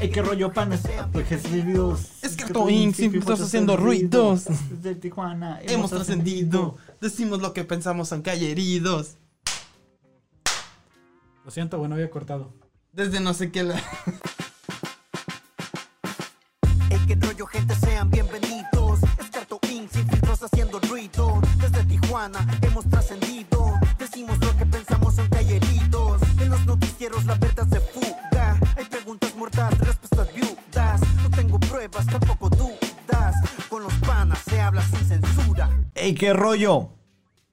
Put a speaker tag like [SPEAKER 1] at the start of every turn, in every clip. [SPEAKER 1] Ey, ¿Qué rollo, panas? Ejercicios.
[SPEAKER 2] Es que Arto Inc. siempre estás haciendo ruidos.
[SPEAKER 1] pues, Desde Tijuana.
[SPEAKER 2] Hemos trascendido. Decimos lo que pensamos aunque hay heridos.
[SPEAKER 3] Lo siento, güey, no había cortado.
[SPEAKER 2] Desde no sé qué la...
[SPEAKER 4] El que rollo gente sean bienvenidos. Escarto Inc. sin filtros haciendo ruido. Desde Tijuana hemos trascendido. Decimos lo que pensamos aunque hay heridos. En los noticieros la verdad se fuga. Hay preguntas muertas, respuestas viudas. No tengo pruebas, tampoco dudas. Con los panas se habla sin censura.
[SPEAKER 1] Ey, ¿qué rollo?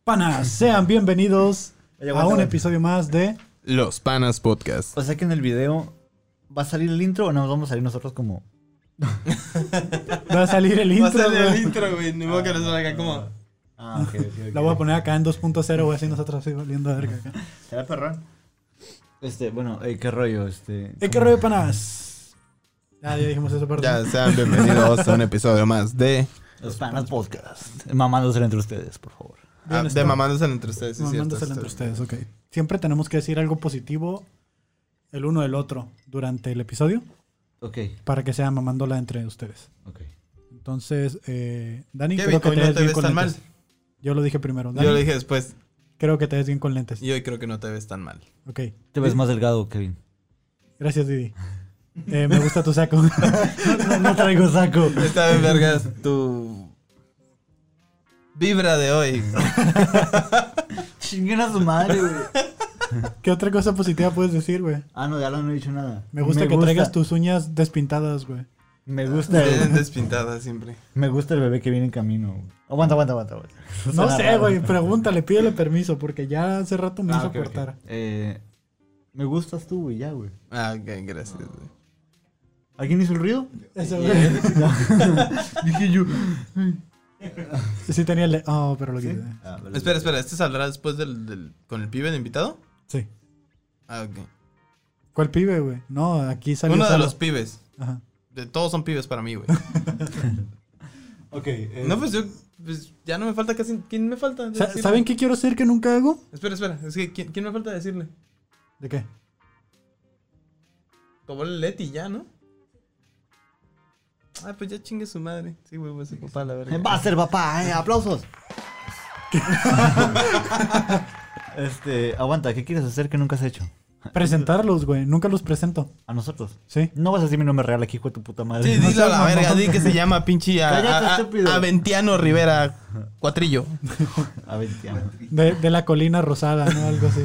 [SPEAKER 3] Panas, sean bienvenidos
[SPEAKER 1] Oye,
[SPEAKER 3] a
[SPEAKER 1] aguanta,
[SPEAKER 3] un
[SPEAKER 1] güey.
[SPEAKER 3] episodio más de...
[SPEAKER 5] Los Panas Podcast.
[SPEAKER 1] O sea que en el video. ¿Va a salir el intro o no? Vamos a salir nosotros como.
[SPEAKER 3] Va a salir el
[SPEAKER 2] Va
[SPEAKER 3] intro,
[SPEAKER 2] a ser el
[SPEAKER 3] güey.
[SPEAKER 2] intro, güey. Ni modo que nos salga como...
[SPEAKER 1] Ah, ok, ok.
[SPEAKER 3] La voy a poner acá en 2.0, güey, así nosotros así valiendo verga acá.
[SPEAKER 1] ¿Será perrón? Este, bueno, ey, ¿qué rollo? Este.
[SPEAKER 3] ¿Eh, ¿Qué rollo, panas? Ah, ya dijimos eso, perdón.
[SPEAKER 5] Ya sean bienvenidos a un episodio más de,
[SPEAKER 1] Los panas podcast. Mamándosela entre ustedes, por favor.
[SPEAKER 3] Bien,
[SPEAKER 5] ah, de
[SPEAKER 3] está.
[SPEAKER 5] mamándosela entre ustedes. sí,
[SPEAKER 3] No,
[SPEAKER 5] cierto,
[SPEAKER 3] mándasela entre
[SPEAKER 5] esto-
[SPEAKER 3] ustedes, ok. Siempre tenemos que decir algo positivo el uno del otro durante el episodio
[SPEAKER 1] Ok,
[SPEAKER 3] para que sea mamándola entre ustedes.
[SPEAKER 1] ok.
[SPEAKER 3] Entonces, eh, Dani,
[SPEAKER 2] ¿Qué,
[SPEAKER 3] creo
[SPEAKER 2] Vico?
[SPEAKER 3] que
[SPEAKER 2] Hoy
[SPEAKER 3] te
[SPEAKER 2] no
[SPEAKER 3] ves
[SPEAKER 2] te
[SPEAKER 3] bien
[SPEAKER 2] ves
[SPEAKER 3] con
[SPEAKER 2] tan mal.
[SPEAKER 3] lentes. Yo lo dije primero, Dani.
[SPEAKER 2] Yo lo dije después.
[SPEAKER 3] Creo que te ves bien con lentes.
[SPEAKER 2] Y hoy creo que no te ves tan mal.
[SPEAKER 3] Ok.
[SPEAKER 1] Te ves más delgado, Kevin.
[SPEAKER 3] Gracias, Didi. Eh, me gusta tu saco. no, no traigo saco.
[SPEAKER 2] Está bien, vergas, tu... Vibra de hoy.
[SPEAKER 1] Chinguen a su madre, güey.
[SPEAKER 3] ¿Qué otra cosa positiva puedes decir, güey?
[SPEAKER 1] Ah, no, ya lo no he dicho nada.
[SPEAKER 3] Me gusta que traigas tus uñas despintadas, güey.
[SPEAKER 1] Me gusta
[SPEAKER 2] Bien
[SPEAKER 1] el,
[SPEAKER 2] despintada siempre.
[SPEAKER 1] me gusta el bebé que viene en camino. güey. Aguanta, aguanta, aguanta. aguanta.
[SPEAKER 3] No
[SPEAKER 1] Suena
[SPEAKER 3] sé,
[SPEAKER 1] raro.
[SPEAKER 3] güey. Pregúntale, pídele permiso, porque ya hace rato me
[SPEAKER 1] Ah,
[SPEAKER 3] hizo
[SPEAKER 1] ok, ok.
[SPEAKER 3] cortar.
[SPEAKER 1] Eh, me gustas tú, güey, ya, güey.
[SPEAKER 2] Ah, ok, gracias. güey.
[SPEAKER 1] ¿Alguien hizo el ruido?
[SPEAKER 3] Ese güey.
[SPEAKER 1] Dije yo.
[SPEAKER 3] Sí tenía el... de- Oh, pero lo quité.
[SPEAKER 1] Ah, vale.
[SPEAKER 2] Espera, espera, ¿este saldrá después del, del- con el pibe de invitado?
[SPEAKER 3] Sí.
[SPEAKER 2] Ah, ok.
[SPEAKER 3] ¿Cuál pibe, güey? No, aquí salió
[SPEAKER 2] Uno de
[SPEAKER 3] solo.
[SPEAKER 2] los pibes.
[SPEAKER 3] Ajá.
[SPEAKER 2] De, todos son pibes para mí, güey.
[SPEAKER 1] Ok.
[SPEAKER 2] No, pues yo. Pues ya no me falta casi. ¿Quién me falta?
[SPEAKER 3] Sa-
[SPEAKER 2] decirle?
[SPEAKER 3] ¿Saben qué quiero hacer que nunca hago?
[SPEAKER 2] Espera, espera. Es que ¿quién, quién me falta decirle?
[SPEAKER 3] ¿De qué?
[SPEAKER 2] Como el Leti ya, ¿no? Ah, pues ya chingue su madre. Sí, güey, pues papá, la verga.
[SPEAKER 1] Va a ser papá, eh. Aplausos. este, aguanta, ¿qué quieres hacer que nunca has hecho?
[SPEAKER 3] Presentarlos, güey. Nunca los presento.
[SPEAKER 1] A nosotros.
[SPEAKER 3] Sí.
[SPEAKER 1] No vas a decir mi nombre real aquí, hijo de tu puta madre.
[SPEAKER 2] Sí,
[SPEAKER 1] No
[SPEAKER 2] dilo a
[SPEAKER 1] seas
[SPEAKER 2] la
[SPEAKER 1] mamón.
[SPEAKER 2] verga. Di que se llama pinche. A,
[SPEAKER 1] Cállate,
[SPEAKER 2] a- a-
[SPEAKER 1] estúpido.
[SPEAKER 2] Aventiano Rivera Cuatrillo.
[SPEAKER 1] A 20 años.
[SPEAKER 3] De, de la colina rosada, ¿no? Algo así.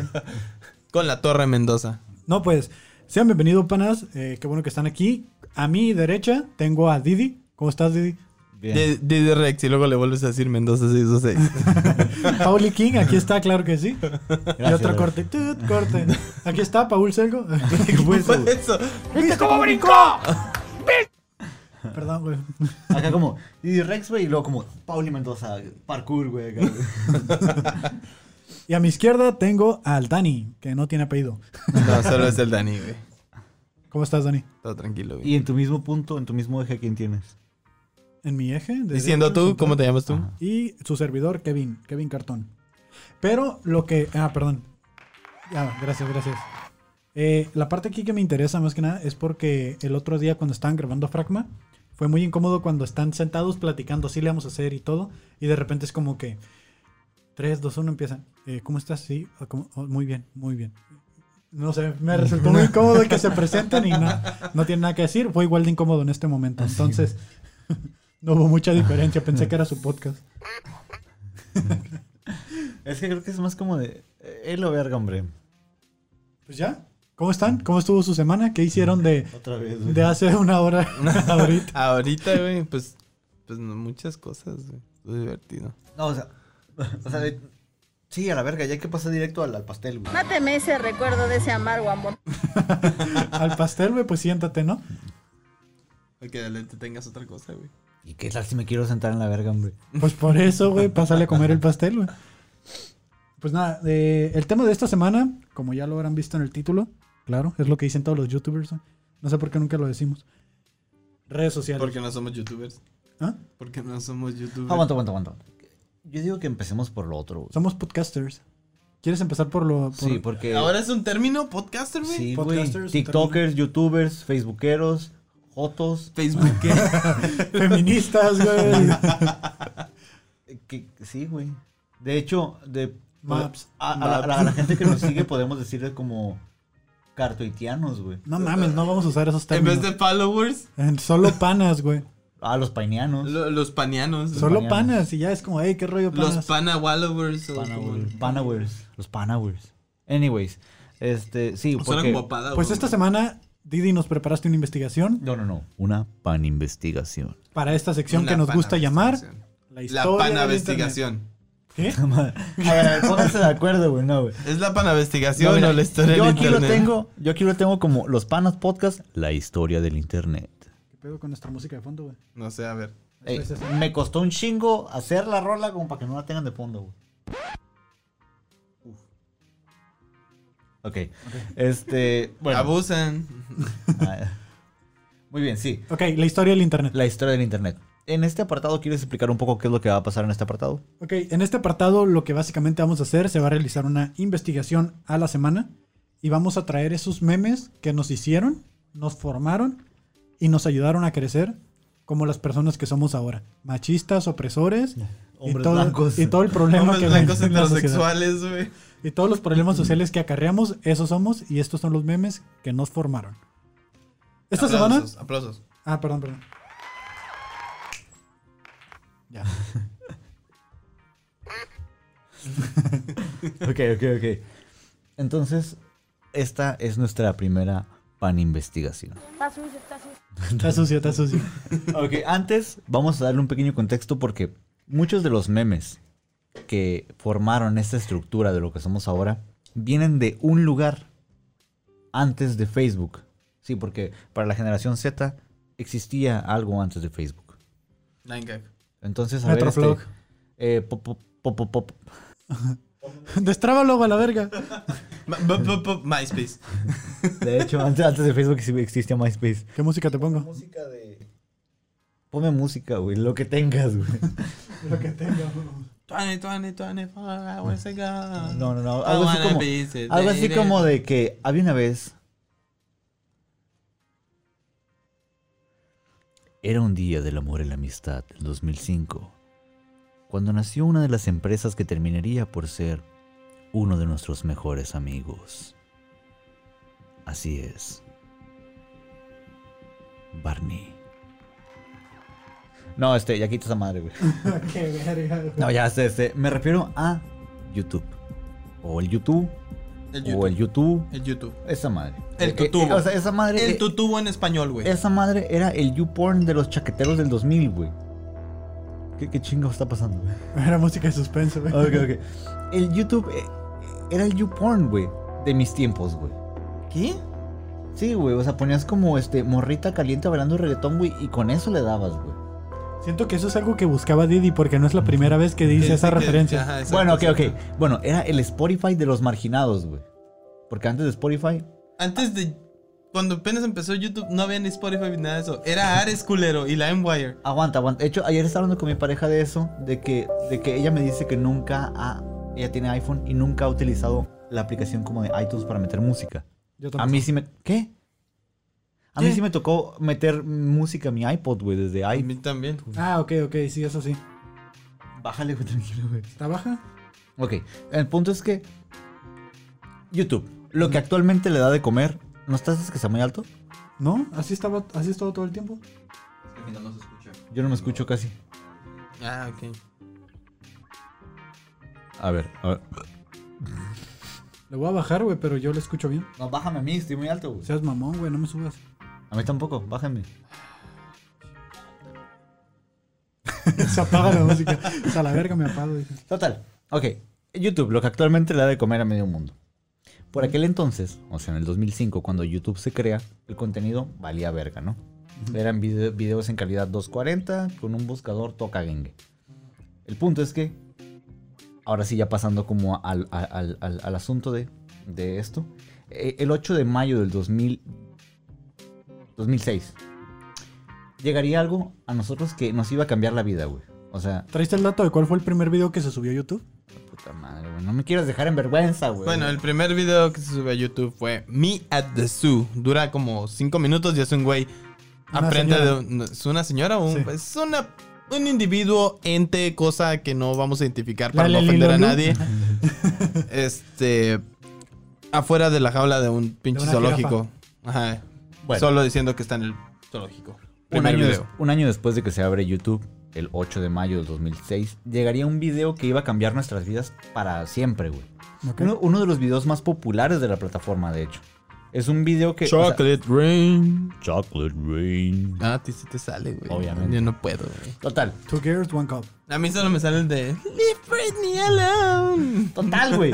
[SPEAKER 2] Con la Torre Mendoza.
[SPEAKER 3] No, pues, sean bienvenidos, panas. Eh, qué bueno que están aquí. A mi derecha tengo a Didi. ¿Cómo estás, Didi?
[SPEAKER 1] Bien.
[SPEAKER 2] De, de, de Rex. Y luego le vuelves a decir Mendoza 626.
[SPEAKER 3] Pauli King, aquí está, claro que sí. y
[SPEAKER 1] Gracias,
[SPEAKER 3] otro
[SPEAKER 1] Didi.
[SPEAKER 3] corte. Tut, corte. Aquí está, Paul Selgo.
[SPEAKER 2] Pues eso.
[SPEAKER 3] ¿Viste cómo brincó? Perdón, güey.
[SPEAKER 1] Acá como, y Rex, güey, y luego como, Pauli Mendoza, parkour, güey. acá, güey.
[SPEAKER 3] Y a mi izquierda tengo al Dani, que no tiene apellido.
[SPEAKER 2] No, solo es el Dani, güey.
[SPEAKER 3] ¿Cómo estás, Dani?
[SPEAKER 2] Todo tranquilo, güey.
[SPEAKER 1] Y en tu mismo punto, en tu mismo eje, ¿quién tienes?
[SPEAKER 3] En mi eje. de
[SPEAKER 2] Diciendo
[SPEAKER 3] derecha,
[SPEAKER 2] tú,
[SPEAKER 3] central.
[SPEAKER 2] ¿cómo te llamas tú?
[SPEAKER 3] Y su servidor, Kevin, Kevin Cartón. Pero lo que. Ah, perdón. Ya, gracias, gracias. Eh, la parte aquí que me interesa más que nada es porque el otro día cuando estaban grabando Fragma fue muy incómodo cuando están sentados platicando, sí le vamos a hacer y todo, y de repente es como que 3, 2, 1 empiezan. Eh, ¿Cómo estás? Sí, ah, ¿cómo? Oh, muy bien, muy bien. No sé, me resultó muy incómodo que se presenten y no, no tienen nada que decir. Fue igual de incómodo en este momento. Entonces, no hubo mucha diferencia. Pensé que era su podcast.
[SPEAKER 1] Es que creo que es más como de, eh, él lo verga, hombre.
[SPEAKER 3] Pues ya. ¿Cómo están? ¿Cómo estuvo su semana? ¿Qué hicieron de,
[SPEAKER 1] Otra vez, güey.
[SPEAKER 3] de hace una hora a ahorita?
[SPEAKER 2] Ahorita, güey, pues, pues no, muchas cosas, güey. Estuvo divertido.
[SPEAKER 1] No, o sea, o sea, de- sí, a la verga, ya que pasa directo al, al pastel, güey.
[SPEAKER 6] Máteme ese recuerdo de ese amargo amor.
[SPEAKER 3] Al pastel, güey, pues siéntate, ¿no?
[SPEAKER 2] Para que dale, te tengas otra cosa, güey.
[SPEAKER 1] ¿Y qué tal si me quiero sentar en la verga, hombre?
[SPEAKER 3] Pues por eso, güey, pásale a comer el pastel, güey. Pues nada, eh, el tema de esta semana, como ya lo habrán visto en el título, claro, es lo que dicen todos los youtubers. güey. No sé por qué nunca lo decimos. Redes sociales.
[SPEAKER 2] Porque no somos youtubers.
[SPEAKER 3] ¿Ah?
[SPEAKER 2] Porque no somos youtubers.
[SPEAKER 1] Aguanta, aguanta, aguanta. Yo digo que empecemos por lo otro, güey.
[SPEAKER 3] Somos podcasters. ¿Quieres empezar por lo...? por-
[SPEAKER 1] Sí, porque...
[SPEAKER 2] Ahora es un término podcaster, güey.
[SPEAKER 1] Sí, güey.
[SPEAKER 3] podcasters,
[SPEAKER 1] TikTokers, youtubers, facebookeros, jotos,
[SPEAKER 7] Facebook, ¿qué?
[SPEAKER 3] Feministas, güey.
[SPEAKER 1] eh, que, sí, güey. De hecho, de
[SPEAKER 3] Maps.
[SPEAKER 1] a, a la- a la, a la gente que nos sigue podemos decirle como cartoitianos, güey.
[SPEAKER 3] No mames, no vamos a usar esos
[SPEAKER 7] en
[SPEAKER 3] términos.
[SPEAKER 7] vez de followers,
[SPEAKER 3] Eh, Solo panas, güey.
[SPEAKER 1] Ah, los painianos.
[SPEAKER 7] lo- los panianos.
[SPEAKER 3] Solo
[SPEAKER 1] mañana.
[SPEAKER 3] panas y ya es como, hey, qué rollo panas.
[SPEAKER 7] Pues Los panawallowers. o como-
[SPEAKER 1] Panawers. Panawers. Los Panawers. Anyways, este, sí,
[SPEAKER 7] o Suena
[SPEAKER 1] porque...
[SPEAKER 7] como pada,
[SPEAKER 3] pues
[SPEAKER 7] güey.
[SPEAKER 3] esta semana, Didi, nos preparaste una investigación
[SPEAKER 1] No, no, no. Una paninvestigación.
[SPEAKER 3] para esta sección
[SPEAKER 7] Una
[SPEAKER 3] que nos
[SPEAKER 7] pana
[SPEAKER 3] gusta llamar
[SPEAKER 7] investigación.
[SPEAKER 3] la
[SPEAKER 7] La
[SPEAKER 3] historia. del
[SPEAKER 7] panavestigación.
[SPEAKER 3] Internet.
[SPEAKER 1] A ver, pónganse de acuerdo, güey, no, güey.
[SPEAKER 7] ¿Es la
[SPEAKER 1] No,
[SPEAKER 7] panavestigación
[SPEAKER 1] mira,
[SPEAKER 7] o la historia
[SPEAKER 1] yo
[SPEAKER 7] del
[SPEAKER 1] aquí
[SPEAKER 7] internet?
[SPEAKER 1] lo tengo, yo aquí lo tengo como los panas podcast, la historia del internet.
[SPEAKER 3] ¿Qué? ¿Qué pedo con nuestra música de fondo, güey?
[SPEAKER 2] No sé, a ver.
[SPEAKER 1] Ey,
[SPEAKER 3] Eso es eso.
[SPEAKER 1] Eh, me costó Pues un chingo hacer la rola como para que no la tengan de fondo, güey. Ok. Este, bueno.
[SPEAKER 7] Abusan.
[SPEAKER 1] Ah, Muy bien, sí.
[SPEAKER 3] Ok, la historia del internet.
[SPEAKER 1] La historia del internet. En este apartado, ¿quieres explicar un poco qué es lo que va a pasar en este apartado?
[SPEAKER 3] Ok, en este apartado lo que básicamente vamos a hacer, se va a realizar una investigación a la semana y vamos a traer esos memes que nos hicieron, nos formaron y nos ayudaron a crecer como las personas que somos ahora. Machistas, opresores y
[SPEAKER 1] Hombres
[SPEAKER 3] todo,
[SPEAKER 1] blancos.
[SPEAKER 3] y todo el problema
[SPEAKER 7] Hombres
[SPEAKER 3] que
[SPEAKER 7] blancos
[SPEAKER 3] ven en la sociedad.
[SPEAKER 7] heterosexuales, güey.
[SPEAKER 3] Y todos los problemas sociales que acarreamos, esos somos y estos son los memes que nos formaron. Esta semana...
[SPEAKER 7] Aplausos, Aplausos.
[SPEAKER 3] Ah, perdón, perdón. Ya.
[SPEAKER 1] Ok, ok, ok. Entonces, esta es nuestra primera pan investigación.
[SPEAKER 6] Está sucio, está sucio.
[SPEAKER 3] Está sucio, está sucio.
[SPEAKER 1] Ok, antes vamos a darle un pequeño contexto porque muchos de los memes que formaron esta estructura de lo que somos ahora vienen de un lugar antes de Facebook. Sí, porque para la generación Z existía algo antes de Facebook.
[SPEAKER 7] Nine gag.
[SPEAKER 1] Entonces, a ver,
[SPEAKER 3] Metroflog.
[SPEAKER 1] este, eh, po- po- po- po- po-
[SPEAKER 3] Destrábalo a la verga.
[SPEAKER 7] Ma- bu- bu- bu- MySpace.
[SPEAKER 1] De hecho, antes, antes de Facebook sí existía MySpace.
[SPEAKER 3] ¿Qué música te pongo?
[SPEAKER 1] Música de. Ponme música, güey, lo que tengas, güey.
[SPEAKER 3] Lo que tenga.
[SPEAKER 7] 20, 20, 24 hours ago.
[SPEAKER 1] No, no, no.
[SPEAKER 7] I
[SPEAKER 1] Algo así
[SPEAKER 7] wanna
[SPEAKER 1] como,
[SPEAKER 7] be sedated.
[SPEAKER 1] algo así como de que había una vez. Era un día del amor y la amistad, el 2005, cuando nació una de las empresas que terminaría por ser uno de nuestros mejores amigos. Así es. Barney. No, este, ya quita esa madre, güey.
[SPEAKER 3] Qué verga, güey.
[SPEAKER 1] No, ya sé, este, me refiero a YouTube. O el YouTube,
[SPEAKER 7] El
[SPEAKER 1] o el
[SPEAKER 7] YouTube.
[SPEAKER 1] YouTube.
[SPEAKER 7] El YouTube.
[SPEAKER 1] Esa madre.
[SPEAKER 7] El
[SPEAKER 1] Eh,
[SPEAKER 7] tutubo.
[SPEAKER 1] eh, o sea, esa madre. eh,
[SPEAKER 7] El tutubo en español, güey.
[SPEAKER 1] esa madre era el YouPorn de los chaqueteros del 2000, güey. ¿Qué, qué chingo está pasando, güey?
[SPEAKER 3] Era música de suspenso, güey.
[SPEAKER 1] Ok, ok. El YouTube eh, era el YouPorn, güey, de mis tiempos, güey.
[SPEAKER 7] ¿Qué?
[SPEAKER 1] Sí, güey, o sea, ponías como este morrita caliente bailando reggaetón, güey, y con eso le dabas, güey.
[SPEAKER 3] Siento que eso es algo que buscaba Didi porque no es la primera vez que dice esa
[SPEAKER 7] Que- que-
[SPEAKER 3] referencia.
[SPEAKER 7] ajá, exacto,
[SPEAKER 1] Bueno, ok, ok.
[SPEAKER 7] exacto.
[SPEAKER 1] Bueno, era el Spotify de los marginados, güey. Porque antes de Spotify
[SPEAKER 7] Antes de. Cuando apenas empezó YouTube, no había ni Spotify ni nada de eso. Era Ares culero y LimeWire.
[SPEAKER 1] Aguanta, aguanta. De hecho, ayer estaba hablando con mi pareja de eso, de que, de que ella me dice que nunca ha, ella tiene iPhone y nunca ha utilizado la aplicación como de iTunes para meter música.
[SPEAKER 3] Yo
[SPEAKER 1] A
[SPEAKER 3] tampoco.
[SPEAKER 1] mí sí me, ¿qué? A mí
[SPEAKER 7] ¿Qué?
[SPEAKER 1] sí me tocó meter música a mi iPod, güey, desde
[SPEAKER 7] A
[SPEAKER 1] iPod.
[SPEAKER 7] mí también.
[SPEAKER 3] Ah, ok, ok, sí, eso sí.
[SPEAKER 1] Bájale, güey, tranquilo, güey.
[SPEAKER 3] ¿Está baja?
[SPEAKER 1] Ok, el punto es que YouTube, lo que actualmente le da de comer, ¿no estás que está muy alto?
[SPEAKER 3] ¿No? ¿Así estaba, así estaba todo el tiempo?
[SPEAKER 1] Yo no me escucho casi.
[SPEAKER 7] Ah, ok.
[SPEAKER 1] A ver, a ver.
[SPEAKER 3] Le voy a bajar, güey, pero yo lo escucho bien.
[SPEAKER 1] No, bájame a mí, estoy muy alto, güey.
[SPEAKER 3] Seas mamón, güey, no me subas.
[SPEAKER 1] A mí tampoco, bájame.
[SPEAKER 3] Se apaga la música. O sea, la verga me apago. dije.
[SPEAKER 1] Total. Ok. YouTube, lo que actualmente le da de comer a medio mundo. Por aquel entonces, o sea, en el 2005, cuando YouTube se crea, el contenido valía verga, ¿no? Eran vide- videos en calidad 240 con un buscador toca gengue. El punto es que, ahora sí ya pasando como al, al- al- al- al asunto de, de esto, eh, el 8 de mayo del 2000 2006, llegaría algo a nosotros que nos iba a cambiar la vida, güey. O sea,
[SPEAKER 3] ¿Traiste el dato de cuál fue el primer video que se subió a YouTube?
[SPEAKER 1] Puta madre, güey. No me quieras dejar en vergüenza, güey.
[SPEAKER 7] Bueno, el primer video que se sube a YouTube fue Me at the Zoo. Dura como 5 minutos y es un güey
[SPEAKER 3] Una
[SPEAKER 2] Aprende
[SPEAKER 3] señora.
[SPEAKER 2] de un- ¿Es una señora o un,
[SPEAKER 3] Sí.
[SPEAKER 2] es una, un individuo, ente, cosa que no vamos a identificar para
[SPEAKER 3] La
[SPEAKER 2] no ofender a
[SPEAKER 3] Lelilolú.
[SPEAKER 2] nadie? este. Afuera de la jaula de un pinche
[SPEAKER 3] una
[SPEAKER 2] zoológico. Ajá.
[SPEAKER 1] Bueno.
[SPEAKER 2] Solo diciendo que está en el zoológico.
[SPEAKER 1] Un
[SPEAKER 2] Primer
[SPEAKER 1] año, des-
[SPEAKER 2] video.
[SPEAKER 1] un año después de que se abre YouTube, el 8 de mayo del 2006, llegaría un video que iba a cambiar nuestras vidas para siempre, güey.
[SPEAKER 3] Ok.
[SPEAKER 1] Uno, uno de los videos más populares de la plataforma, de hecho. Es un video que... o sea,
[SPEAKER 8] Chocolate Rain.
[SPEAKER 1] Chocolate Rain.
[SPEAKER 2] Ah, a ti sí te sale, güey.
[SPEAKER 1] Obviamente.
[SPEAKER 2] Yo no puedo, güey.
[SPEAKER 1] Total,
[SPEAKER 3] Two Gears, One Cup.
[SPEAKER 2] A mí solo me sale el de Leave Britney alone.
[SPEAKER 1] total, güey.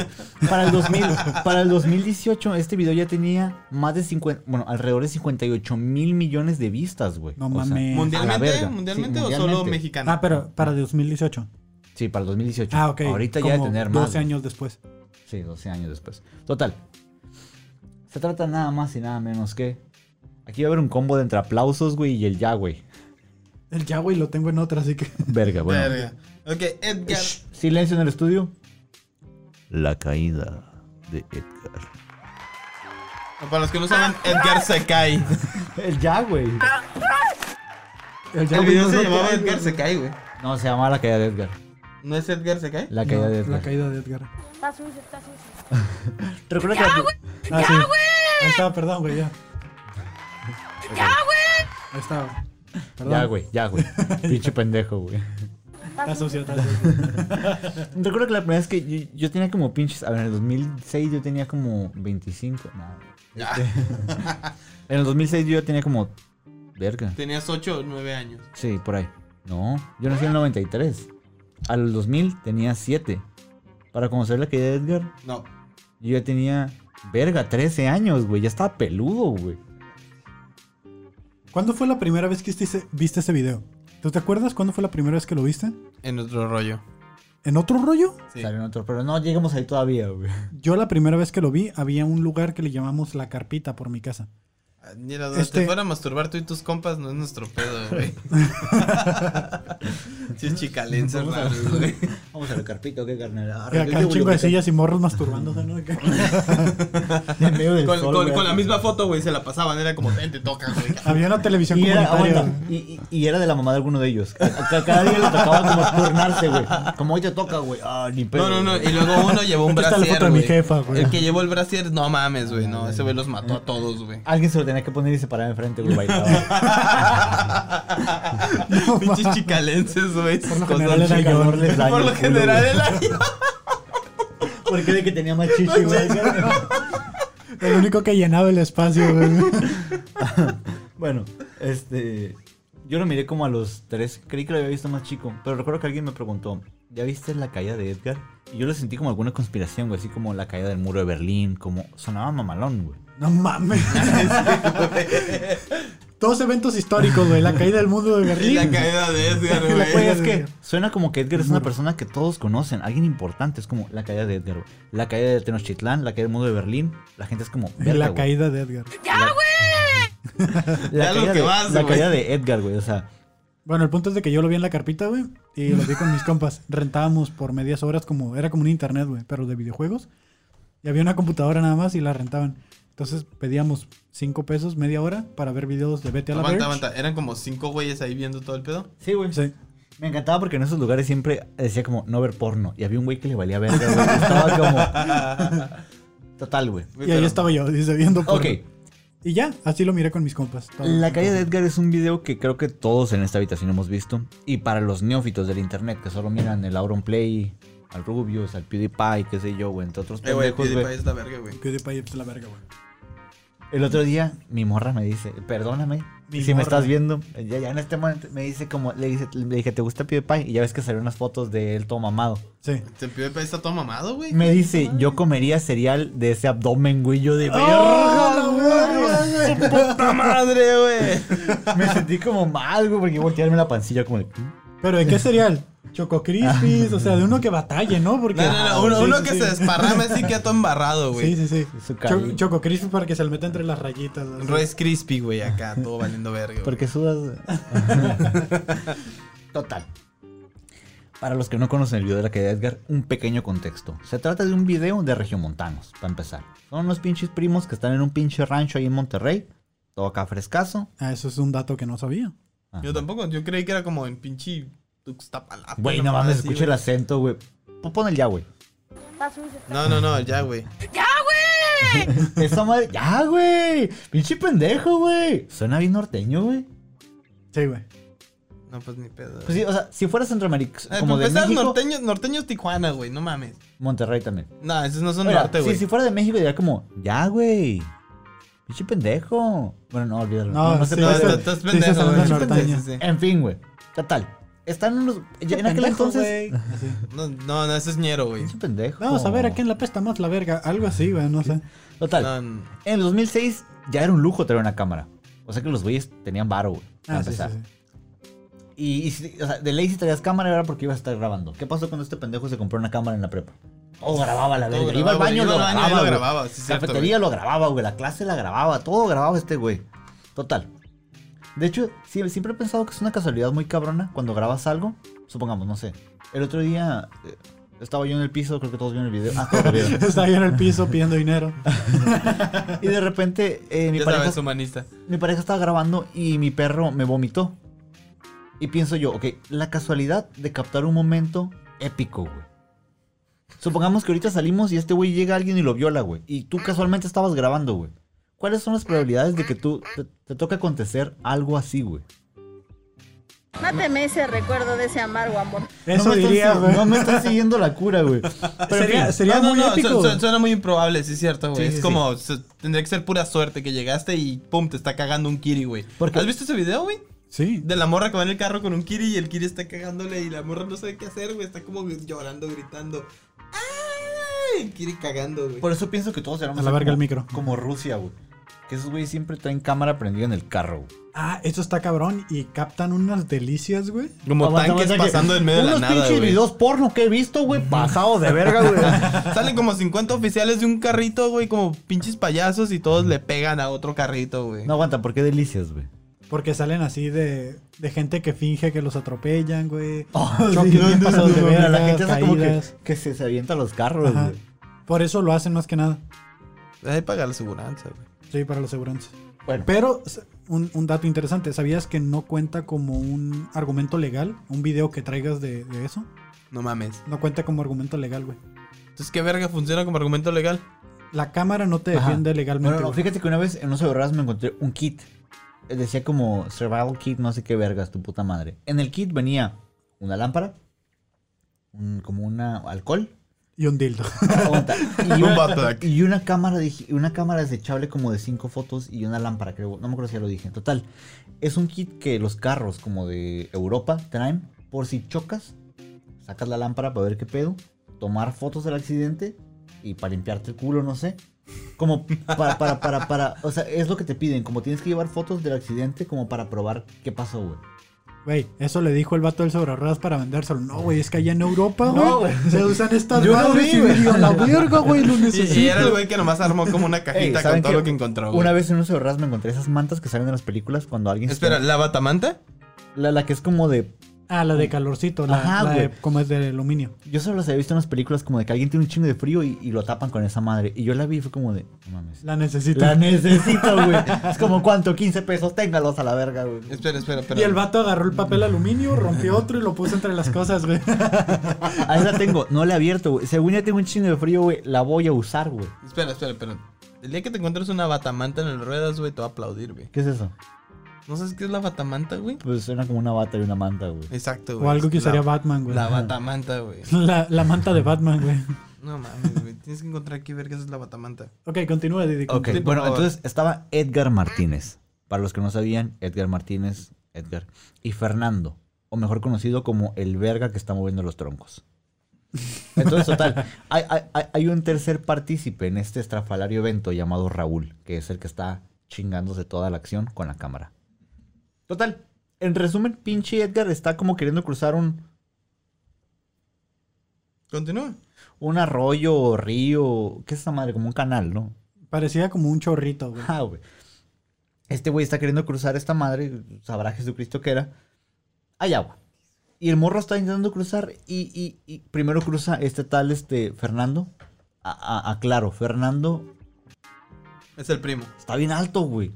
[SPEAKER 1] Para el, 2000, para el 2018, este video ya tenía más de 50... Bueno, alrededor de 58 mil millones de vistas, güey.
[SPEAKER 3] No
[SPEAKER 1] O sea,
[SPEAKER 3] mames.
[SPEAKER 2] ¿Mundialmente?
[SPEAKER 1] verga.
[SPEAKER 2] ¿Mundialmente
[SPEAKER 1] Sí,
[SPEAKER 2] o solo
[SPEAKER 1] mundialmente.
[SPEAKER 2] mexicano?
[SPEAKER 3] Ah, pero para 2018.
[SPEAKER 1] sí, para el 2018.
[SPEAKER 3] Ah, ok.
[SPEAKER 1] Ahorita
[SPEAKER 3] Como
[SPEAKER 1] ya de tener más.
[SPEAKER 3] 12
[SPEAKER 1] güey.
[SPEAKER 3] años después.
[SPEAKER 1] Sí, 12 años después. Total. Se trata nada más y nada menos que. Aquí va a haber un combo de entre aplausos, güey, y el ya, güey.
[SPEAKER 3] El ya, güey, lo tengo en otra, así que.
[SPEAKER 1] Verga, bueno.
[SPEAKER 2] Verga. Ok, Edgar.
[SPEAKER 1] Shh, Silencio en el estudio. La caída de Edgar.
[SPEAKER 2] Para los que no saben, Edgar se cae.
[SPEAKER 1] El ya, güey.
[SPEAKER 3] El ya,
[SPEAKER 2] El
[SPEAKER 3] güey,
[SPEAKER 2] video
[SPEAKER 3] no
[SPEAKER 2] se
[SPEAKER 3] es
[SPEAKER 2] llamaba
[SPEAKER 3] otra,
[SPEAKER 2] Edgar
[SPEAKER 3] güey.
[SPEAKER 2] se cae, güey.
[SPEAKER 1] No, se llamaba la caída de Edgar.
[SPEAKER 2] ¿No es Edgar se cae?
[SPEAKER 1] La caída
[SPEAKER 3] No,
[SPEAKER 1] de Edgar.
[SPEAKER 3] La caída de Edgar.
[SPEAKER 6] Está sucio, está sucio.
[SPEAKER 1] Recuerda que.
[SPEAKER 3] Ah, sí. Ahí está, perdón, güey, ya. Ahí está, güey. Perdón.
[SPEAKER 1] Ya, güey, ya, güey. Pinche pendejo, güey.
[SPEAKER 3] Está sucio, está sucio.
[SPEAKER 1] Recuerdo que la primera vez que yo, yo tenía como pinches. A ver, en el 2006 yo tenía como 25. Nada.
[SPEAKER 2] Ah,
[SPEAKER 1] en el 2006 yo ya tenía como. Verga.
[SPEAKER 2] Tenías 8 o 9 años.
[SPEAKER 1] Sí, por ahí. No, yo nací en el 93. Al 2000 tenía 7. Para conocer la caída de Edgar,
[SPEAKER 2] No.
[SPEAKER 1] yo ya tenía. Verga, 13 años, güey. Ya estaba peludo, güey.
[SPEAKER 3] ¿Cuándo fue la primera vez que viste ese, viste ese video? ¿Tú te acuerdas cuándo fue la primera vez que lo viste?
[SPEAKER 2] En otro rollo.
[SPEAKER 3] ¿En otro rollo?
[SPEAKER 2] Sí.
[SPEAKER 1] Salió en otro, pero no llegamos ahí todavía, güey.
[SPEAKER 3] Yo la primera vez que lo vi, había un lugar que le llamamos La Carpita por mi casa.
[SPEAKER 2] Ah, Mira, donde
[SPEAKER 3] Este-
[SPEAKER 2] te fuera a masturbar tú y tus compas no es nuestro pedo, güey. sí, es chicalense, raro, güey.
[SPEAKER 1] Vamos a la carpita, qué carnal.
[SPEAKER 3] Y acá un chingo de sillas y morros masturbándose, ¿no?
[SPEAKER 1] En medio del
[SPEAKER 2] Con,
[SPEAKER 1] sol,
[SPEAKER 2] con-
[SPEAKER 1] güey.
[SPEAKER 2] con la misma foto, güey, se la pasaban. Era como, ven, te toca, güey.
[SPEAKER 3] Había una televisión
[SPEAKER 1] Y era,
[SPEAKER 3] comunitaria.
[SPEAKER 1] aguanta, y, y- y era de la mamá de alguno de ellos. A- a- Cada día le tocaba como turnarse, güey. Como hoy te toca, güey. Ah, ni pedo.
[SPEAKER 2] No, no, no.
[SPEAKER 1] güey.
[SPEAKER 2] Y luego uno llevó un
[SPEAKER 3] Aquí está la
[SPEAKER 2] brasier,
[SPEAKER 3] foto de mi
[SPEAKER 2] güey.
[SPEAKER 3] jefa, güey.
[SPEAKER 2] El que llevó el brasier, no mames, güey. No, ese güey los mató a todos, güey.
[SPEAKER 1] Alguien se lo tenía que poner y se paraba enfrente, güey. Bailaba.
[SPEAKER 2] Pinches chicalenses, güey.
[SPEAKER 3] Por lo
[SPEAKER 2] sus
[SPEAKER 3] general
[SPEAKER 2] cosas
[SPEAKER 3] era
[SPEAKER 2] chicas.
[SPEAKER 3] yo.
[SPEAKER 1] Calor les daña
[SPEAKER 2] Por lo
[SPEAKER 1] el culo,
[SPEAKER 2] general,
[SPEAKER 1] güey.
[SPEAKER 2] el año.
[SPEAKER 1] ¿Por qué de que tenía más chichi, güey?
[SPEAKER 3] El único que llenaba el espacio, güey.
[SPEAKER 1] Bueno, este. Yo lo miré como a los tres. Creí que lo había visto más chico. Pero recuerdo que alguien me preguntó: ¿Ya viste la caída de Edgar? Y yo lo sentí como alguna conspiración, güey. Así como la caída del muro de Berlín. Como sonaba mamalón, güey.
[SPEAKER 3] No mames. Todos eventos históricos, güey. La caída del mundo de
[SPEAKER 2] Y
[SPEAKER 3] Berlín.
[SPEAKER 2] la caída de Edgar, güey.
[SPEAKER 1] Güey, es
[SPEAKER 3] de
[SPEAKER 1] que
[SPEAKER 3] Edgar.
[SPEAKER 1] suena como que Edgar es una persona que todos conocen. Alguien importante. Es como la caída de Edgar, güey. La caída de Tenochtitlán, la caída del muro de Berlín. La gente es como.
[SPEAKER 3] Y
[SPEAKER 1] "Verga,
[SPEAKER 3] la
[SPEAKER 1] güey".
[SPEAKER 3] caída de Edgar.
[SPEAKER 1] La
[SPEAKER 2] Ya lo
[SPEAKER 1] caída
[SPEAKER 2] que
[SPEAKER 1] de-
[SPEAKER 2] vas,
[SPEAKER 1] La
[SPEAKER 2] güey.
[SPEAKER 1] caída de Edgar, güey. O sea.
[SPEAKER 3] Bueno, el punto es de que yo lo vi en la carpita, güey. Y lo vi con mis compas. Rentábamos por medias horas como... Era como un internet, güey. Pero de videojuegos. Y había una computadora nada más y la rentaban. Entonces pedíamos 5 pesos media hora para ver videos de Betty a la
[SPEAKER 2] Aguanta,
[SPEAKER 3] Verge.
[SPEAKER 2] aguanta. Eran como cinco güeyes ahí viendo todo el pedo.
[SPEAKER 1] Sí, güey.
[SPEAKER 3] Sí.
[SPEAKER 1] Me encantaba porque en esos lugares siempre decía como no ver porno. Y había un güey que le valía verga, güey. Estaba como. Total, güey.
[SPEAKER 2] Güey,
[SPEAKER 3] Y ahí
[SPEAKER 2] pero-
[SPEAKER 3] estaba yo, dice, viendo por...
[SPEAKER 1] Ok.
[SPEAKER 3] Y ya, así lo miré con mis compas. Todo.
[SPEAKER 1] La calle de Edgar es un video que creo que todos en esta habitación hemos visto. Y para los neófitos del internet que solo miran el Auron Play, al Rubius, al PewDiePie, qué sé yo, güey, entre otros
[SPEAKER 2] Eh, güey,
[SPEAKER 1] pendejos,
[SPEAKER 2] PewDiePie
[SPEAKER 1] güey.
[SPEAKER 2] es la verga, güey.
[SPEAKER 3] PewDiePie es la verga, güey.
[SPEAKER 1] El otro día, mi morra me dice, perdóname,
[SPEAKER 3] Mi
[SPEAKER 1] si me
[SPEAKER 3] morra.
[SPEAKER 1] estás viendo. Ya, ya en este momento me dice como, le, dice, le dije, ¿te gusta PewDiePie? Y ya ves que salieron unas fotos de él todo mamado.
[SPEAKER 3] Sí.
[SPEAKER 2] Este PewDiePie está todo mamado, güey.
[SPEAKER 1] Me dice, yo comería cereal de ese abdomen, güey. Yo de
[SPEAKER 2] ¡Su puta madre, güey!
[SPEAKER 1] verga. Me sentí como mal, güey, porque voltearme la pancilla como de.
[SPEAKER 3] Pero ¿de qué cereal? Choco Crispies, o sea, de uno que batalle, ¿no? Porque ah,
[SPEAKER 2] No, no, no. Uno,
[SPEAKER 3] Sí,
[SPEAKER 2] uno
[SPEAKER 3] sí,
[SPEAKER 2] que
[SPEAKER 3] sí.
[SPEAKER 2] se desparrame así queda todo embarrado, güey.
[SPEAKER 3] Sí, sí, sí.
[SPEAKER 1] Su
[SPEAKER 3] Cho-
[SPEAKER 1] cali-
[SPEAKER 3] Choco Crispies para que se le meta entre las rayitas. así.
[SPEAKER 2] Rice Crispy, güey, acá, todo valiendo verga. güey.
[SPEAKER 1] Porque sudas. Total. Para los que no conocen el video de la caída de Edgar, un pequeño contexto. Se trata de un video de regiomontanos, para empezar. Son unos pinches primos que están en un pinche rancho ahí en Monterrey. Todo acá frescazo.
[SPEAKER 3] Ah, eso es un dato que no sabía.
[SPEAKER 1] Ajá.
[SPEAKER 2] Yo tampoco, yo creí que era como en pinche Tuxtapalapa.
[SPEAKER 1] Güey,
[SPEAKER 2] una
[SPEAKER 1] no
[SPEAKER 2] mamada
[SPEAKER 1] mames,
[SPEAKER 2] así,
[SPEAKER 1] escucha el
[SPEAKER 2] güey.
[SPEAKER 1] acento, güey. Pon- Pon el ya, güey.
[SPEAKER 6] Está sucio.
[SPEAKER 2] No, no, no, ya, güey.
[SPEAKER 1] Esa madre. ¡Ya, güey! ¡Pinche pendejo, güey! Suena bien norteño, güey.
[SPEAKER 3] Sí, güey.
[SPEAKER 2] No, pues ni pedo. Eh,
[SPEAKER 1] Pues sí, o sea, si fuera Centroamérica,
[SPEAKER 2] Ay,
[SPEAKER 1] como
[SPEAKER 2] para
[SPEAKER 1] de
[SPEAKER 2] empezar,
[SPEAKER 1] México,
[SPEAKER 2] norteños, norteños Tijuana, güey, no mames.
[SPEAKER 1] Monterrey también.
[SPEAKER 2] No, esos no son
[SPEAKER 1] Oiga,
[SPEAKER 2] norte, güey.
[SPEAKER 1] sí, si fuera de México diría como, ya, güey. Pinche pendejo. Bueno, no, olvídalo.
[SPEAKER 3] No,
[SPEAKER 1] No, no se
[SPEAKER 3] sí,
[SPEAKER 2] No,
[SPEAKER 1] puede.
[SPEAKER 3] eso-
[SPEAKER 2] estás- estás
[SPEAKER 3] sí,
[SPEAKER 2] pendejo,
[SPEAKER 3] se salen
[SPEAKER 2] güey.
[SPEAKER 3] de norteño.
[SPEAKER 2] Sí, sí, sí.
[SPEAKER 1] En fin, güey. Total. Están unos. En aquel
[SPEAKER 3] Pendejo,
[SPEAKER 1] entonces.
[SPEAKER 3] güey. Así.
[SPEAKER 2] No, no, no, ese es ñero, güey.
[SPEAKER 1] Pinche pendejo.
[SPEAKER 3] Vamos a
[SPEAKER 2] Oh.
[SPEAKER 3] ver a quién la pesta más la verga. Algo así, güey, no sé.
[SPEAKER 1] Total.
[SPEAKER 2] No, no.
[SPEAKER 1] En el 2006 ya era un lujo tener una cámara. O sea que los güeyes tenían varo, güey. para
[SPEAKER 3] Ah, sí, sí,
[SPEAKER 1] empezar.
[SPEAKER 3] sí.
[SPEAKER 1] Y, y si- o sea, de ley si traías cámara era porque ibas a estar grabando. ¿Qué pasó cuando este pendejo se compró una cámara en la prepa? Todo grababa a la
[SPEAKER 2] Todo
[SPEAKER 1] verga. iba
[SPEAKER 2] grababa,
[SPEAKER 1] al baño,
[SPEAKER 2] iba
[SPEAKER 1] lo
[SPEAKER 2] al baño y
[SPEAKER 1] grababa.
[SPEAKER 2] lo
[SPEAKER 1] güey.
[SPEAKER 2] grababa, sí, cierto,
[SPEAKER 1] Cafetería lo grababa, güey. La clase la grababa. Todo grababa este güey. Total. De hecho, sí, siempre he pensado que es una casualidad muy cabrona cuando grabas algo. Supongamos, no sé. El otro día eh, estaba yo en el piso, creo que todos vieron el video. Ah, todos lo vieron.
[SPEAKER 3] Está ahí en el piso pidiendo dinero.
[SPEAKER 1] Y de repente eh, mi
[SPEAKER 2] Ya
[SPEAKER 1] pareja
[SPEAKER 2] sabes, humanista.
[SPEAKER 1] mi pareja estaba grabando y mi perro me vomitó. Y pienso yo, ok, la casualidad de captar un momento épico, güey. Supongamos que ahorita salimos y este güey llega alguien y lo viola, güey. Y tú casualmente estabas grabando, güey. ¿Cuáles son las probabilidades de que tú te, te toque acontecer algo así, güey?
[SPEAKER 6] Máteme ese recuerdo de ese amargo amor.
[SPEAKER 3] Eso
[SPEAKER 1] no me
[SPEAKER 3] diría,
[SPEAKER 1] estás,
[SPEAKER 3] güey.
[SPEAKER 1] No me estás siguiendo la cura, güey. Pero en
[SPEAKER 3] Sería,
[SPEAKER 1] fin,
[SPEAKER 3] sería
[SPEAKER 2] no, no,
[SPEAKER 3] muy
[SPEAKER 2] no,
[SPEAKER 3] épico.
[SPEAKER 2] su- su-
[SPEAKER 3] güey.
[SPEAKER 2] Suena, muy improbable, sí es cierto, güey.
[SPEAKER 1] Sí,
[SPEAKER 2] es
[SPEAKER 1] sí,
[SPEAKER 2] como, se- tendría que ser pura suerte que llegaste y pum, te está cagando un kiri, güey.
[SPEAKER 1] Porque-
[SPEAKER 2] ¿Has visto ese video, güey?
[SPEAKER 3] Sí.
[SPEAKER 2] De la morra que va en el carro con un kiri y el kiri está cagándole y la morra no sabe qué hacer, güey. Está como llorando, gritando. ¡Ay! El kiri cagando, güey.
[SPEAKER 1] por eso pienso que todos éramos
[SPEAKER 3] A la verga
[SPEAKER 1] como-
[SPEAKER 3] el micro.
[SPEAKER 1] Como Rusia, güey. Que esos güeyes siempre traen cámara prendida en el carro, güey.
[SPEAKER 3] Ah, esto está cabrón. Y captan unas delicias, güey.
[SPEAKER 2] Como
[SPEAKER 1] Aguanta,
[SPEAKER 2] tanques
[SPEAKER 1] aguanta, que
[SPEAKER 2] pasando en medio de la
[SPEAKER 1] unos
[SPEAKER 2] nada,
[SPEAKER 1] pinches
[SPEAKER 2] güey.
[SPEAKER 1] videos porno que he visto, güey, pasados de verga, güey.
[SPEAKER 2] Salen como 50 oficiales de un carrito, güey, como pinches payasos y todos le pegan a otro carrito, güey.
[SPEAKER 1] No aguanta, porque delicias, güey.
[SPEAKER 3] Porque salen así de, de gente que finge que los atropellan, güey.
[SPEAKER 1] Choque,
[SPEAKER 3] Oh, Sí,
[SPEAKER 1] bien pasado de verga, La
[SPEAKER 3] verga,
[SPEAKER 1] gente hace como que,
[SPEAKER 3] caídas.
[SPEAKER 1] que se, se avienta los carros,
[SPEAKER 3] Ajá.
[SPEAKER 1] güey.
[SPEAKER 3] Por eso lo hacen más que nada.
[SPEAKER 2] Hay que pagar la aseguranza, güey.
[SPEAKER 3] Sí, para los segurantes.
[SPEAKER 1] Bueno,
[SPEAKER 3] Pero s- un, un dato interesante, ¿sabías que no cuenta como un argumento legal? Un video que traigas de, de eso.
[SPEAKER 2] No mames.
[SPEAKER 3] No cuenta como argumento legal, güey.
[SPEAKER 2] Entonces, ¿qué verga funciona como argumento legal?
[SPEAKER 3] La cámara no te
[SPEAKER 1] Ajá.
[SPEAKER 3] defiende legalmente.
[SPEAKER 1] bueno, no,
[SPEAKER 3] güey.
[SPEAKER 1] fíjate que una vez en unos ahorrados me encontré un kit. Eh, Decía como survival kit, no sé qué vergas, tu puta madre. En el kit venía una lámpara, un- como una alcohol,
[SPEAKER 3] Y un dildo.
[SPEAKER 1] Aguanta. Y,
[SPEAKER 9] Un
[SPEAKER 1] una,
[SPEAKER 9] backpack.
[SPEAKER 1] y una cámara digi- una cámara desechable como de cinco fotos y una lámpara, creo. No me acuerdo si ya lo dije. Total. Es un kit que los carros como de Europa traen. Por si chocas, sacas la lámpara para ver qué pedo. Tomar fotos del accidente y para limpiarte el culo, no sé. Como para, para, para, para. O sea, es lo que te piden. Como tienes que llevar fotos del accidente como para probar qué pasó, güey.
[SPEAKER 3] Güey, eso le dijo el vato del sobre ruedas para vendérselo. No, güey, es que allá en Europa, güey,
[SPEAKER 1] No, güey.
[SPEAKER 3] se usan estas
[SPEAKER 1] Yo lo
[SPEAKER 3] madres
[SPEAKER 1] vi,
[SPEAKER 3] y
[SPEAKER 1] güey.
[SPEAKER 3] me digo, la verga, güey, lo
[SPEAKER 2] Y,
[SPEAKER 3] necesito.
[SPEAKER 2] y era el güey que nomás armó como una
[SPEAKER 1] Ey,
[SPEAKER 2] cajita
[SPEAKER 1] ¿saben
[SPEAKER 2] con todo
[SPEAKER 1] qué?
[SPEAKER 2] lo que encontró, güey.
[SPEAKER 1] Una vez en unos ahorras me encontré esas mantas que salen en las películas cuando alguien. se-
[SPEAKER 2] Espera, ¿la batamanta?
[SPEAKER 1] La, la que es como de
[SPEAKER 3] Ah, la de calorcito, la,
[SPEAKER 1] Ajá,
[SPEAKER 3] la de-
[SPEAKER 1] güey.
[SPEAKER 3] como es de aluminio.
[SPEAKER 1] Yo solo las he visto en las películas como de que alguien tiene un chingo de frío y, y lo tapan con esa madre. Y yo la vi y fue como de, no mames.
[SPEAKER 3] La necesito.
[SPEAKER 1] La necesito, güey. es como, ¿cuánto? 15 pesos, téngalos a la verga, güey.
[SPEAKER 2] Espera, espera, espera.
[SPEAKER 3] y el vato agarró el papel aluminio, rompió otro y lo puso entre las cosas, güey.
[SPEAKER 1] Ahí la tengo, no la he abierto, güey. Según ya tengo un chingo de frío, güey, la voy a usar, güey.
[SPEAKER 2] Espera, espera, espera. El día que te encuentres una batamanta en las ruedas, güey, te va a aplaudir, güey.
[SPEAKER 1] ¿Qué es eso?
[SPEAKER 2] ¿No sabes qué es la batamanta, güey?
[SPEAKER 1] Pues suena como una bata y una manta, güey.
[SPEAKER 2] Exacto, güey.
[SPEAKER 3] O algo que
[SPEAKER 2] La-
[SPEAKER 3] usaría Batman, güey.
[SPEAKER 2] La
[SPEAKER 3] La,
[SPEAKER 2] batamanta, güey.
[SPEAKER 3] la, manta de Batman, güey.
[SPEAKER 2] No mames, güey. Tienes que encontrar qué verga es la batamanta.
[SPEAKER 3] Ok, continúa, Didi.
[SPEAKER 1] Ok,
[SPEAKER 2] Sí, por
[SPEAKER 1] bueno,
[SPEAKER 2] favor.
[SPEAKER 1] entonces estaba Edgar Martínez. Para los que no sabían, Edgar Martínez, Edgar. Y Fernando, o mejor conocido como el verga que está moviendo los troncos. Entonces, total, hay, hay- hay- hay un tercer partícipe en este estrafalario evento llamado Raúl, que es el que está chingándose toda la acción con la cámara. Total, en resumen, pinche Edgar está como queriendo cruzar un,
[SPEAKER 2] Continúa.
[SPEAKER 1] un arroyo o río, ¿qué es esa madre? Como un canal, ¿no?
[SPEAKER 3] Parecía como un chorrito, güey.
[SPEAKER 1] Ah, güey. Este güey está queriendo cruzar esta madre, sabrá Jesucristo que era. Hay agua. Y el morro está intentando cruzar y, y- y primero cruza este tal, este, Fernando. A- a- Aclaro, Fernando
[SPEAKER 2] Es el primo.
[SPEAKER 1] está bien alto, güey.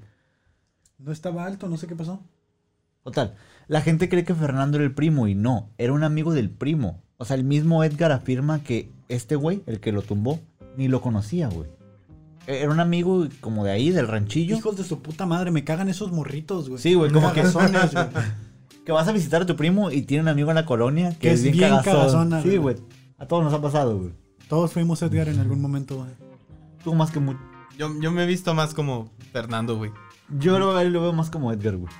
[SPEAKER 3] No estaba alto, no sé qué pasó.
[SPEAKER 1] Total, la gente cree que Fernando era el primo y no, era un amigo del primo. O sea, el mismo Edgar afirma que este güey, el que lo tumbó, ni lo conocía, güey. E- Era un amigo como de ahí, del ranchillo.
[SPEAKER 3] Hijos de su puta madre, me cagan esos morritos, güey.
[SPEAKER 1] Sí, güey, como que-
[SPEAKER 3] Cagazones, güey.
[SPEAKER 1] Que vas a visitar a tu primo y tiene un amigo en la colonia que, es bien, cagazón.
[SPEAKER 3] cagazona,
[SPEAKER 1] Sí,
[SPEAKER 3] güey.
[SPEAKER 1] güey. A todos nos ha pasado, güey.
[SPEAKER 3] Todos fuimos Edgar en algún momento, güey.
[SPEAKER 1] Tú más que mucho.
[SPEAKER 2] Yo, yo me he visto más como Fernando, güey.
[SPEAKER 1] Yo lo, lo veo más como Edgar, güey.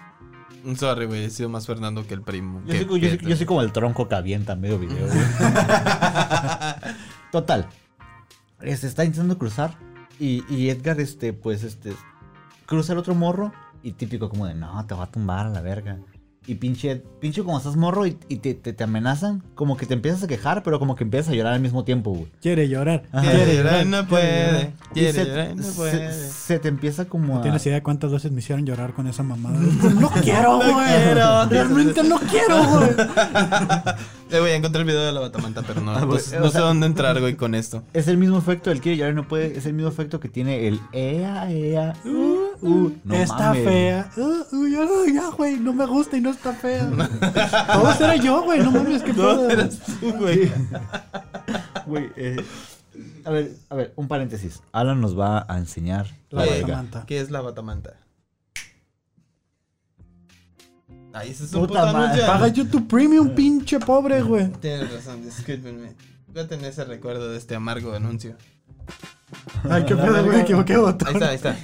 [SPEAKER 2] Un Sorry, güey. He sido más Fernando que el primo.
[SPEAKER 1] Yo,
[SPEAKER 2] que
[SPEAKER 1] soy, yo soy-
[SPEAKER 2] Pedro.
[SPEAKER 1] yo soy como el tronco que avienta medio video, güey. Total. eh, Se está intentando cruzar. Y, y Edgar, este, pues, este. Cruza el otro morro. Y típico como de, no, te va a tumbar a la verga. Y pinche, pinche como estás morro y, y te, te- te amenazan. Como que te empiezas a quejar, pero como que empiezas a llorar al mismo tiempo, güey.
[SPEAKER 3] Quiere llorar.
[SPEAKER 1] Ajá.
[SPEAKER 2] Quiere
[SPEAKER 3] Quiere
[SPEAKER 2] llorar,
[SPEAKER 3] llorar.
[SPEAKER 2] no
[SPEAKER 3] quiere
[SPEAKER 2] puede.
[SPEAKER 3] llorar.
[SPEAKER 1] Y
[SPEAKER 2] Quiere
[SPEAKER 1] se,
[SPEAKER 2] llorar, no
[SPEAKER 1] se-
[SPEAKER 2] puede.
[SPEAKER 1] se te empieza como
[SPEAKER 3] No
[SPEAKER 1] a...
[SPEAKER 3] tienes idea cuántas veces me hicieron llorar con esa mamada. No quiero, güey.
[SPEAKER 2] quiero.
[SPEAKER 3] Realmente no quiero, güey.
[SPEAKER 2] Eh, güey, encontré el video de la batamanta, pero no, no,
[SPEAKER 1] Ah, güey,
[SPEAKER 2] sé-
[SPEAKER 1] o
[SPEAKER 2] no sé
[SPEAKER 1] sea-
[SPEAKER 2] dónde entrar, güey, con esto.
[SPEAKER 1] Es el mismo efecto del quiere llorar y no puede. Es el mismo efecto que tiene el ea, ea, uh, uh. No
[SPEAKER 3] está
[SPEAKER 1] mames.
[SPEAKER 3] fea. Uh, uh, ya, uh, ya, güey. No me gusta y no está fea. Todo era yo, güey. No mames, qué pedo.
[SPEAKER 2] tú, güey.
[SPEAKER 1] Güey, eh, A ver, a ver, un paréntesis. Alan nos va a enseñar
[SPEAKER 3] La
[SPEAKER 2] Oiga,
[SPEAKER 3] batamanta.
[SPEAKER 2] ¿Qué es la batamanta? Ay, ese es un
[SPEAKER 1] Puta
[SPEAKER 2] puto
[SPEAKER 1] madre.
[SPEAKER 2] anuncio.
[SPEAKER 3] Paga YouTube Premium, pinche pobre, güey.
[SPEAKER 2] Tienes razón, discúlpenme. Voy a tener ese recuerdo de este amargo anuncio.
[SPEAKER 3] Ay, qué pedo, güey. Me equivoqué de botón.
[SPEAKER 2] Ahí está, ahí está.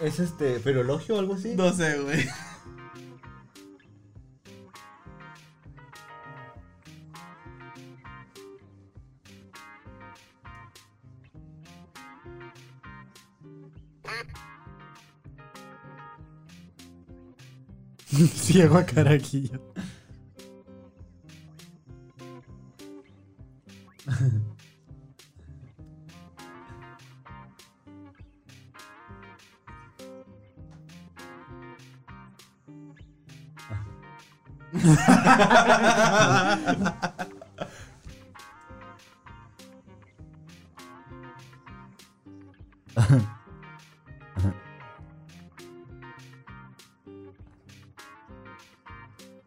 [SPEAKER 1] ¿Es este perologio o algo así?
[SPEAKER 2] No sé, güey.
[SPEAKER 3] Ciego a carajillo.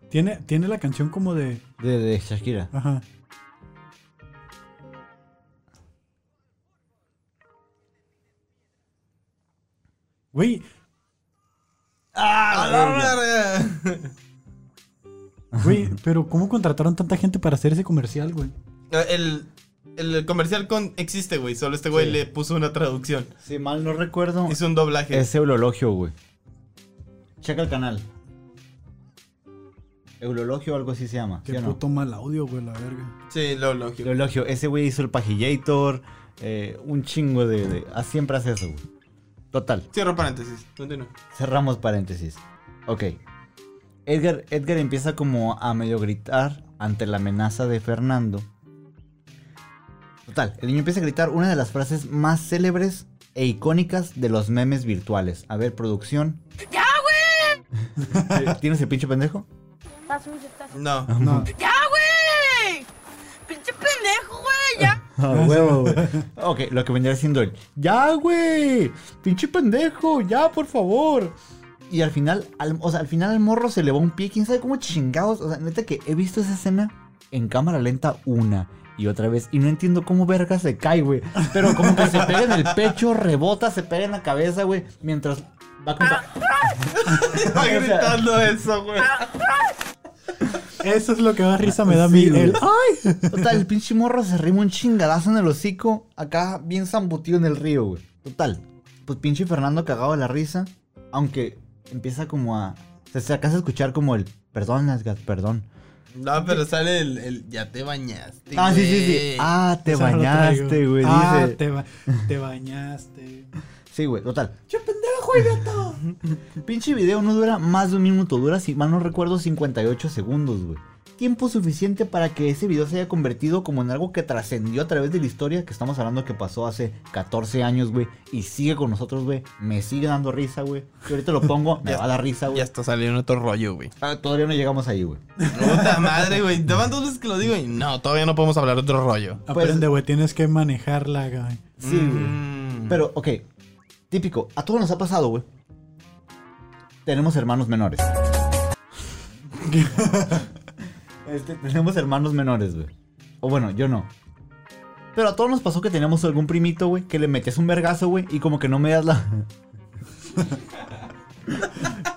[SPEAKER 3] Tiene, tiene la canción como de.
[SPEAKER 1] De, de Shakira.
[SPEAKER 3] Ajá. Güey,
[SPEAKER 1] Ah,
[SPEAKER 2] ¡A la verga!
[SPEAKER 3] güey, pero ¿cómo contrataron tanta gente para hacer ese comercial, güey?
[SPEAKER 2] El, el comercial con existe, güey. Solo este güey
[SPEAKER 1] Sí.
[SPEAKER 2] le puso una traducción.
[SPEAKER 1] Si mal no recuerdo,
[SPEAKER 2] Hizo un doblaje.
[SPEAKER 1] es Eulologio, güey. Checa el canal. Eulologio o algo así se llama.
[SPEAKER 3] Qué
[SPEAKER 1] ¿sí o no?
[SPEAKER 3] puto mal audio, güey, la verga.
[SPEAKER 2] Sí, lo lógico.
[SPEAKER 1] Eulogio, ese güey hizo el Pajillator. eh, un chingo de, de- ah, siempre hace eso, güey. Total.
[SPEAKER 2] Cierro paréntesis. Continúa.
[SPEAKER 1] Cerramos paréntesis. Ok. Edgar, Edgar empieza como a medio gritar ante la amenaza de Fernando. Total, el niño empieza a gritar una de las frases más célebres e icónicas de los memes virtuales. A ver, producción. ¡Ya, güey! ¿Tienes el pinche pendejo?
[SPEAKER 6] Está sucio, está sucio.
[SPEAKER 2] No.
[SPEAKER 1] Ah,
[SPEAKER 3] No,
[SPEAKER 6] ¡Ya, güey! ¡Pinche pendejo, güey! ¡Ya!
[SPEAKER 1] Ah, huevo, güey. Ok, lo que vendría siendo el ¡Ya, güey! ¡Pinche pendejo! ¡Ya, por favor! Y al final, al- o sea, al final al morro se le va un pie. ¿Quién sabe cómo chingados? O sea, neta que he visto esa escena en cámara lenta una y otra vez. Y no entiendo cómo verga se cae, güey. Pero como que se pega en el pecho, rebota, se pega en la cabeza, güey. Mientras va con...
[SPEAKER 2] Está gritando eso, güey.
[SPEAKER 1] ah.
[SPEAKER 3] eso es lo que más risa me da a
[SPEAKER 1] Sí,
[SPEAKER 3] mí.
[SPEAKER 1] güey.
[SPEAKER 3] El, ¡Ay!
[SPEAKER 1] Total, el pinche morro se rima un chingadazo en el hocico. Acá bien zambutido en el río, güey. Total. Pues pinche Fernando cagado de la risa. Aunque empieza como a. Se, se alcanza a escuchar como el. Perdón, Asgard, perdón.
[SPEAKER 2] No, pero sale el, el ya te bañaste.
[SPEAKER 1] Ah, sí, sí, sí.
[SPEAKER 2] güey.
[SPEAKER 1] Ah, te
[SPEAKER 3] Esa no lo traigo.
[SPEAKER 1] bañaste, güey.
[SPEAKER 3] Ah,
[SPEAKER 1] dice.
[SPEAKER 3] Te, ba- te bañaste.
[SPEAKER 1] Sí, güey, total.
[SPEAKER 3] ¡Che pendejo, idiota!
[SPEAKER 1] Pinche video no dura más de un minuto. Dura, si mal no recuerdo, 58 segundos, güey. tiempo suficiente para que ese video se haya convertido como en algo que trascendió a través de la historia, que estamos hablando que pasó hace 14 años, güey, y sigue con nosotros, güey, me sigue dando risa, güey. Yo ahorita lo pongo, me
[SPEAKER 2] Ya-
[SPEAKER 1] va a dar risa,
[SPEAKER 2] Ya
[SPEAKER 1] güey.
[SPEAKER 2] está saliendo otro rollo, güey.
[SPEAKER 1] Ah, todavía no llegamos ahí, güey.
[SPEAKER 2] Puta madre, güey. Te van dos veces que lo digo y no, todavía no podemos hablar de otro rollo.
[SPEAKER 1] Pues-
[SPEAKER 3] Aprende, güey. Tienes que manejarla, güey.
[SPEAKER 1] Sí, güey.
[SPEAKER 2] Mm.
[SPEAKER 1] Pero, ok, típico, a todos nos ha pasado, güey. Tenemos hermanos menores. Este, tenemos hermanos menores, güey. O bueno, yo no. Pero a todos nos pasó que teníamos algún primito, güey, que le metías un vergazo, güey, y como que no me das la.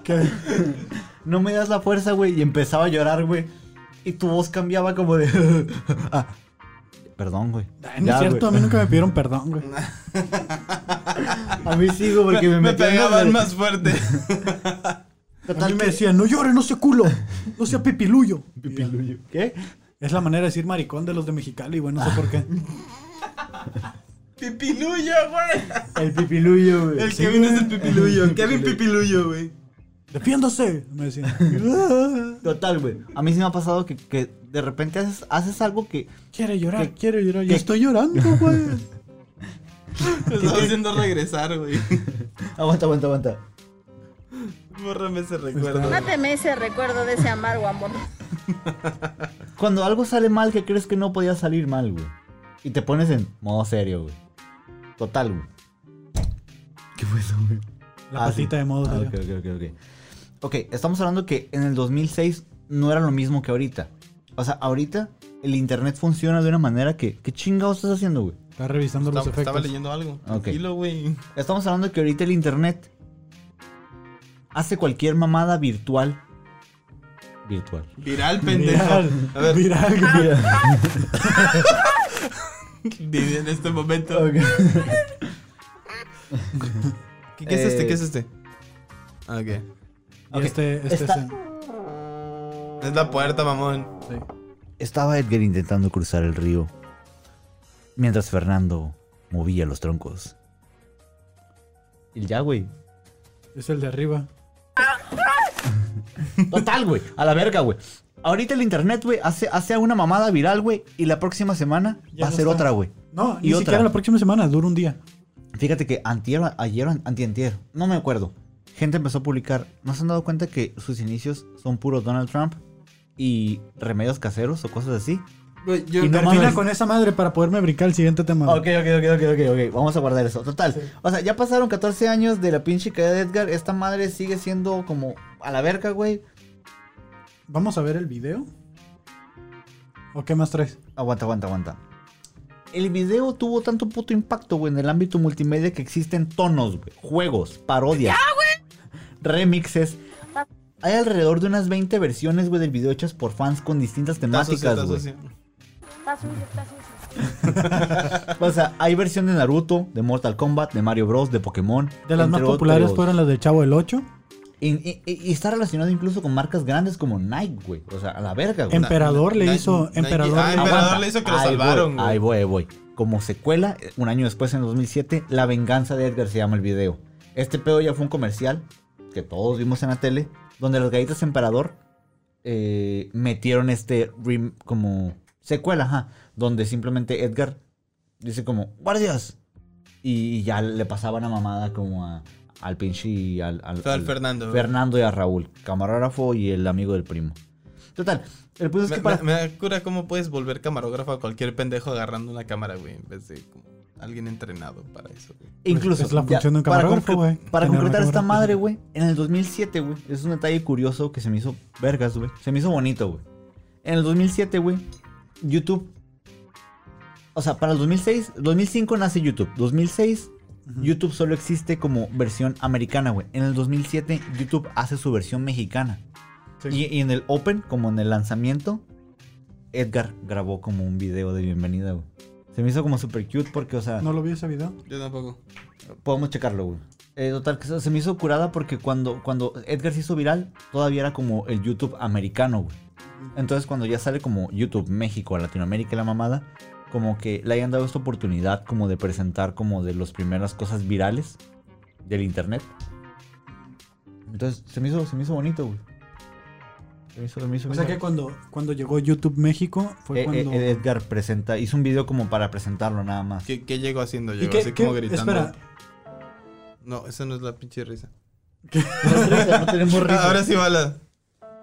[SPEAKER 3] Que-
[SPEAKER 1] No me das la fuerza, güey, y empezaba a llorar, güey. Y tu voz cambiaba como de. ah, perdón, güey.
[SPEAKER 3] Ay, no
[SPEAKER 1] Ya,
[SPEAKER 3] es cierto,
[SPEAKER 1] güey.
[SPEAKER 3] a mí nunca me pidieron perdón, güey.
[SPEAKER 1] A mí sí, güey, porque me,
[SPEAKER 2] me
[SPEAKER 1] metían los
[SPEAKER 2] pegaban
[SPEAKER 1] ver-
[SPEAKER 2] más fuerte.
[SPEAKER 3] A mí me decían, no llores, no sea culo, no sea pipiluyo.
[SPEAKER 1] ¿Qué?
[SPEAKER 3] Es la manera de decir maricón de los de Mexicali, güey, no sé por qué.
[SPEAKER 7] Pipiluyo, güey.
[SPEAKER 1] El pipiluyo, güey.
[SPEAKER 7] El Kevin es el pipiluyo. Kevin Pipiluyo, güey.
[SPEAKER 3] ¡Defiéndase! Me decían.
[SPEAKER 1] Total, güey. A mí sí me ha pasado que, que de repente haces, haces algo que.
[SPEAKER 3] Quiere llorar,
[SPEAKER 1] ¿Qué-
[SPEAKER 3] quiere llorar.
[SPEAKER 1] qué-
[SPEAKER 3] Yo estoy llorando, güey.
[SPEAKER 7] Lo estaba haciendo regresar, güey.
[SPEAKER 1] Aguanta, aguanta, aguanta.
[SPEAKER 7] Bórrame ese recuerdo.
[SPEAKER 6] Máteme ese recuerdo de ese amargo amor.
[SPEAKER 1] Cuando algo sale mal que crees que no podía salir mal, güey. Y te pones en modo serio, güey. Total, güey. ¿Qué fue eso, güey? Ah,
[SPEAKER 3] La
[SPEAKER 1] sí.
[SPEAKER 3] patita de modo.
[SPEAKER 1] Ah, ok,
[SPEAKER 3] serio.
[SPEAKER 1] ok, ok, ok. Ok, estamos hablando que en el 2006 no era lo mismo que ahorita. O sea, ahorita el internet funciona de una manera que. ¿Qué chingados estás haciendo, güey?
[SPEAKER 3] Está revisando
[SPEAKER 2] Estaba,
[SPEAKER 3] los efectos.
[SPEAKER 2] estaba leyendo algo.
[SPEAKER 1] Ok.
[SPEAKER 2] Tranquilo, güey.
[SPEAKER 1] Estamos hablando que ahorita el internet hace cualquier mamada virtual. Virtual.
[SPEAKER 7] Viral, pendejo.
[SPEAKER 3] Viral,
[SPEAKER 7] A ver.
[SPEAKER 3] viral, güey.
[SPEAKER 7] Ni en este momento.
[SPEAKER 2] ¿Qué, qué es
[SPEAKER 1] Eh,
[SPEAKER 2] este? ¿Qué es este? Ah, Ok.
[SPEAKER 3] Y este, este
[SPEAKER 1] Está-
[SPEAKER 3] es el-
[SPEAKER 2] Es la puerta, mamón.
[SPEAKER 3] sí.
[SPEAKER 1] Estaba Edgar intentando cruzar el río, mientras Fernando movía los troncos. Y ya, güey.
[SPEAKER 3] Es el de arriba.
[SPEAKER 1] Total, güey. A la verga, güey. Ahorita el internet, güey, hace, hace una mamada viral, güey. Y la próxima semana
[SPEAKER 3] Ya
[SPEAKER 1] va a
[SPEAKER 3] no
[SPEAKER 1] ser
[SPEAKER 3] está.
[SPEAKER 1] otra, güey.
[SPEAKER 3] No,
[SPEAKER 1] Y
[SPEAKER 3] ni
[SPEAKER 1] otra.
[SPEAKER 3] siquiera la próxima semana, dura un día.
[SPEAKER 1] Fíjate que antier, ayer, o antiantier, no me acuerdo. Gente empezó a publicar. ¿No se han dado cuenta que sus inicios son puro Donald Trump y remedios caseros o cosas así?
[SPEAKER 7] Güey, yo
[SPEAKER 1] Y no
[SPEAKER 3] Termina
[SPEAKER 1] mames.
[SPEAKER 3] con esa madre para poderme brincar el siguiente tema. güey.
[SPEAKER 1] Ok, ok, ok, ok, ok, ok. Vamos a guardar eso. Total. O sea, ya pasaron 14 años de la pinche caída de Edgar. Esta madre sigue siendo como a la verga, güey.
[SPEAKER 3] Vamos a ver el video. ¿O qué más traes?
[SPEAKER 1] Aguanta, aguanta, aguanta. El video tuvo tanto puto impacto, güey, en el ámbito multimedia que existen tonos, güey, juegos, parodias, remixes. Hay alrededor de unas 20 versiones, güey, del video hechas por fans con distintas
[SPEAKER 2] Está sucio,
[SPEAKER 1] temáticas,
[SPEAKER 2] está
[SPEAKER 1] güey.
[SPEAKER 2] sucio.
[SPEAKER 1] O sea, hay versión de Naruto, de Mortal Kombat, de Mario Bros, de Pokémon.
[SPEAKER 3] De las más
[SPEAKER 1] entre
[SPEAKER 3] populares
[SPEAKER 1] otros.
[SPEAKER 3] fueron las del Chavo del 8,
[SPEAKER 1] Y, y- y- y está relacionado incluso con marcas grandes como Nike, güey. O sea, a la verga, güey.
[SPEAKER 3] Emperador le
[SPEAKER 2] Na-
[SPEAKER 3] hizo-
[SPEAKER 2] Nike-
[SPEAKER 3] Emperador
[SPEAKER 2] Ah,
[SPEAKER 3] le-
[SPEAKER 2] Emperador
[SPEAKER 1] Aguanta.
[SPEAKER 2] le hizo que lo
[SPEAKER 1] Ahí voy,
[SPEAKER 2] salvaron, güey.
[SPEAKER 1] Ahí voy, ahí voy. Como secuela, eh, un año después, en 2007, La venganza de Edgar se llama el video. Este pedo ya fue un comercial que todos vimos en la tele, donde las galletas Emperador eh, metieron este rem- como secuela, ajá, donde simplemente Edgar dice como, guardias. Y ya le pasaban a mamada como a- al pinche y al, al-
[SPEAKER 2] Todo el
[SPEAKER 1] al-
[SPEAKER 2] Fernando.
[SPEAKER 1] Fernando y a Raúl, camarógrafo y el amigo del primo. Total, el punto es
[SPEAKER 2] Me,
[SPEAKER 1] que para...
[SPEAKER 2] me- me da cura cómo puedes volver camarógrafo a cualquier pendejo agarrando una cámara, güey, en vez de como alguien entrenado para eso. güey.
[SPEAKER 1] Incluso.
[SPEAKER 3] Pues, Es la
[SPEAKER 1] ya,
[SPEAKER 3] función de un camarógrafo,
[SPEAKER 1] para concre-
[SPEAKER 3] güey.
[SPEAKER 1] Para
[SPEAKER 3] Tener una
[SPEAKER 1] concretar esta
[SPEAKER 3] cámara.
[SPEAKER 1] madre, güey. En el 2007, güey. Es un detalle curioso que se me hizo vergas, güey. Se me hizo bonito, güey. En el 2007, güey. YouTube. O sea, para el 2006, 2005 nace YouTube. 2006, YouTube solo existe como versión americana, güey. En el 2007, YouTube hace su versión mexicana.
[SPEAKER 3] Sí.
[SPEAKER 1] Y, y en el Open, como en el lanzamiento, Edgar grabó como un video de bienvenida, güey. Se me hizo como super cute porque, o sea.
[SPEAKER 3] no lo vi ese video.
[SPEAKER 2] Yo tampoco.
[SPEAKER 1] Podemos checarlo, güey. Eh, total, que se se me hizo curada porque cuando, cuando Edgar se hizo viral, todavía era como el YouTube americano, güey. Entonces, cuando ya sale como YouTube México, Latinoamérica y la mamada, como que le hayan dado esta oportunidad como de presentar como de las primeras cosas virales del internet. Entonces, se me hizo, se me hizo bonito, güey. Se me hizo, se me hizo,
[SPEAKER 3] O
[SPEAKER 1] se
[SPEAKER 3] sea
[SPEAKER 1] me
[SPEAKER 3] que
[SPEAKER 1] hizo.
[SPEAKER 3] cuando, cuando llegó YouTube México
[SPEAKER 1] Eh,
[SPEAKER 3] fue
[SPEAKER 1] eh,
[SPEAKER 3] cuando...
[SPEAKER 1] Edgar presenta, hizo un video como para presentarlo nada más.
[SPEAKER 2] ¿Qué, qué llegó haciendo?
[SPEAKER 3] ¿Y
[SPEAKER 2] Llegó
[SPEAKER 3] qué-
[SPEAKER 2] así como
[SPEAKER 3] qué-
[SPEAKER 2] gritando.
[SPEAKER 3] Espera,
[SPEAKER 2] No, esa no es la pinche risa.
[SPEAKER 1] no tenemos
[SPEAKER 2] Ah,
[SPEAKER 1] risa.
[SPEAKER 2] ahora sí va la.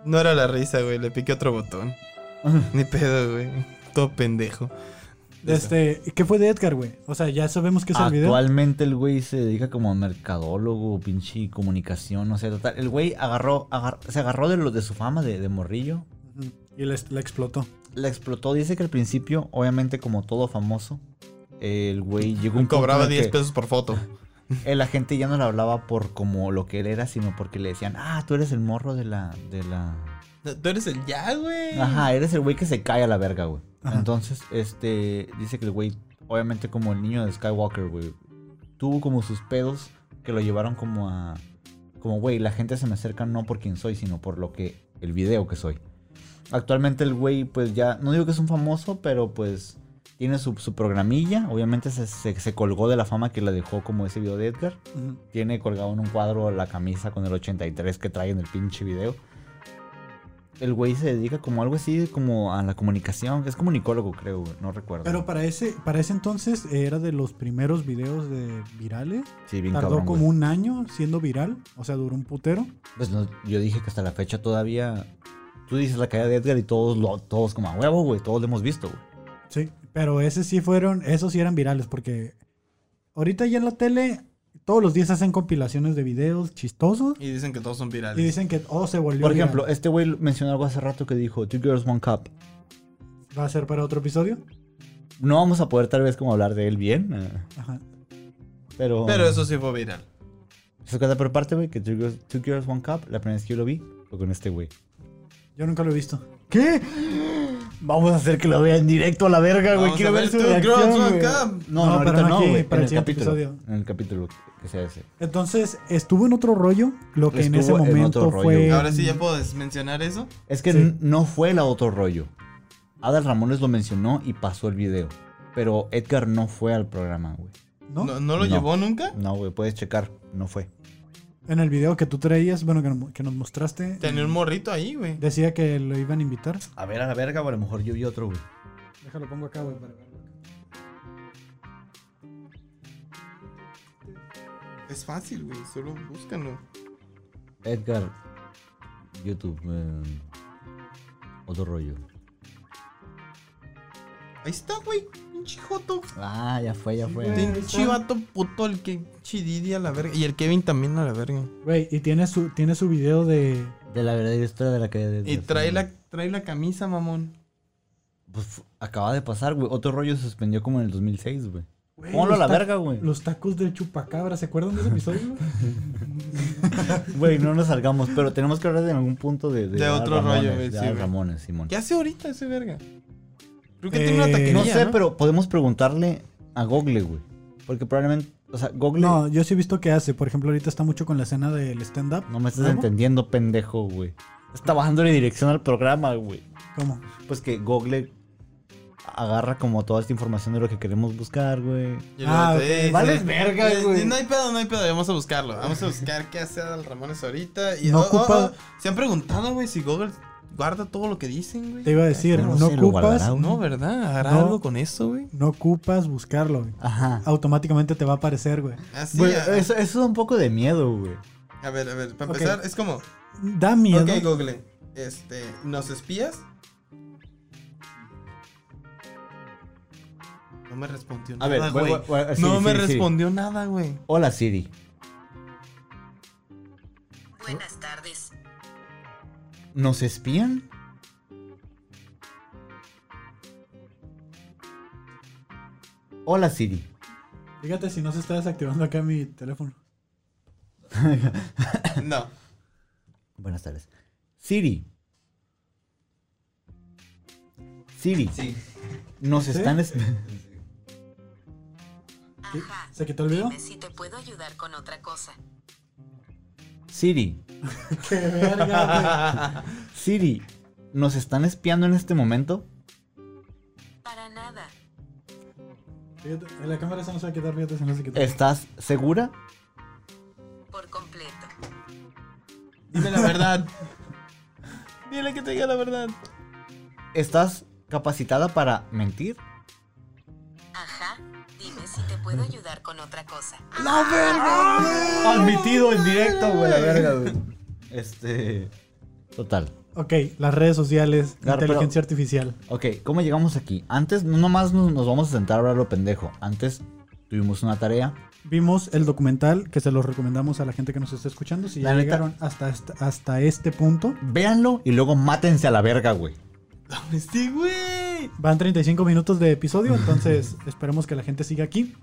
[SPEAKER 2] No era la risa, güey. Le piqué otro botón. Ni pedo, güey. Todo pendejo.
[SPEAKER 3] este, ¿qué fue de Edgar, güey? O sea, ya sabemos que es el video.
[SPEAKER 1] Actualmente el güey se dedica como mercadólogo, pinche comunicación, o sea, total. El güey agarró, agar- se agarró de lo de su fama de, de morrillo.
[SPEAKER 3] Ujú. Y la, la explotó.
[SPEAKER 1] La explotó. Dice que al principio, obviamente, como todo famoso, el güey llegó a un punto
[SPEAKER 2] Cobraba
[SPEAKER 1] en el
[SPEAKER 2] 10
[SPEAKER 1] que
[SPEAKER 2] pesos por foto.
[SPEAKER 1] eh, La gente ya no le hablaba por como lo que él era, sino porque le decían, ah, tú eres el morro de la. de la.
[SPEAKER 2] Tú eres el ya, güey.
[SPEAKER 1] Ajá, eres el güey que se cae a la verga, güey.
[SPEAKER 3] Ajá.
[SPEAKER 1] Entonces, este, dice que el güey, obviamente como el niño de Skywalker, güey, tuvo como sus pedos que lo llevaron como a, como, güey, la gente se me acerca no por quien soy, sino por lo que, el video que soy. Actualmente el güey, pues ya, no digo que es un famoso, pero pues tiene su, su programilla. Obviamente se, se- se colgó de la fama que le dejó como ese video de Edgar
[SPEAKER 3] Ujú.
[SPEAKER 1] tiene colgado en un cuadro la camisa con el 83 que trae en el pinche video. El güey se dedica como algo así, como a la comunicación. Es comunicólogo, creo, güey, no recuerdo.
[SPEAKER 3] Pero para ese, para ese entonces eh, era de los primeros videos de virales.
[SPEAKER 1] sí, bien
[SPEAKER 3] Tardó
[SPEAKER 1] cabrón,
[SPEAKER 3] como
[SPEAKER 1] güey.
[SPEAKER 3] un año siendo viral. O sea, duró un putero.
[SPEAKER 1] Pues no, yo dije que hasta la fecha todavía. Tú dices la caída de Edgar y todos, lo, todos como a huevo, güey. Todos lo hemos visto, güey.
[SPEAKER 3] Sí. Pero ese sí fueron, esos sí eran virales porque ahorita ya en la tele todos los días hacen compilaciones de videos chistosos
[SPEAKER 2] Y dicen que todos son
[SPEAKER 3] y
[SPEAKER 2] virales.
[SPEAKER 3] dicen que, oh, se volvió
[SPEAKER 1] Por
[SPEAKER 3] viral.
[SPEAKER 1] ejemplo, este güey mencionó algo hace rato que dijo: Two Girls, One Cup.
[SPEAKER 3] ¿Va a ser para otro episodio?
[SPEAKER 1] No vamos a poder, tal vez, como hablar de él bien. eh,
[SPEAKER 3] Ajá.
[SPEAKER 1] Pero.
[SPEAKER 2] Pero eso sí fue viral.
[SPEAKER 1] Eso queda por parte, güey, que Two Girls, Two Girls, One Cup, la primera vez que yo lo vi, fue con este güey.
[SPEAKER 3] Yo nunca lo he visto.
[SPEAKER 1] ¿Qué? Vamos a hacer que lo vea en directo a la verga, güey.
[SPEAKER 2] Vamos
[SPEAKER 1] Quiero
[SPEAKER 2] a
[SPEAKER 1] ver
[SPEAKER 2] ver
[SPEAKER 1] su
[SPEAKER 2] Two
[SPEAKER 1] reacción,
[SPEAKER 2] Girls, One
[SPEAKER 1] güey.
[SPEAKER 2] Cup.
[SPEAKER 1] No,
[SPEAKER 3] No,
[SPEAKER 1] no,
[SPEAKER 3] pero
[SPEAKER 1] ahorita
[SPEAKER 3] no
[SPEAKER 1] no,
[SPEAKER 3] aquí,
[SPEAKER 1] güey. En
[SPEAKER 3] para el
[SPEAKER 1] el
[SPEAKER 3] siguiente
[SPEAKER 1] capítulo.
[SPEAKER 3] episodio.
[SPEAKER 1] En el capítulo que sea ese.
[SPEAKER 3] Entonces, estuvo en otro rollo, lo que en ese
[SPEAKER 1] Estuvo en
[SPEAKER 3] momento
[SPEAKER 1] otro rollo.
[SPEAKER 3] fue...
[SPEAKER 2] Ahora sí ya puedo mencionar eso.
[SPEAKER 1] Es que
[SPEAKER 3] Sí.
[SPEAKER 1] n- no fue la otro rollo. Adal Ramones lo mencionó y pasó el video. Pero Edgar no fue al programa, güey.
[SPEAKER 3] ¿no?
[SPEAKER 2] ¿No, no lo
[SPEAKER 1] No.
[SPEAKER 2] llevó nunca?
[SPEAKER 1] No, güey, puedes checar. No fue.
[SPEAKER 3] En el video que tú traías, bueno, que, nos- que nos mostraste,
[SPEAKER 2] Tenía un morrito ahí, güey.
[SPEAKER 3] decía que lo iban a invitar.
[SPEAKER 1] A ver, a la verga, o a lo mejor yo vi otro, güey.
[SPEAKER 3] Déjalo, pongo acá, güey, para verlo.
[SPEAKER 2] Es fácil, güey. Solo búscalo.
[SPEAKER 1] Edgar, YouTube, eh, otro rollo.
[SPEAKER 2] Ahí está, güey. Pinche joto.
[SPEAKER 1] Ah, ya fue, ya fue.
[SPEAKER 2] Pinche vato puto. El que chididi a la verga. Y el Kevin también a la verga.
[SPEAKER 3] Güey, y tiene su, tiene su video de...
[SPEAKER 1] De la verdadera historia de la caída de Edgar.
[SPEAKER 2] Y trae
[SPEAKER 1] Sí.
[SPEAKER 2] la, trae la camisa, mamón.
[SPEAKER 1] Pues fu- acaba de pasar, güey. Otro rollo se suspendió como en el 2006, güey.
[SPEAKER 3] Güey,
[SPEAKER 1] Ponlo a
[SPEAKER 3] los
[SPEAKER 1] la
[SPEAKER 3] ta-
[SPEAKER 1] verga, güey.
[SPEAKER 3] Los tacos del chupacabra, ¿se acuerdan de ese episodio? güey?
[SPEAKER 1] Güey, no nos salgamos, pero tenemos que hablar de algún punto de...
[SPEAKER 2] De
[SPEAKER 1] Adal
[SPEAKER 2] otro rollo,
[SPEAKER 1] Ramones,
[SPEAKER 2] güey,
[SPEAKER 1] de
[SPEAKER 2] sí,
[SPEAKER 1] Adal
[SPEAKER 2] güey.
[SPEAKER 1] Ramones, Simón.
[SPEAKER 2] ¿Qué hace ahorita ese verga? Creo que
[SPEAKER 3] Eh,
[SPEAKER 2] tiene una taquería.
[SPEAKER 1] No sé, pero podemos preguntarle a Google, güey. Porque probablemente... O sea, Google... No,
[SPEAKER 3] no, yo sí he visto que hace. Por ejemplo, ahorita está mucho con la escena del stand-up.
[SPEAKER 1] me estás
[SPEAKER 3] ¿Cómo?
[SPEAKER 1] entendiendo, pendejo, güey. Está bajándole dirección al programa, güey.
[SPEAKER 3] ¿Cómo?
[SPEAKER 1] Pues que Google agarra como toda esta información de lo que queremos buscar, güey.
[SPEAKER 2] Y luego
[SPEAKER 3] Ah,
[SPEAKER 2] te
[SPEAKER 3] ok.
[SPEAKER 2] dice,
[SPEAKER 1] Vales verga,
[SPEAKER 2] eh,
[SPEAKER 1] güey.
[SPEAKER 2] No hay pedo, no hay pedo. Vamos a buscarlo. Vamos a buscar qué hace Adal Ramones ahorita. Y
[SPEAKER 3] No
[SPEAKER 2] oh, oh,
[SPEAKER 3] ocupa-
[SPEAKER 2] oh, Se han preguntado, güey, si Google guarda todo lo que dicen, güey.
[SPEAKER 3] Te iba a decir,
[SPEAKER 1] No
[SPEAKER 3] no,
[SPEAKER 1] sé, lo guardará,
[SPEAKER 3] ocupas...
[SPEAKER 1] güey.
[SPEAKER 2] No, ¿verdad? ¿Hará
[SPEAKER 3] No.
[SPEAKER 2] algo con eso, güey?
[SPEAKER 3] No ocupas buscarlo, güey.
[SPEAKER 1] Ajá.
[SPEAKER 2] Ah,
[SPEAKER 3] Automáticamente te va a aparecer, güey.
[SPEAKER 2] Así.
[SPEAKER 1] Güey,
[SPEAKER 2] a,
[SPEAKER 1] eso, eso da un poco de miedo, güey.
[SPEAKER 2] a ver, a ver. Para
[SPEAKER 3] Ok.
[SPEAKER 2] empezar, es como.
[SPEAKER 3] Da miedo.
[SPEAKER 2] Ok, Google. Este. ¿Nos espías? No me respondió
[SPEAKER 1] A
[SPEAKER 2] nada.
[SPEAKER 1] ver,
[SPEAKER 2] güey.
[SPEAKER 1] güey, güey, güey, sí,
[SPEAKER 2] no
[SPEAKER 1] sí,
[SPEAKER 2] me
[SPEAKER 1] sí.
[SPEAKER 2] respondió nada, güey.
[SPEAKER 1] Hola, Siri.
[SPEAKER 6] Buenas tardes.
[SPEAKER 1] ¿Nos espían? Hola Siri.
[SPEAKER 3] Fíjate si no se está desactivando acá mi teléfono.
[SPEAKER 2] No.
[SPEAKER 1] Buenas tardes. Siri. Siri.
[SPEAKER 2] Sí.
[SPEAKER 1] Nos están esp-
[SPEAKER 3] ¿Sí? ¿Se quitó el video?
[SPEAKER 6] si te puedo ayudar con otra cosa.
[SPEAKER 1] Siri.
[SPEAKER 3] ¡Qué verga,
[SPEAKER 1] Siri. ¿Nos están espiando en este momento?
[SPEAKER 6] Para nada.
[SPEAKER 3] güey! Fíjate, en la cámara esa no se va a quitar, fíjate si no se quitó.
[SPEAKER 1] ¿Estás segura?
[SPEAKER 6] Por completo.
[SPEAKER 2] Dime la verdad. Dile que te diga la verdad.
[SPEAKER 1] ¿Estás capacitada para mentir?
[SPEAKER 10] Ajá, dime si te puedo ayudar con otra cosa.
[SPEAKER 7] ¡La verga!
[SPEAKER 1] Admitido en directo, güey, la verga, güey. Este. Total.
[SPEAKER 3] Ok, las redes sociales,
[SPEAKER 1] Claro, pero-
[SPEAKER 3] inteligencia artificial.
[SPEAKER 1] Ok, ¿cómo llegamos aquí? Antes, no nomás nos, nos vamos a sentar a hablar lo pendejo. Antes tuvimos una tarea.
[SPEAKER 3] Vimos el documental que se los recomendamos a la gente que nos está escuchando. Si ya
[SPEAKER 1] La neta-
[SPEAKER 3] llegaron hasta, hasta, hasta este punto,
[SPEAKER 1] Véanlo y luego mátense a la verga, güey.
[SPEAKER 2] Sí, güey.
[SPEAKER 3] van 35 minutos de episodio, entonces esperemos que la gente siga aquí.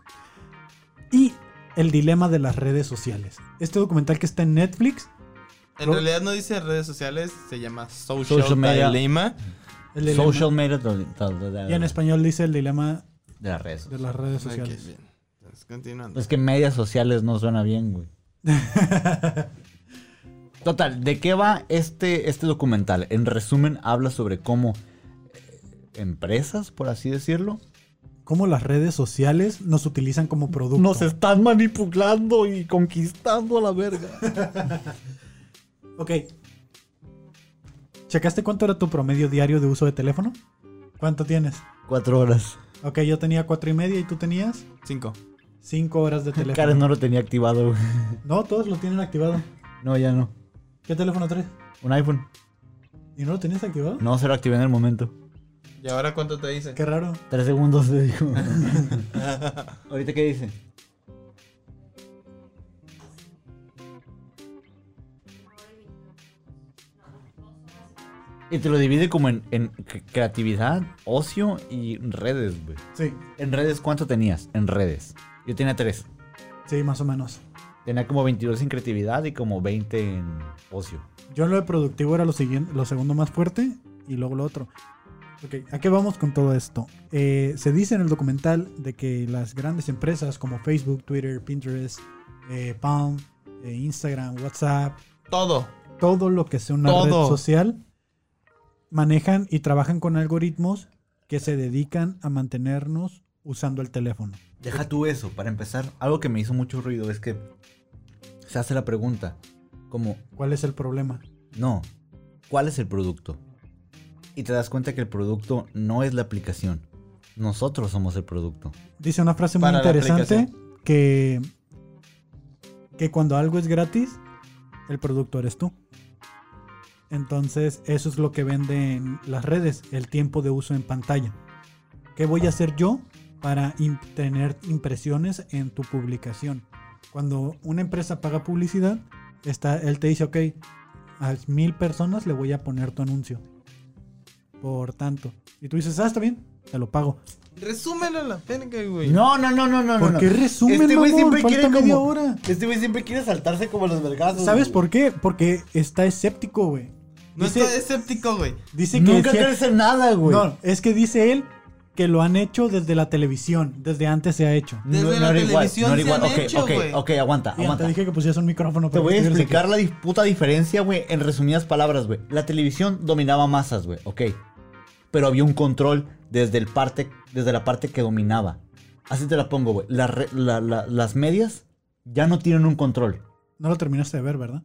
[SPEAKER 3] Y el dilema de las redes sociales. Este documental que está en Netflix,
[SPEAKER 2] En
[SPEAKER 3] Lo-
[SPEAKER 2] realidad no dice redes sociales, se llama Social,
[SPEAKER 1] Social media.
[SPEAKER 2] Dilemma.
[SPEAKER 3] el dilema-
[SPEAKER 1] Social media de, de- de-
[SPEAKER 3] y en español dice el dilema
[SPEAKER 1] de las redes.
[SPEAKER 3] de las redes
[SPEAKER 2] Ok,
[SPEAKER 3] sociales.
[SPEAKER 2] bien. Entonces, continuando.
[SPEAKER 1] Es que medias sociales no suena bien, güey. Total, ¿de qué va este, este documental? En resumen, habla sobre cómo eh, empresas, por así decirlo,
[SPEAKER 3] Cómo las redes sociales nos utilizan como producto.
[SPEAKER 1] nos están manipulando y conquistando a la verga.
[SPEAKER 3] Ok. ¿Checaste cuánto era tu promedio diario de uso de teléfono? ¿Cuánto tienes?
[SPEAKER 1] Cuatro horas.
[SPEAKER 3] Ok, yo tenía cuatro y media y tú tenías
[SPEAKER 2] Cinco.
[SPEAKER 3] cinco horas de teléfono.
[SPEAKER 1] Karen no lo tenía activado, güey.
[SPEAKER 3] No, todos lo tienen activado.
[SPEAKER 1] No, ya no.
[SPEAKER 3] ¿Qué teléfono traes?
[SPEAKER 1] Un iPhone.
[SPEAKER 3] ¿Y no lo tenías activado?
[SPEAKER 1] No, se lo activé en el momento.
[SPEAKER 2] ¿Y ahora cuánto te dice?
[SPEAKER 3] Qué raro.
[SPEAKER 1] Tres segundos, le digo. ¿Ahorita qué dice? Y te lo divide como en, en cre- creatividad, ocio y redes, güey.
[SPEAKER 3] Sí,
[SPEAKER 1] ¿En redes cuánto tenías? En redes. Yo tenía tres.
[SPEAKER 3] sí, más o menos.
[SPEAKER 1] Tenía como 22 en creatividad y como 20 en ocio.
[SPEAKER 3] Yo en lo de productivo era lo siguiente, lo segundo más fuerte y luego lo otro. Ok, ¿a qué vamos con todo esto? Eh, se dice en el documental de que las grandes empresas como Facebook, Twitter, Pinterest, eh, Palm, eh, Instagram, WhatsApp,
[SPEAKER 2] Todo.
[SPEAKER 3] todo lo que sea una
[SPEAKER 2] Todo.
[SPEAKER 3] red social, manejan y trabajan con algoritmos que se dedican a mantenernos usando el teléfono.
[SPEAKER 1] Deja tú eso, para empezar. Algo que me hizo mucho ruido es que se hace la pregunta, como,
[SPEAKER 3] ¿Cuál es el problema?
[SPEAKER 1] no, ¿cuál es el producto? Y te das cuenta que el producto no es la aplicación. Nosotros somos el producto.
[SPEAKER 3] Dice una frase muy
[SPEAKER 2] Para la
[SPEAKER 3] interesante que, que cuando algo es gratis, el producto eres tú. Entonces, eso es lo que venden las redes, el tiempo de uso en pantalla. ¿Qué voy a hacer yo para im- tener impresiones en tu publicación? Cuando una empresa paga publicidad, está, él te dice, ok, a mil personas le voy a poner tu anuncio. Por tanto. Y tú dices, ah, está bien, te lo pago.
[SPEAKER 2] Resúmelo a la verga, güey.
[SPEAKER 1] No, no, no, no, no.
[SPEAKER 3] ¿Por
[SPEAKER 1] no.
[SPEAKER 3] qué resumen,
[SPEAKER 1] Este güey
[SPEAKER 3] mamón?
[SPEAKER 1] siempre
[SPEAKER 3] Falta
[SPEAKER 1] quiere
[SPEAKER 3] media
[SPEAKER 1] como-
[SPEAKER 3] hora.
[SPEAKER 1] Este güey siempre quiere saltarse como los vergazos.
[SPEAKER 3] ¿Sabes
[SPEAKER 1] güey.
[SPEAKER 3] por qué? Porque está escéptico, güey.
[SPEAKER 2] No
[SPEAKER 3] Dice-
[SPEAKER 2] está escéptico, güey.
[SPEAKER 3] Dice que
[SPEAKER 1] Nunca
[SPEAKER 3] sí-
[SPEAKER 1] crece en nada, güey.
[SPEAKER 3] No, es que dice él que lo han hecho desde la televisión, desde antes se ha hecho.
[SPEAKER 7] Desde
[SPEAKER 1] era
[SPEAKER 7] la televisión
[SPEAKER 1] era
[SPEAKER 7] se han hecho,
[SPEAKER 1] ok,
[SPEAKER 7] güey.
[SPEAKER 1] ok, aguanta,
[SPEAKER 3] Ya,
[SPEAKER 1] aguanta.
[SPEAKER 3] te dije que pusieras un micrófono.
[SPEAKER 1] Te
[SPEAKER 3] para
[SPEAKER 1] voy a
[SPEAKER 3] que estuvieras
[SPEAKER 1] explicar la dis- puta diferencia, güey, en resumidas palabras, güey. La televisión dominaba masas, güey, ok. Pero había un control desde, el parte, desde la parte que dominaba. Así te la pongo, güey. La re- la- la- las medias ya no tienen un control.
[SPEAKER 3] aquí. No lo terminaste de ver, ¿verdad?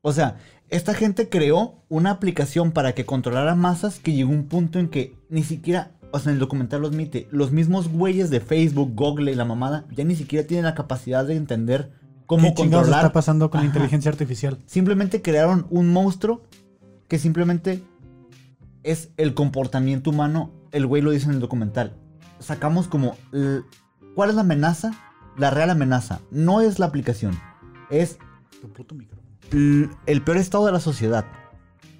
[SPEAKER 1] O sea, esta gente creó una aplicación para que controlara masas que llegó a un punto en que ni siquiera, o sea, en el documental lo admite, los mismos güeyes de Facebook, Google y la mamada ya ni siquiera tienen la capacidad de entender cómo
[SPEAKER 3] ¿Qué chingados
[SPEAKER 1] controlar.
[SPEAKER 3] está pasando con la
[SPEAKER 1] Ajá.
[SPEAKER 3] inteligencia artificial?
[SPEAKER 1] Simplemente crearon un monstruo que simplemente es el comportamiento humano. El güey lo dice en el documental. Sacamos como... l- ¿Cuál es la amenaza? La real amenaza. No es la aplicación. Es
[SPEAKER 3] Tu puto micrófono.
[SPEAKER 1] l- el peor estado de la sociedad.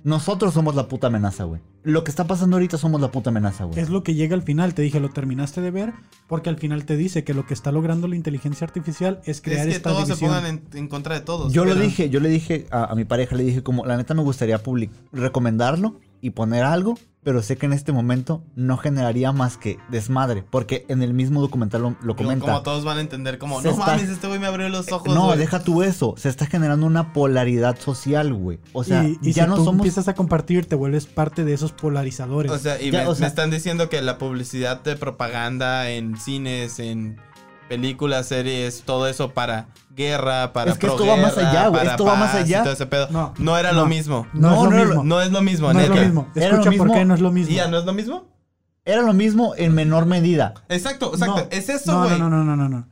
[SPEAKER 1] Nosotros somos la puta amenaza, güey. Lo que está pasando ahorita somos la puta amenaza, güey.
[SPEAKER 3] Es lo que llega al final, te dije, lo terminaste de ver, porque al final te dice que lo que está logrando la inteligencia artificial es
[SPEAKER 2] Es
[SPEAKER 3] crear
[SPEAKER 2] que
[SPEAKER 3] esta
[SPEAKER 2] todos se
[SPEAKER 3] división.
[SPEAKER 2] pongan en, en contra de todos.
[SPEAKER 1] Yo lo
[SPEAKER 2] pero-
[SPEAKER 1] dije, yo le dije a, a mi pareja, le dije como, la neta me gustaría public- recomendarlo y poner algo, pero sé que en este momento no generaría más que desmadre, porque en el mismo documental lo, lo
[SPEAKER 2] Digo, Como
[SPEAKER 1] comenta.
[SPEAKER 2] todos van a entender, como,
[SPEAKER 1] Se
[SPEAKER 2] no
[SPEAKER 1] está- Eh,
[SPEAKER 2] mames, este güey me abrió los ojos.
[SPEAKER 1] no,
[SPEAKER 2] güey".
[SPEAKER 1] deja tú eso, se está generando una polaridad social, güey. O sea,
[SPEAKER 3] y, y
[SPEAKER 1] ya
[SPEAKER 3] si
[SPEAKER 1] no
[SPEAKER 3] tú
[SPEAKER 1] somos...
[SPEAKER 3] empiezas a compartir, te vuelves parte de esos polarizadores.
[SPEAKER 2] O sea, y
[SPEAKER 1] Ya,
[SPEAKER 2] me,
[SPEAKER 1] o sea-
[SPEAKER 2] me están diciendo que la publicidad de propaganda en cines, en películas, series, todo eso para guerra, para
[SPEAKER 1] Es que esto va más
[SPEAKER 2] proguerra,
[SPEAKER 1] allá, güey,
[SPEAKER 2] para
[SPEAKER 1] esto va más
[SPEAKER 2] paz y
[SPEAKER 1] allá.
[SPEAKER 2] todo ese pedo.
[SPEAKER 3] No,
[SPEAKER 2] No, era
[SPEAKER 3] no.
[SPEAKER 2] lo mismo.
[SPEAKER 3] No,
[SPEAKER 1] No,
[SPEAKER 3] es lo
[SPEAKER 1] no,
[SPEAKER 3] mismo.
[SPEAKER 2] No es lo mismo,
[SPEAKER 3] No es lo
[SPEAKER 2] neta.
[SPEAKER 3] mismo.
[SPEAKER 1] Era
[SPEAKER 3] Escucha
[SPEAKER 1] lo
[SPEAKER 3] por qué
[SPEAKER 1] mismo.
[SPEAKER 3] no es lo mismo.
[SPEAKER 2] ¿Y ya no es lo mismo?
[SPEAKER 1] Era lo mismo en menor medida.
[SPEAKER 2] Exacto, exacto.
[SPEAKER 3] No,
[SPEAKER 2] es eso,
[SPEAKER 3] no,
[SPEAKER 2] güey.
[SPEAKER 3] No, no, no, no, no.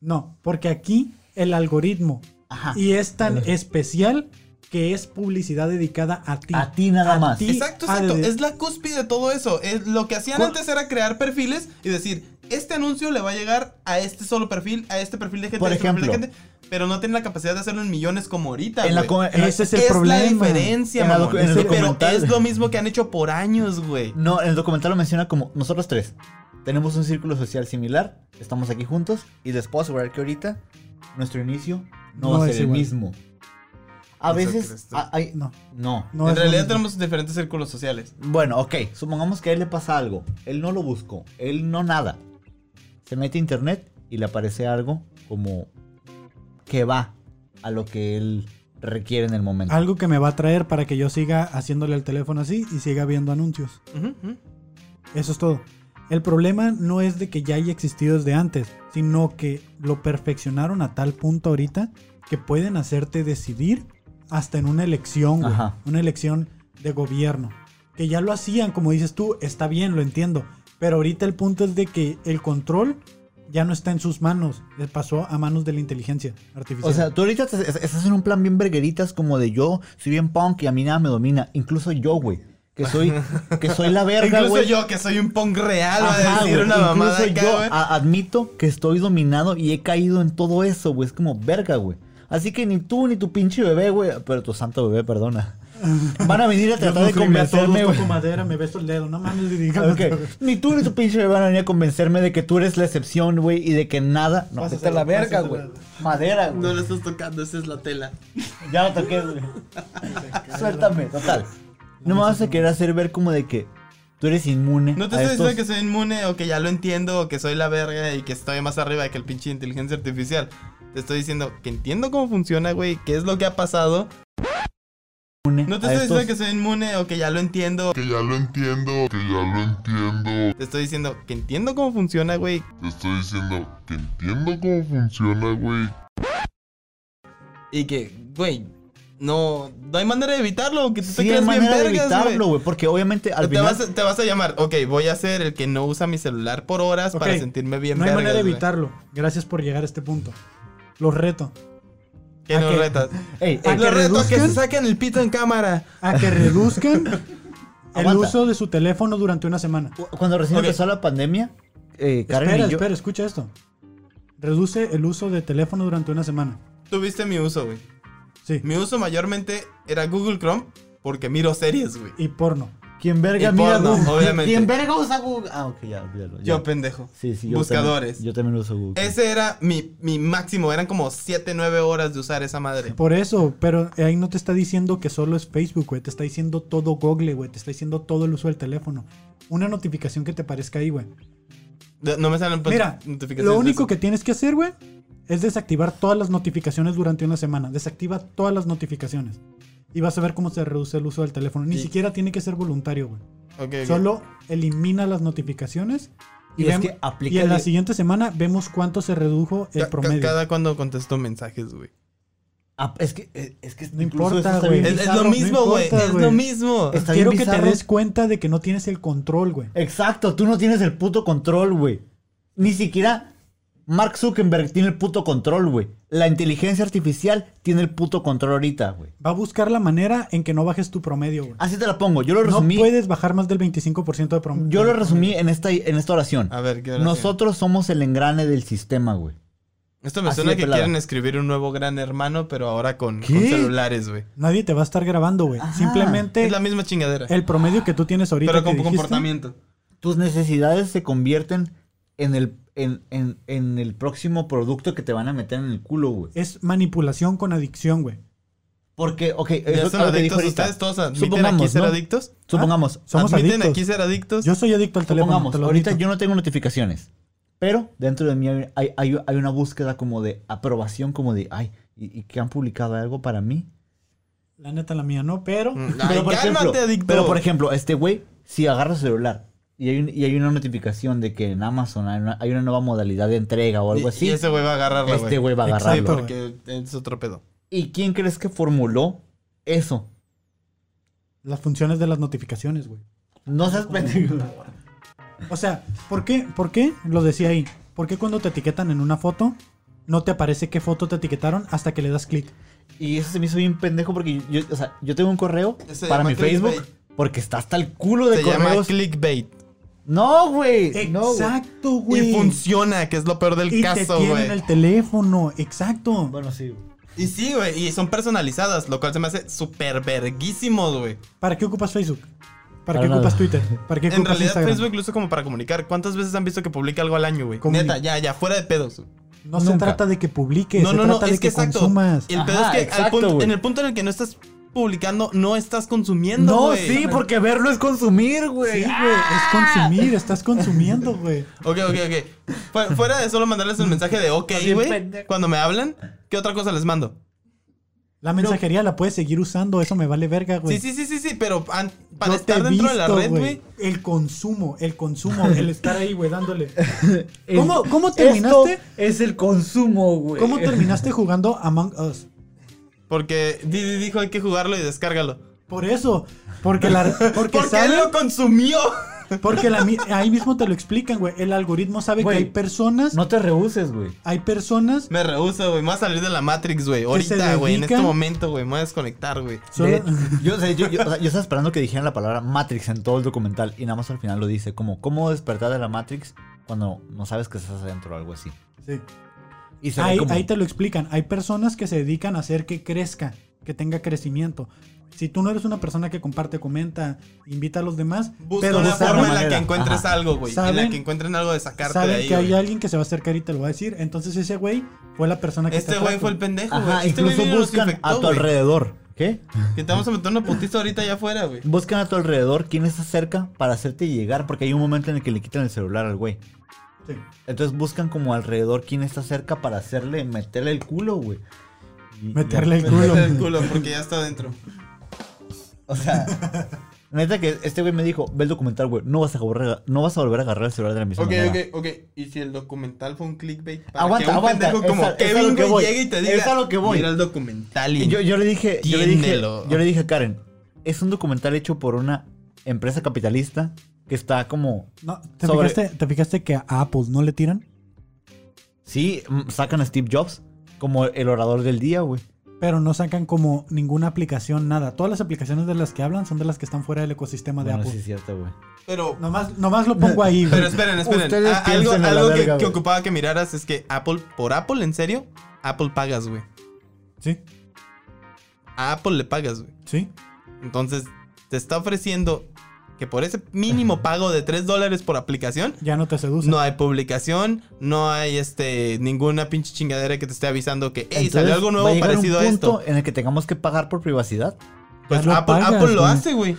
[SPEAKER 3] No, porque aquí el algoritmo
[SPEAKER 1] Ajá.
[SPEAKER 3] y es tan especial que es publicidad dedicada a ti.
[SPEAKER 1] A ti nada
[SPEAKER 3] A
[SPEAKER 1] más.
[SPEAKER 3] ti.
[SPEAKER 2] Exacto,
[SPEAKER 3] Ah,
[SPEAKER 2] exacto.
[SPEAKER 3] de-
[SPEAKER 2] Es la cúspide de todo eso. Es, lo que hacían
[SPEAKER 3] ¿Cuál?
[SPEAKER 2] antes era crear perfiles y decir, este anuncio le va a llegar a este solo perfil, a este perfil de gente,
[SPEAKER 1] Por
[SPEAKER 2] a este perfil de
[SPEAKER 1] ejemplo.
[SPEAKER 2] gente. Pero no tienen la capacidad de hacerlo en millones como ahorita.
[SPEAKER 1] En la,
[SPEAKER 2] güey.
[SPEAKER 1] co- en la-
[SPEAKER 3] Ese es el
[SPEAKER 2] es
[SPEAKER 3] problema.
[SPEAKER 2] la diferencia,
[SPEAKER 1] En la
[SPEAKER 2] mamón.
[SPEAKER 1] docu- en el
[SPEAKER 2] Sí, pero
[SPEAKER 1] documental.
[SPEAKER 2] es lo mismo que han hecho por años, güey.
[SPEAKER 1] no, en el documental lo menciona como nosotros tres. Tenemos un círculo social similar, estamos aquí juntos y les puedo asegurar que ahorita nuestro inicio no,
[SPEAKER 3] No
[SPEAKER 1] va a
[SPEAKER 3] es
[SPEAKER 1] ser el
[SPEAKER 3] igual.
[SPEAKER 1] mismo. A
[SPEAKER 2] Eso
[SPEAKER 1] veces
[SPEAKER 2] crees tú.
[SPEAKER 1] a- hay-
[SPEAKER 3] No,
[SPEAKER 1] no.
[SPEAKER 3] no
[SPEAKER 2] en
[SPEAKER 3] es lo
[SPEAKER 2] realidad
[SPEAKER 3] mismo.
[SPEAKER 2] tenemos diferentes círculos sociales.
[SPEAKER 1] Bueno, ok, supongamos que a él le pasa algo. Él no lo buscó, él no nada. Se mete a internet y le aparece algo como que va a lo que él requiere en el momento.
[SPEAKER 3] algo que me va a traer para que yo siga haciéndole el teléfono así y siga viendo anuncios.
[SPEAKER 2] Ujú, ujú.
[SPEAKER 3] Eso es todo. El problema no es de que ya haya existido desde antes, sino que lo perfeccionaron a tal punto ahorita que pueden hacerte decidir hasta en una elección, güey.
[SPEAKER 1] Ajá.
[SPEAKER 3] una elección de gobierno. Que ya lo hacían, como dices tú, está bien, lo entiendo. Pero ahorita el punto es de que el control ya no está en sus manos, le pasó a manos de la inteligencia artificial.
[SPEAKER 1] O sea, tú ahorita te- es- estás en un plan bien vergueritas como de yo soy bien punk y a mí nada me domina. Incluso yo, güey. Que soy, que soy la verga,
[SPEAKER 2] Incluso
[SPEAKER 1] güey.
[SPEAKER 2] yo, que soy un punk real, va
[SPEAKER 1] Ajá,
[SPEAKER 2] a decir
[SPEAKER 1] güey.
[SPEAKER 2] una
[SPEAKER 1] Incluso
[SPEAKER 2] mamada acá,
[SPEAKER 1] yo Ah.
[SPEAKER 2] güey.
[SPEAKER 1] a- admito que estoy dominado y he caído en todo eso, güey. Es como verga, güey. Así que ni tú ni tu pinche bebé, güey. Pero tu santo bebé, perdona. Van a venir a
[SPEAKER 3] Yo
[SPEAKER 1] tratar de
[SPEAKER 3] no soy mea, todos
[SPEAKER 1] convencerme, güey.
[SPEAKER 3] toco madera, me beso el dedo, no mames, dígame.
[SPEAKER 1] Ok, Ni tú ni tu pinche bebé van a venir a convencerme de que tú eres la excepción, güey, y de que nada. No,
[SPEAKER 3] Pásasela,
[SPEAKER 1] está la verga, güey.
[SPEAKER 3] pásasela.
[SPEAKER 1] Madera, güey.
[SPEAKER 7] No lo estás tocando, esa es la tela.
[SPEAKER 1] Ya lo toqué, güey. Suéltame, total. No me vas a querer hacer ver como de que tú eres inmune.
[SPEAKER 2] No te
[SPEAKER 1] a
[SPEAKER 2] estoy diciendo
[SPEAKER 1] estos-
[SPEAKER 2] que soy inmune o que ya lo entiendo o que soy la verga y que estoy más arriba que el pinche inteligencia artificial. Te estoy diciendo que entiendo cómo funciona, güey, qué es lo que ha pasado.
[SPEAKER 1] inmune
[SPEAKER 2] No te
[SPEAKER 1] a
[SPEAKER 2] estoy diciendo
[SPEAKER 1] estos-
[SPEAKER 2] que soy inmune o que ya lo entiendo.
[SPEAKER 11] Que ya lo entiendo, que ya lo entiendo.
[SPEAKER 2] Te estoy diciendo que entiendo cómo funciona, güey.
[SPEAKER 11] Te estoy diciendo que entiendo cómo funciona, güey.
[SPEAKER 2] Y que, güey, no, no hay manera de evitarlo. Que tú te
[SPEAKER 1] Sí, hay
[SPEAKER 2] creas bien
[SPEAKER 1] manera de
[SPEAKER 2] vergas, güey.
[SPEAKER 1] evitarlo, güey. Porque obviamente al
[SPEAKER 2] te,
[SPEAKER 1] final.
[SPEAKER 2] vas, a- te vas a llamar, ok, voy a ser el que no usa mi celular por horas para
[SPEAKER 3] Ok,
[SPEAKER 2] sentirme bien
[SPEAKER 3] No hay manera
[SPEAKER 2] vergas,
[SPEAKER 3] de
[SPEAKER 2] güey.
[SPEAKER 3] evitarlo. Gracias por llegar a este punto. Los reto
[SPEAKER 2] Que no
[SPEAKER 3] Ok.
[SPEAKER 2] retas.
[SPEAKER 1] Ey,
[SPEAKER 3] A
[SPEAKER 1] ey,
[SPEAKER 2] Los
[SPEAKER 3] que
[SPEAKER 2] reto a que
[SPEAKER 3] reduzcan.
[SPEAKER 2] se saquen el pito en cámara.
[SPEAKER 3] a que reduzcan el
[SPEAKER 1] Aguanta.
[SPEAKER 3] uso de su teléfono durante una semana.
[SPEAKER 1] cuando recién
[SPEAKER 2] Ok.
[SPEAKER 1] empezó la pandemia, eh, Karen
[SPEAKER 3] espera,
[SPEAKER 1] y yo.
[SPEAKER 3] espera, escucha esto. Reduce el uso de teléfono durante una semana.
[SPEAKER 2] Tuviste mi uso, güey.
[SPEAKER 3] Sí.
[SPEAKER 2] Mi uso mayormente era Google Chrome porque miro series, güey.
[SPEAKER 3] Y porno.
[SPEAKER 1] ¿Quién verga
[SPEAKER 2] Y
[SPEAKER 1] mira
[SPEAKER 2] porno,
[SPEAKER 1] Google?
[SPEAKER 2] obviamente.
[SPEAKER 1] ¿Quién verga usa Google? Ah, ok, ya, olvídalo. ya.
[SPEAKER 2] Yo pendejo.
[SPEAKER 1] Sí, sí, yo
[SPEAKER 2] Buscadores.
[SPEAKER 1] También, yo también uso Google.
[SPEAKER 2] Ese era mi, mi máximo. Eran como 7, 9 horas de usar esa madre.
[SPEAKER 3] Por eso, pero ahí no te está diciendo que solo es Facebook, güey. Te está diciendo todo Google, güey. Te está diciendo todo el uso del teléfono. Una notificación que te parezca ahí, güey.
[SPEAKER 2] De- No me salen pues,
[SPEAKER 3] Mira,
[SPEAKER 2] notificaciones.
[SPEAKER 3] lo
[SPEAKER 2] de
[SPEAKER 3] único
[SPEAKER 2] eso.
[SPEAKER 3] que tienes que hacer, güey, es desactivar todas las notificaciones durante una semana. Desactiva todas las notificaciones. Y vas a ver cómo se reduce el uso del teléfono. Ni
[SPEAKER 2] Sí.
[SPEAKER 3] siquiera tiene que ser voluntario, güey.
[SPEAKER 2] Ok, ok.
[SPEAKER 3] Solo elimina las notificaciones.
[SPEAKER 1] Y es
[SPEAKER 3] vem-
[SPEAKER 1] que aplica
[SPEAKER 3] y en la
[SPEAKER 1] el-
[SPEAKER 3] siguiente semana vemos cuánto se redujo el
[SPEAKER 2] Ca- ca-
[SPEAKER 3] promedio.
[SPEAKER 2] Cada cuando contesto mensajes, güey.
[SPEAKER 1] Ah, es que, es es que
[SPEAKER 3] No
[SPEAKER 1] incluso
[SPEAKER 3] importa,
[SPEAKER 1] eso está
[SPEAKER 3] güey.
[SPEAKER 1] bien
[SPEAKER 2] Es, es
[SPEAKER 1] bizarro.
[SPEAKER 2] lo
[SPEAKER 3] no
[SPEAKER 2] mismo, güey.
[SPEAKER 3] importa,
[SPEAKER 2] Es
[SPEAKER 3] güey.
[SPEAKER 2] lo mismo.
[SPEAKER 1] Es- está bien
[SPEAKER 3] Quiero que te
[SPEAKER 1] bizarro.
[SPEAKER 3] des cuenta de que no tienes el control, güey.
[SPEAKER 1] Exacto, tú no tienes el puto control, güey. Ni siquiera Mark Zuckerberg tiene el puto control, güey. La inteligencia artificial tiene el puto control ahorita, güey.
[SPEAKER 3] Va a buscar la manera en que no bajes tu promedio, güey.
[SPEAKER 1] Así te la pongo. Ah, Yo lo
[SPEAKER 3] No
[SPEAKER 1] resumí.
[SPEAKER 3] puedes bajar más del 25% de eh, promedio.
[SPEAKER 1] yo lo resumí en esta, en esta oración.
[SPEAKER 2] A ver, ¿qué oración?
[SPEAKER 1] Nosotros somos el engrane del sistema, güey.
[SPEAKER 2] Esto me
[SPEAKER 1] así
[SPEAKER 2] suena
[SPEAKER 1] de
[SPEAKER 2] que
[SPEAKER 1] pelada.
[SPEAKER 2] quieren escribir un nuevo gran hermano, pero ahora con, con
[SPEAKER 1] ¿Qué?
[SPEAKER 2] celulares, güey.
[SPEAKER 3] Nadie te va a estar grabando, güey.
[SPEAKER 1] Ajá.
[SPEAKER 3] Simplemente
[SPEAKER 2] Es la misma chingadera.
[SPEAKER 3] el promedio que tú tienes ahorita.
[SPEAKER 2] pero con
[SPEAKER 3] que dijiste,
[SPEAKER 2] comportamiento.
[SPEAKER 1] Tus necesidades se convierten en el, en, en- en el próximo producto que te van a meter en el culo, güey.
[SPEAKER 3] Es manipulación con adicción, güey.
[SPEAKER 1] Porque, ok,
[SPEAKER 2] ¿Ya
[SPEAKER 1] eso es
[SPEAKER 2] son
[SPEAKER 1] lo que dijo
[SPEAKER 2] adictos
[SPEAKER 1] ahorita.
[SPEAKER 2] ustedes? Ah, ¿Todos admiten aquí
[SPEAKER 1] Supongamos,
[SPEAKER 2] ser
[SPEAKER 1] ¿no?
[SPEAKER 2] adictos?
[SPEAKER 1] Supongamos,
[SPEAKER 3] Somos
[SPEAKER 2] ¿Admiten
[SPEAKER 3] adictos.
[SPEAKER 2] aquí ser adictos?
[SPEAKER 3] Yo soy adicto al teléfono.
[SPEAKER 1] Supongamos,
[SPEAKER 3] te lo
[SPEAKER 1] ahorita
[SPEAKER 3] admito.
[SPEAKER 1] yo no tengo notificaciones, pero dentro de mí hay, hay- hay- hay una búsqueda como de aprobación, como de, ay, y, y que han publicado algo para mí.
[SPEAKER 3] La neta, la mía no, pero.
[SPEAKER 2] Mm, ay,
[SPEAKER 1] Pero por
[SPEAKER 2] cálmate,
[SPEAKER 1] ejemplo,
[SPEAKER 2] adicto.
[SPEAKER 1] pero por ejemplo, este güey, si agarra su celular Y hay, un- y hay una notificación de que en Amazon hay una, hay una nueva modalidad de entrega o algo
[SPEAKER 2] Y-
[SPEAKER 1] así.
[SPEAKER 2] Y ese güey va a agarrarla, güey.
[SPEAKER 1] este güey va a
[SPEAKER 3] Exacto.
[SPEAKER 1] agarrarlo.
[SPEAKER 2] Sí, porque es otro pedo.
[SPEAKER 1] ¿Y quién crees que formuló eso?
[SPEAKER 3] Las funciones de las notificaciones, güey.
[SPEAKER 1] No seas pendejo.
[SPEAKER 3] O sea, ¿por qué? ¿Por qué? Lo decía ahí. ¿Por qué cuando te etiquetan en una foto, no te aparece qué foto te etiquetaron hasta que le das clic?
[SPEAKER 1] Y eso se me hizo bien pendejo porque yo, o sea, yo tengo un correo
[SPEAKER 2] Ese
[SPEAKER 1] para
[SPEAKER 2] llama
[SPEAKER 1] mi Facebook
[SPEAKER 2] clickbait.
[SPEAKER 1] porque está hasta el culo de
[SPEAKER 2] Se llama
[SPEAKER 1] correos.
[SPEAKER 2] clickbait.
[SPEAKER 1] No, güey. No, güey.
[SPEAKER 3] Exacto, güey.
[SPEAKER 2] Eh, Y funciona, que es lo peor del
[SPEAKER 3] Y te
[SPEAKER 2] caso,
[SPEAKER 3] tienen
[SPEAKER 2] güey.
[SPEAKER 3] el teléfono, exacto.
[SPEAKER 1] Bueno, sí. güey.
[SPEAKER 2] Y sí, güey. Y son personalizadas, lo cual se me hace súper verguísimos, güey.
[SPEAKER 3] ¿Para qué ocupas Facebook? ¿Para
[SPEAKER 1] Para
[SPEAKER 3] qué
[SPEAKER 1] nada.
[SPEAKER 3] ocupas Twitter? ¿Para qué ocupas
[SPEAKER 2] En realidad,
[SPEAKER 3] Instagram?
[SPEAKER 2] Facebook lo usa como para comunicar. ¿Cuántas veces han visto que publica algo al año, güey?
[SPEAKER 3] Comuni-
[SPEAKER 2] Neta, ya, ya, fuera de pedos.
[SPEAKER 3] no se
[SPEAKER 1] nunca.
[SPEAKER 3] trata de que publiques,
[SPEAKER 2] no,
[SPEAKER 3] se
[SPEAKER 2] no, no,
[SPEAKER 3] trata
[SPEAKER 2] es
[SPEAKER 3] de
[SPEAKER 2] que
[SPEAKER 3] que,
[SPEAKER 2] exacto.
[SPEAKER 3] consumas.
[SPEAKER 2] El pedo
[SPEAKER 1] Ajá,
[SPEAKER 2] es que al
[SPEAKER 1] exacto,
[SPEAKER 2] punto-
[SPEAKER 1] güey.
[SPEAKER 2] en el punto en el que no estás publicando, no estás consumiendo,
[SPEAKER 1] No,
[SPEAKER 2] güey.
[SPEAKER 1] sí, porque verlo es consumir,
[SPEAKER 3] Sí,
[SPEAKER 1] güey.
[SPEAKER 3] güey,
[SPEAKER 2] ¡ah!
[SPEAKER 3] es consumir, estás consumiendo, güey.
[SPEAKER 2] Ok, ok, ok. Fu- Fuera de solo mandarles el mensaje de ok,
[SPEAKER 1] Bien
[SPEAKER 2] güey.
[SPEAKER 1] pendejo.
[SPEAKER 2] Cuando me hablan, ¿qué otra cosa les mando?
[SPEAKER 3] La mensajería la puedes seguir usando, eso me vale verga, güey.
[SPEAKER 2] Sí, sí, sí, sí, sí, pero an- para
[SPEAKER 3] Pues, Yo te
[SPEAKER 2] estar
[SPEAKER 3] he
[SPEAKER 2] dentro de la
[SPEAKER 3] visto,
[SPEAKER 2] red, güey.
[SPEAKER 3] El consumo, el consumo, el estar ahí, güey, dándole.
[SPEAKER 1] El-
[SPEAKER 3] ¿Cómo, cómo
[SPEAKER 1] Esto
[SPEAKER 3] terminaste?
[SPEAKER 1] es el consumo, güey.
[SPEAKER 3] ¿Cómo terminaste jugando Among Us?
[SPEAKER 2] Porque Didi dijo hay que jugarlo y descárgalo.
[SPEAKER 3] Por eso, porque la porque,
[SPEAKER 2] Porque
[SPEAKER 3] sabe-
[SPEAKER 2] él lo consumió.
[SPEAKER 3] porque la mi- ahí mismo te lo explican, güey. El algoritmo sabe
[SPEAKER 1] Güey,
[SPEAKER 3] que hay personas,
[SPEAKER 1] No te rehuses, güey.
[SPEAKER 3] hay personas
[SPEAKER 2] Me rehuso, güey. Me voy a salir de la Matrix, güey.
[SPEAKER 3] se
[SPEAKER 2] Ahorita, güey. En este
[SPEAKER 3] dedican-
[SPEAKER 2] momento, güey. Me voy a desconectar, güey.
[SPEAKER 3] solo-
[SPEAKER 1] De- yo, o sea, yo- yo- o sea, yo estaba esperando que dijeran la palabra Matrix en todo el documental y nada más al final lo dice, como cómo despertar de la Matrix cuando no sabes que estás adentro o algo así.
[SPEAKER 3] Sí.
[SPEAKER 1] Y se ve
[SPEAKER 3] Ahí,
[SPEAKER 1] como-
[SPEAKER 3] ahí te lo explican. Hay personas que se dedican a hacer que crezca, que tenga crecimiento. Si tú no eres una persona que comparte, comenta, invita a los demás,
[SPEAKER 2] Busca
[SPEAKER 3] pero
[SPEAKER 2] una
[SPEAKER 1] busca
[SPEAKER 2] forma
[SPEAKER 1] la
[SPEAKER 2] en la que
[SPEAKER 1] manera.
[SPEAKER 2] encuentres
[SPEAKER 1] Ajá.
[SPEAKER 2] algo, güey. En la
[SPEAKER 3] Saben-
[SPEAKER 2] que encuentren algo de sacarte de
[SPEAKER 3] saben
[SPEAKER 2] ahí.
[SPEAKER 3] que hay
[SPEAKER 2] güey.
[SPEAKER 3] alguien que se va a acercar y te lo va a decir. Entonces ese güey fue la persona que
[SPEAKER 2] Este
[SPEAKER 3] te
[SPEAKER 2] güey
[SPEAKER 3] atrajo.
[SPEAKER 2] fue el pendejo, güey.
[SPEAKER 1] Ajá,
[SPEAKER 2] Este güey
[SPEAKER 1] incluso
[SPEAKER 2] vino y nos
[SPEAKER 1] buscan
[SPEAKER 2] infectó,
[SPEAKER 1] a tu
[SPEAKER 2] güey.
[SPEAKER 1] alrededor. ¿Qué?
[SPEAKER 2] Que te vamos a meter una putiza ahorita allá afuera, güey.
[SPEAKER 1] Buscan a tu alrededor quién está cerca para hacerte llegar, porque hay un momento en el que le quitan el celular al güey.
[SPEAKER 3] Sí.
[SPEAKER 1] Entonces buscan como alrededor quién está cerca para hacerle, meterle el culo, güey. Y-
[SPEAKER 3] Meterle el culo.
[SPEAKER 2] Métete el culo porque ya está adentro.
[SPEAKER 1] O sea, neta que este güey me dijo, ve el documental, güey, no vas a volver a, no vas a volver a agarrar el celular de la misma
[SPEAKER 2] Ok,
[SPEAKER 1] manera.
[SPEAKER 2] ok, ok. ¿Y si el documental fue un clickbait?
[SPEAKER 1] Aguanta,
[SPEAKER 2] que un
[SPEAKER 1] aguanta,
[SPEAKER 2] pendejo
[SPEAKER 1] es
[SPEAKER 2] como
[SPEAKER 1] a- es a
[SPEAKER 2] Kevin,
[SPEAKER 1] lo que
[SPEAKER 2] güey,
[SPEAKER 1] voy,
[SPEAKER 2] llegue y te diga.
[SPEAKER 1] es a lo que voy.
[SPEAKER 2] Mira el documental
[SPEAKER 1] Y
[SPEAKER 2] y.
[SPEAKER 1] Yo, yo le dije, yo le dije,
[SPEAKER 2] Entiéndelo.
[SPEAKER 1] yo le dije a Karen, es un documental hecho por una empresa capitalista que está como,
[SPEAKER 3] No, ¿te,
[SPEAKER 1] Sobre-
[SPEAKER 3] fijaste, te fijaste que a Apple no le tiran?
[SPEAKER 1] sí, mm, sacan a Steve Jobs como el orador del día, güey.
[SPEAKER 3] Pero no sacan como ninguna aplicación, nada. Todas las aplicaciones de las que hablan son de las que están fuera del ecosistema de
[SPEAKER 1] Bueno,
[SPEAKER 3] Apple.
[SPEAKER 1] sí es cierto, güey.
[SPEAKER 2] Pero.
[SPEAKER 3] Nomás, nomás lo pongo ahí, güey.
[SPEAKER 2] Pero esperen, esperen.
[SPEAKER 1] Ustedes
[SPEAKER 2] Ah, algo
[SPEAKER 1] piensen a la
[SPEAKER 2] algo que-
[SPEAKER 1] verga,
[SPEAKER 2] que,
[SPEAKER 1] güey.
[SPEAKER 2] ocupaba que miraras es que Apple, por Apple, en serio, Apple pagas, güey.
[SPEAKER 3] Sí,
[SPEAKER 2] A Apple le pagas, güey.
[SPEAKER 3] sí.
[SPEAKER 2] Entonces, te está ofreciendo que por ese mínimo pago de 3 dólares por aplicación,
[SPEAKER 3] Ya no te seduce.
[SPEAKER 2] no hay publicación, no hay este ninguna pinche chingadera que te esté avisando que, hey,
[SPEAKER 1] Entonces,
[SPEAKER 2] salió algo
[SPEAKER 1] va a
[SPEAKER 2] nuevo
[SPEAKER 1] llegar
[SPEAKER 2] parecido a
[SPEAKER 1] un punto
[SPEAKER 2] esto.
[SPEAKER 1] en el que tengamos que pagar por privacidad.
[SPEAKER 2] Pues
[SPEAKER 3] lo
[SPEAKER 2] Apple,
[SPEAKER 3] pagas,
[SPEAKER 2] Apple lo
[SPEAKER 3] güey.
[SPEAKER 2] hace, güey.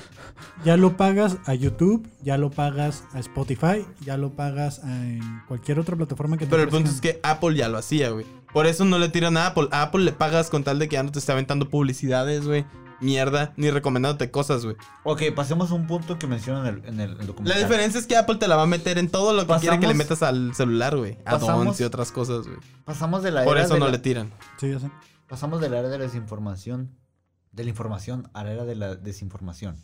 [SPEAKER 3] Ya lo pagas a YouTube, ya lo pagas a Spotify, ya lo pagas a en cualquier otra plataforma que te
[SPEAKER 2] Pero
[SPEAKER 1] Pues
[SPEAKER 2] el punto es
[SPEAKER 3] ofrezcan.
[SPEAKER 2] que Apple ya lo hacía, güey. Por eso no le tiran a Apple. A Apple le pagas con tal de que ya no te esté aventando publicidades, güey. Mierda, ni recomendándote cosas, güey.
[SPEAKER 1] Ok, pasemos a un punto que mencionan en el, en el
[SPEAKER 2] La
[SPEAKER 1] documental.
[SPEAKER 2] diferencia es que Apple te la va a meter en todo lo que quiere que le
[SPEAKER 1] Pasamos-
[SPEAKER 2] metas al celular, güey. Add-ons
[SPEAKER 1] pasamos-
[SPEAKER 2] y otras cosas, güey.
[SPEAKER 1] Pasamos de la
[SPEAKER 2] Por
[SPEAKER 1] era
[SPEAKER 2] eso
[SPEAKER 1] de
[SPEAKER 2] no
[SPEAKER 1] la-
[SPEAKER 2] le tiran.
[SPEAKER 3] Sí, ya sé.
[SPEAKER 1] Pasamos del área de la desinformación, de la información a la era de la desinformación.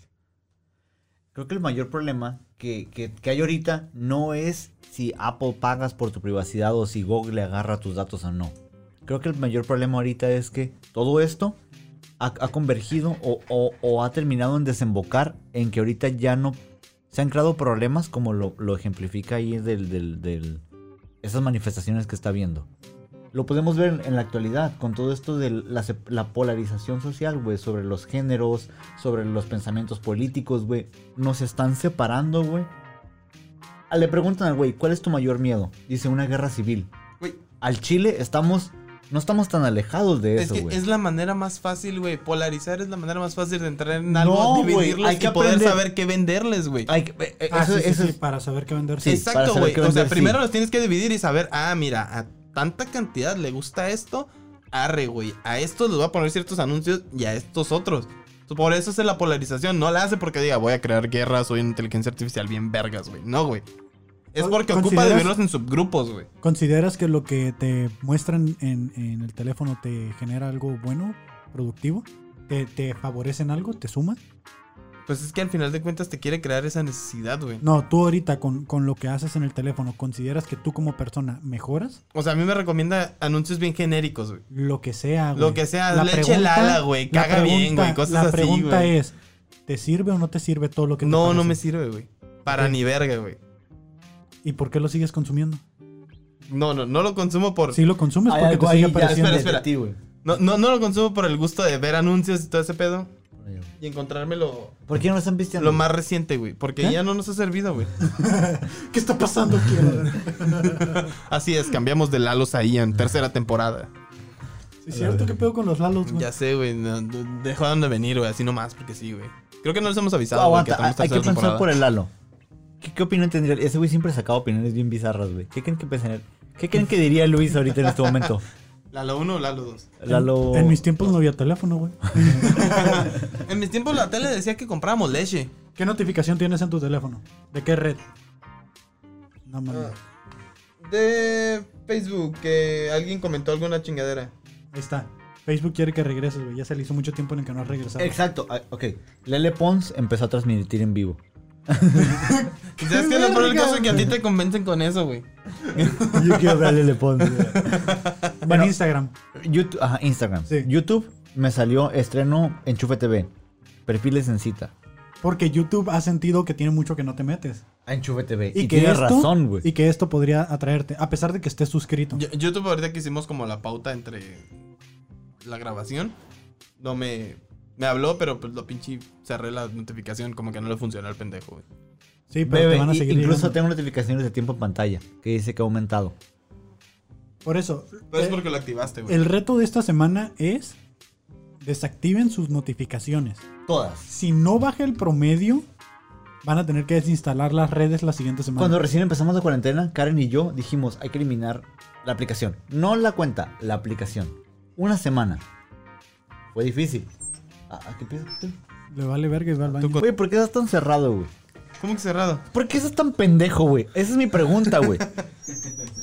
[SPEAKER 1] Creo que el mayor problema que, que- que hay ahorita no es si Apple pagas por tu privacidad o si Google agarra tus datos o no. Creo que el mayor problema ahorita es que todo esto ha, ha convergido o, o- o ha terminado en desembocar en que ahorita ya no se han creado problemas como lo, lo ejemplifica ahí del, del, del- esas manifestaciones que está viendo. Lo podemos ver en, en la actualidad con todo esto de la, sep- la polarización social, güey, sobre los géneros, sobre los pensamientos políticos, güey. Nos están separando, güey. Ah, Le preguntan al güey, ¿cuál es tu mayor miedo? Dice, una guerra civil.
[SPEAKER 2] Güey.
[SPEAKER 1] Al Chile estamos, no estamos tan alejados de
[SPEAKER 2] Es
[SPEAKER 1] eso,
[SPEAKER 2] que
[SPEAKER 1] güey.
[SPEAKER 2] es la manera más fácil, güey. Polarizar es la manera más fácil de entrar en
[SPEAKER 1] No,
[SPEAKER 2] algo,
[SPEAKER 1] güey,
[SPEAKER 2] dividirlos
[SPEAKER 1] hay que
[SPEAKER 2] y poder
[SPEAKER 1] aprender.
[SPEAKER 2] saber qué venderles, güey.
[SPEAKER 1] Ay, que- eh, eh,
[SPEAKER 3] Ah,
[SPEAKER 1] eso-
[SPEAKER 3] sí, sí,
[SPEAKER 1] eso
[SPEAKER 3] sí,
[SPEAKER 1] es-
[SPEAKER 3] para saber qué vender.
[SPEAKER 1] Sí. para
[SPEAKER 2] Exacto,
[SPEAKER 1] saber
[SPEAKER 2] güey.
[SPEAKER 1] qué
[SPEAKER 2] O sea,
[SPEAKER 1] vender,
[SPEAKER 2] primero
[SPEAKER 1] sí.
[SPEAKER 2] los tienes que dividir y saber, ah, mira, a tanta cantidad le gusta esto, arre, güey. A estos les voy a poner ciertos anuncios y a estos otros. Por eso es la polarización. No la hace porque diga, voy a crear guerra, soy una inteligencia artificial bien vergas, güey. No, güey. Es porque ocupa
[SPEAKER 3] ¿Consideras-
[SPEAKER 2] dividirlos en subgrupos, güey.
[SPEAKER 3] ¿Consideras que lo que te muestran en, en el teléfono te genera algo bueno, productivo? ¿Te, te favorece en algo? ¿Te suma?
[SPEAKER 2] Pues es que al final de cuentas te quiere crear esa necesidad, güey.
[SPEAKER 3] No, tú ahorita con, con lo que haces en el teléfono, ¿consideras que tú como persona mejoras?
[SPEAKER 2] O sea, a mí me recomienda anuncios bien genéricos, güey.
[SPEAKER 3] Lo que sea, güey.
[SPEAKER 2] Lo que sea, leche Lala, güey,
[SPEAKER 3] la
[SPEAKER 2] caga bien,
[SPEAKER 3] pregunta-
[SPEAKER 2] güey, cosas
[SPEAKER 3] La
[SPEAKER 2] así,
[SPEAKER 3] pregunta
[SPEAKER 2] güey.
[SPEAKER 3] es, ¿te sirve o no te sirve todo lo que te
[SPEAKER 2] No, no
[SPEAKER 3] parece?
[SPEAKER 2] me sirve, güey. Para
[SPEAKER 3] Ok.
[SPEAKER 2] ni verga, güey.
[SPEAKER 3] ¿Y por qué lo sigues consumiendo?
[SPEAKER 2] No, no, no lo consumo por.
[SPEAKER 3] Si lo consumes
[SPEAKER 1] Hay
[SPEAKER 3] porque
[SPEAKER 1] algo
[SPEAKER 3] te sigue
[SPEAKER 1] ahí ya
[SPEAKER 3] apareciendo.
[SPEAKER 2] espera, espera.
[SPEAKER 1] de ti, güey.
[SPEAKER 2] No, no, no lo consumo por el gusto de ver anuncios y todo ese pedo. Y encontrármelo
[SPEAKER 1] ¿Por qué no lo están visteando?
[SPEAKER 2] lo más reciente, güey. Porque ya no nos ha servido, güey.
[SPEAKER 3] ¿Qué está pasando aquí? A la-
[SPEAKER 2] Así es, cambiamos de Lalos ahí en tercera temporada.
[SPEAKER 3] Sí, ¿Es cierto que pedo con los Lalos, güey?
[SPEAKER 2] Ya sé, güey. no, no, dejaron de venir, güey. Así nomás, porque sí, güey. Creo que no les hemos avisado, güey, que
[SPEAKER 1] Aguanta, hay,
[SPEAKER 2] estamos
[SPEAKER 1] hay que
[SPEAKER 2] tercera
[SPEAKER 1] pensar
[SPEAKER 2] temporada.
[SPEAKER 1] por el Lalo. ¿Qué, qué opinión tendría? Ese güey siempre sacaba opiniones bien bizarras, güey. ¿Qué creen que pensaría? ¿Qué creen que diría Luis ahorita en este momento?
[SPEAKER 2] Lalo 1 o Lalo 2.
[SPEAKER 1] Lalo.
[SPEAKER 3] En mis tiempos no había teléfono, güey.
[SPEAKER 2] En mis tiempos la tele decía que comprábamos leche.
[SPEAKER 3] ¿Qué notificación tienes en tu teléfono? ¿De qué red? No mames.
[SPEAKER 2] De Facebook, que alguien comentó alguna chingadera.
[SPEAKER 3] Ahí está. Facebook quiere que regreses, güey. Ya se le hizo mucho tiempo en el que no has regresado.
[SPEAKER 1] Exacto, ah, ok. Lele Pons empezó a transmitir en vivo.
[SPEAKER 2] ¿Sabes qué? Lo peor del caso Pues es que a ti te convencen con eso, güey.
[SPEAKER 1] Yo quiero ver a Lele Pons.
[SPEAKER 3] En
[SPEAKER 1] Bueno.
[SPEAKER 3] Instagram.
[SPEAKER 1] YouTube, ajá, Instagram.
[SPEAKER 3] Sí.
[SPEAKER 1] YouTube me salió estreno Enchufe TV. Perfiles en cita.
[SPEAKER 3] Porque YouTube ha sentido que tiene mucho que no te metes.
[SPEAKER 1] A Enchufe TV.
[SPEAKER 3] Y,
[SPEAKER 1] Y,
[SPEAKER 3] que
[SPEAKER 1] tiene
[SPEAKER 3] esto,
[SPEAKER 1] razón, güey.
[SPEAKER 3] Y que esto podría atraerte, a pesar de que estés suscrito.
[SPEAKER 2] Yo- YouTube ahorita que hicimos como la pauta entre la grabación, no me... Me habló, pero pues lo pinche cerré la notificación, como que no le funcionó al pendejo, güey.
[SPEAKER 3] Sí, pero
[SPEAKER 1] Bebe,
[SPEAKER 3] te van a
[SPEAKER 1] y-
[SPEAKER 3] seguir.
[SPEAKER 1] incluso
[SPEAKER 3] llegando.
[SPEAKER 1] tengo notificaciones de tiempo en pantalla que dice que ha aumentado.
[SPEAKER 3] Por eso,
[SPEAKER 2] Pero es
[SPEAKER 3] eh,
[SPEAKER 2] porque lo activaste, güey.
[SPEAKER 3] el reto de esta semana es desactiven sus notificaciones.
[SPEAKER 1] Todas.
[SPEAKER 3] Si no baja el promedio, van a tener que desinstalar las redes la siguiente semana.
[SPEAKER 1] Cuando recién empezamos la cuarentena, Karen y yo dijimos, hay que eliminar la aplicación. No la cuenta, la aplicación. Una semana. Fue difícil. Ah, ah, ¿qué pedo?
[SPEAKER 3] Le vale verga y va al baño.
[SPEAKER 1] Güey, ¿por qué estás tan cerrado, güey?
[SPEAKER 2] ¿Cómo que cerrado?
[SPEAKER 1] ¿Por qué estás tan pendejo, güey? Esa es mi pregunta, güey.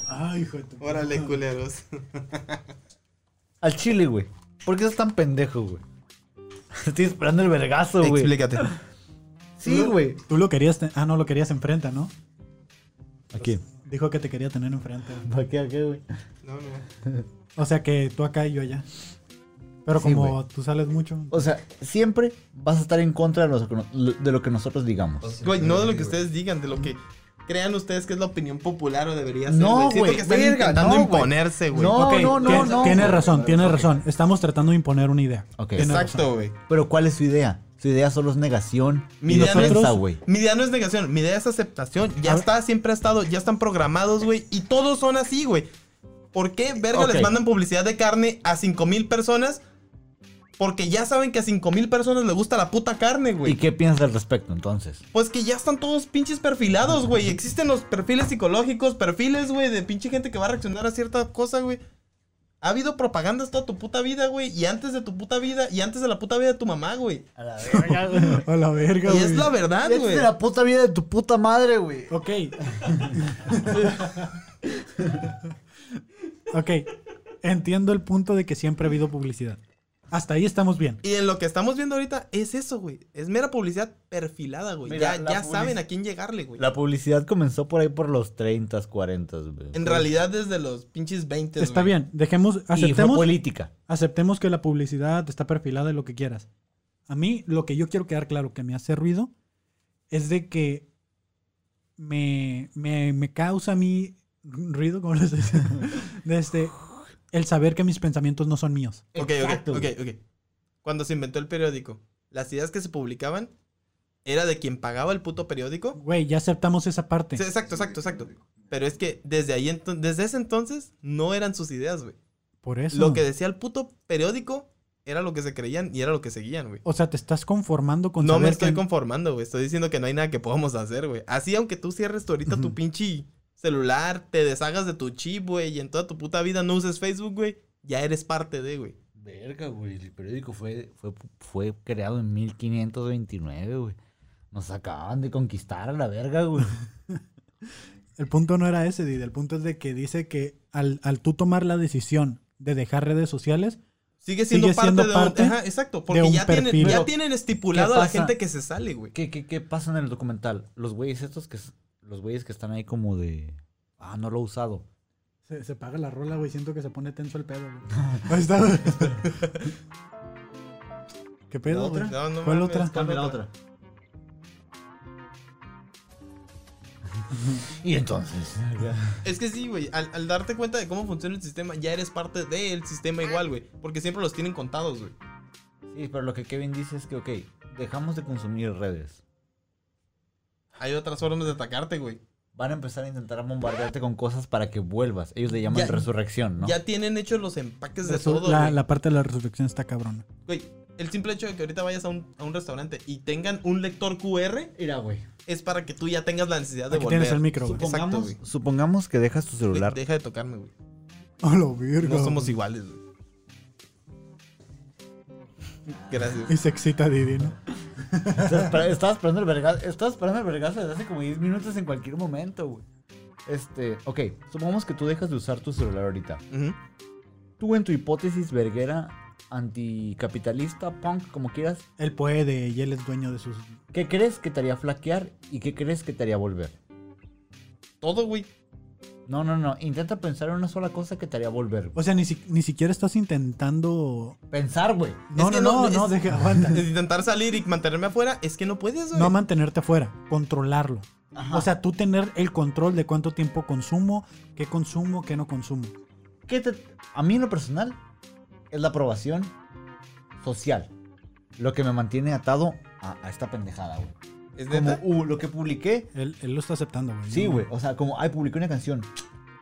[SPEAKER 3] Ay, hijo de tu-
[SPEAKER 2] Órale, culeros.
[SPEAKER 1] Al chile, güey. ¿Por qué estás tan pendejo, güey? Estoy esperando el vergazo, güey.
[SPEAKER 2] Explícate.
[SPEAKER 1] Sí, güey.
[SPEAKER 3] Tú lo querías. te- Ah, no, lo querías enfrente, ¿no?
[SPEAKER 1] Aquí.
[SPEAKER 3] Dijo que te quería tener enfrente.
[SPEAKER 1] ¿Para qué, a qué, güey?
[SPEAKER 2] No, no.
[SPEAKER 3] O sea que tú acá y yo allá. Pero
[SPEAKER 1] Sí,
[SPEAKER 3] como tú sales mucho.
[SPEAKER 1] O sea, siempre vas a estar en contra de, lo que no- de lo que nosotros digamos.
[SPEAKER 2] Güey, no de lo que ustedes digan, de lo que crean ustedes que es la opinión popular o debería ser.
[SPEAKER 1] No,
[SPEAKER 2] Siento
[SPEAKER 1] güey,
[SPEAKER 2] que están
[SPEAKER 1] verga,
[SPEAKER 2] intentando
[SPEAKER 1] no, güey.
[SPEAKER 2] imponerse, güey.
[SPEAKER 1] No,
[SPEAKER 3] Ok,
[SPEAKER 1] no, no,
[SPEAKER 3] tien-
[SPEAKER 1] no.
[SPEAKER 3] Tienes razón, tienes razón. Estamos tratando de imponer una idea.
[SPEAKER 1] Ok.
[SPEAKER 3] Tienes razón.
[SPEAKER 2] Exacto, güey.
[SPEAKER 1] Pero ¿cuál es su idea? Su idea solo es negación
[SPEAKER 2] Mi
[SPEAKER 1] y
[SPEAKER 2] idea no es-
[SPEAKER 1] defensa, güey.
[SPEAKER 2] Mi idea no es negación, mi idea es aceptación. Ya está, siempre ha estado, ya están programados, güey. Y todos son así, güey. ¿Por qué, verga,
[SPEAKER 1] Ok.
[SPEAKER 2] les mandan publicidad de carne a 5000 personas? Porque ya saben que a 5000 personas les gusta la puta carne,
[SPEAKER 1] ¿Y
[SPEAKER 2] güey.
[SPEAKER 1] qué piensas al respecto entonces?
[SPEAKER 2] Pues que ya están todos pinches perfilados, güey. Existen los perfiles psicológicos, perfiles, güey, de pinche gente que va a reaccionar a cierta cosa, güey. Ha habido propagandas toda tu puta vida, güey. Y antes de tu puta vida, y antes de la puta vida de tu mamá, güey.
[SPEAKER 1] A la verga, güey.
[SPEAKER 3] A la verga,
[SPEAKER 2] Y es
[SPEAKER 3] güey.
[SPEAKER 2] la verdad, güey.
[SPEAKER 1] la puta vida de tu puta madre, güey.
[SPEAKER 3] Ok. ok. Entiendo el punto de que siempre ha habido publicidad. Hasta ahí estamos bien.
[SPEAKER 2] Y en lo que estamos viendo ahorita es eso, güey. Es mera publicidad perfilada, güey.
[SPEAKER 1] Mira,
[SPEAKER 2] ya
[SPEAKER 1] la
[SPEAKER 2] ya
[SPEAKER 1] publici-
[SPEAKER 2] saben a quién llegarle, güey.
[SPEAKER 1] La publicidad comenzó por ahí por los 30, 40, güey.
[SPEAKER 2] En realidad desde los pinches 20.
[SPEAKER 3] Está
[SPEAKER 2] güey.
[SPEAKER 3] bien. Dejemos,
[SPEAKER 1] Y fue
[SPEAKER 3] aceptemos,
[SPEAKER 1] política.
[SPEAKER 3] aceptemos que la publicidad está perfilada y lo que quieras. A mí, lo que yo quiero quedar claro que me hace ruido es de que me, me, me causa a mí ruido, como les dice, desde el saber que mis pensamientos no son míos.
[SPEAKER 2] Ok,
[SPEAKER 1] Exacto,
[SPEAKER 2] ok,
[SPEAKER 1] güey.
[SPEAKER 2] ok, ok. Cuando se inventó el periódico, las ideas que se publicaban era de quien pagaba el puto periódico.
[SPEAKER 3] Güey, ya aceptamos esa parte.
[SPEAKER 2] Sí, exacto, exacto, exacto. Pero es que desde ahí ento- desde ese entonces no eran sus ideas, güey.
[SPEAKER 3] Por eso.
[SPEAKER 2] Lo que decía el puto periódico era lo que se creían y era lo que seguían, güey.
[SPEAKER 3] O sea, te estás conformando con
[SPEAKER 2] No me
[SPEAKER 3] saber
[SPEAKER 2] estoy
[SPEAKER 3] que-
[SPEAKER 2] conformando, güey. Estoy diciendo que no hay nada que podamos hacer, güey. Así, aunque tú cierres tú ahorita tu
[SPEAKER 3] Ujú.
[SPEAKER 2] pinche celular, te deshagas de tu chip, güey, y en toda tu puta vida no uses Facebook, güey, ya eres parte de, güey.
[SPEAKER 1] Verga, güey. El periódico fue, fue, fue creado en 1529, güey. Nos acaban de conquistar a la verga, güey.
[SPEAKER 3] El punto no era ese, Didi. El punto es de que dice que al, al tú tomar la decisión de dejar redes sociales,
[SPEAKER 2] Sigue siendo
[SPEAKER 3] Sigue
[SPEAKER 2] parte
[SPEAKER 3] siendo
[SPEAKER 2] de
[SPEAKER 3] parte
[SPEAKER 2] un, Ajá, exacto, porque
[SPEAKER 3] un
[SPEAKER 2] ya tienen
[SPEAKER 3] perfil.
[SPEAKER 2] ya
[SPEAKER 3] Pero,
[SPEAKER 2] tienen estipulado
[SPEAKER 1] ¿qué
[SPEAKER 2] a la
[SPEAKER 1] pasa?
[SPEAKER 2] gente que se sale, güey.
[SPEAKER 1] ¿Qué, qué, qué pasa en el documental? Los güeyes estos que... s- Los güeyes que están ahí como de... Ah, no lo he usado.
[SPEAKER 3] se, se paga la rola, güey. Siento que se pone tenso el pedo, güey. Ahí está, güey. ¿Qué pedo, güey?
[SPEAKER 2] No, no
[SPEAKER 3] ¿Cuál
[SPEAKER 2] mames,
[SPEAKER 3] otra?
[SPEAKER 2] ¿cuál otra?
[SPEAKER 1] Y entonces...
[SPEAKER 2] Es que sí, güey, al, al darte cuenta de cómo funciona el sistema, ya eres parte del sistema igual, güey, porque siempre los tienen contados, güey.
[SPEAKER 1] Sí, pero lo que Kevin dice es que, ok, dejamos de consumir redes.
[SPEAKER 2] Hay otras formas de atacarte, güey.
[SPEAKER 1] Van a empezar a intentar bombardearte con cosas para que vuelvas. Ellos le llaman
[SPEAKER 2] Ya-
[SPEAKER 1] resurrección, ¿no?
[SPEAKER 2] Ya tienen hechos los empaques de
[SPEAKER 3] Resu-
[SPEAKER 2] todo,
[SPEAKER 3] la,
[SPEAKER 2] güey.
[SPEAKER 3] la parte de la resurrección está cabrona.
[SPEAKER 2] Güey, el simple hecho de que ahorita vayas a un, a un restaurante y tengan un lector QR
[SPEAKER 1] Mira, güey.
[SPEAKER 2] es para que tú ya tengas la necesidad de
[SPEAKER 3] Aquí
[SPEAKER 2] volver.
[SPEAKER 3] tienes el micro, güey.
[SPEAKER 2] Exacto,
[SPEAKER 1] Supongamos,
[SPEAKER 2] güey.
[SPEAKER 1] supongamos que dejas tu
[SPEAKER 2] Güey,
[SPEAKER 1] celular.
[SPEAKER 2] Deja de tocarme, güey.
[SPEAKER 3] A la verga.
[SPEAKER 2] No somos iguales, güey. Gracias.
[SPEAKER 3] Y se excita Didi, ¿no?
[SPEAKER 1] Estás esper- Estaba esperando el vergazo. Estaba esperando el vergazo desde hace como 10 minutos en cualquier momento, güey. Este, ok, supongamos que tú dejas de usar tu celular ahorita.
[SPEAKER 2] Ujú.
[SPEAKER 1] Tú en tu hipótesis verguera, anticapitalista, punk, como quieras,
[SPEAKER 3] Él puede y él es dueño de sus.
[SPEAKER 1] ¿qué crees que te haría flaquear y qué crees que te haría volver?
[SPEAKER 2] Todo, güey.
[SPEAKER 1] No, no, no, intenta pensar en una sola cosa que te haría volver. güey.
[SPEAKER 3] O sea, ni, si- ni siquiera estás intentando.
[SPEAKER 1] Pensar, güey.
[SPEAKER 3] No,
[SPEAKER 2] que
[SPEAKER 3] no,
[SPEAKER 2] no,
[SPEAKER 3] no, no,
[SPEAKER 2] es-
[SPEAKER 3] deja, aguanta.
[SPEAKER 2] Es intentar salir y mantenerme afuera es que no puedes, güey.
[SPEAKER 3] No mantenerte afuera, controlarlo. O sea, tú tener el control de cuánto tiempo consumo, qué consumo, qué no consumo.
[SPEAKER 1] ¿Qué te- a mí en lo personal es la aprobación social. Lo que me mantiene atado a, a esta pendejada, güey.
[SPEAKER 2] ¿Es
[SPEAKER 1] Como,
[SPEAKER 2] neta?
[SPEAKER 1] uh, lo que publiqué.
[SPEAKER 3] Él, él lo está aceptando, güey.
[SPEAKER 1] Sí,
[SPEAKER 3] ¿no?
[SPEAKER 1] güey. O sea, como, ay, publiqué una canción.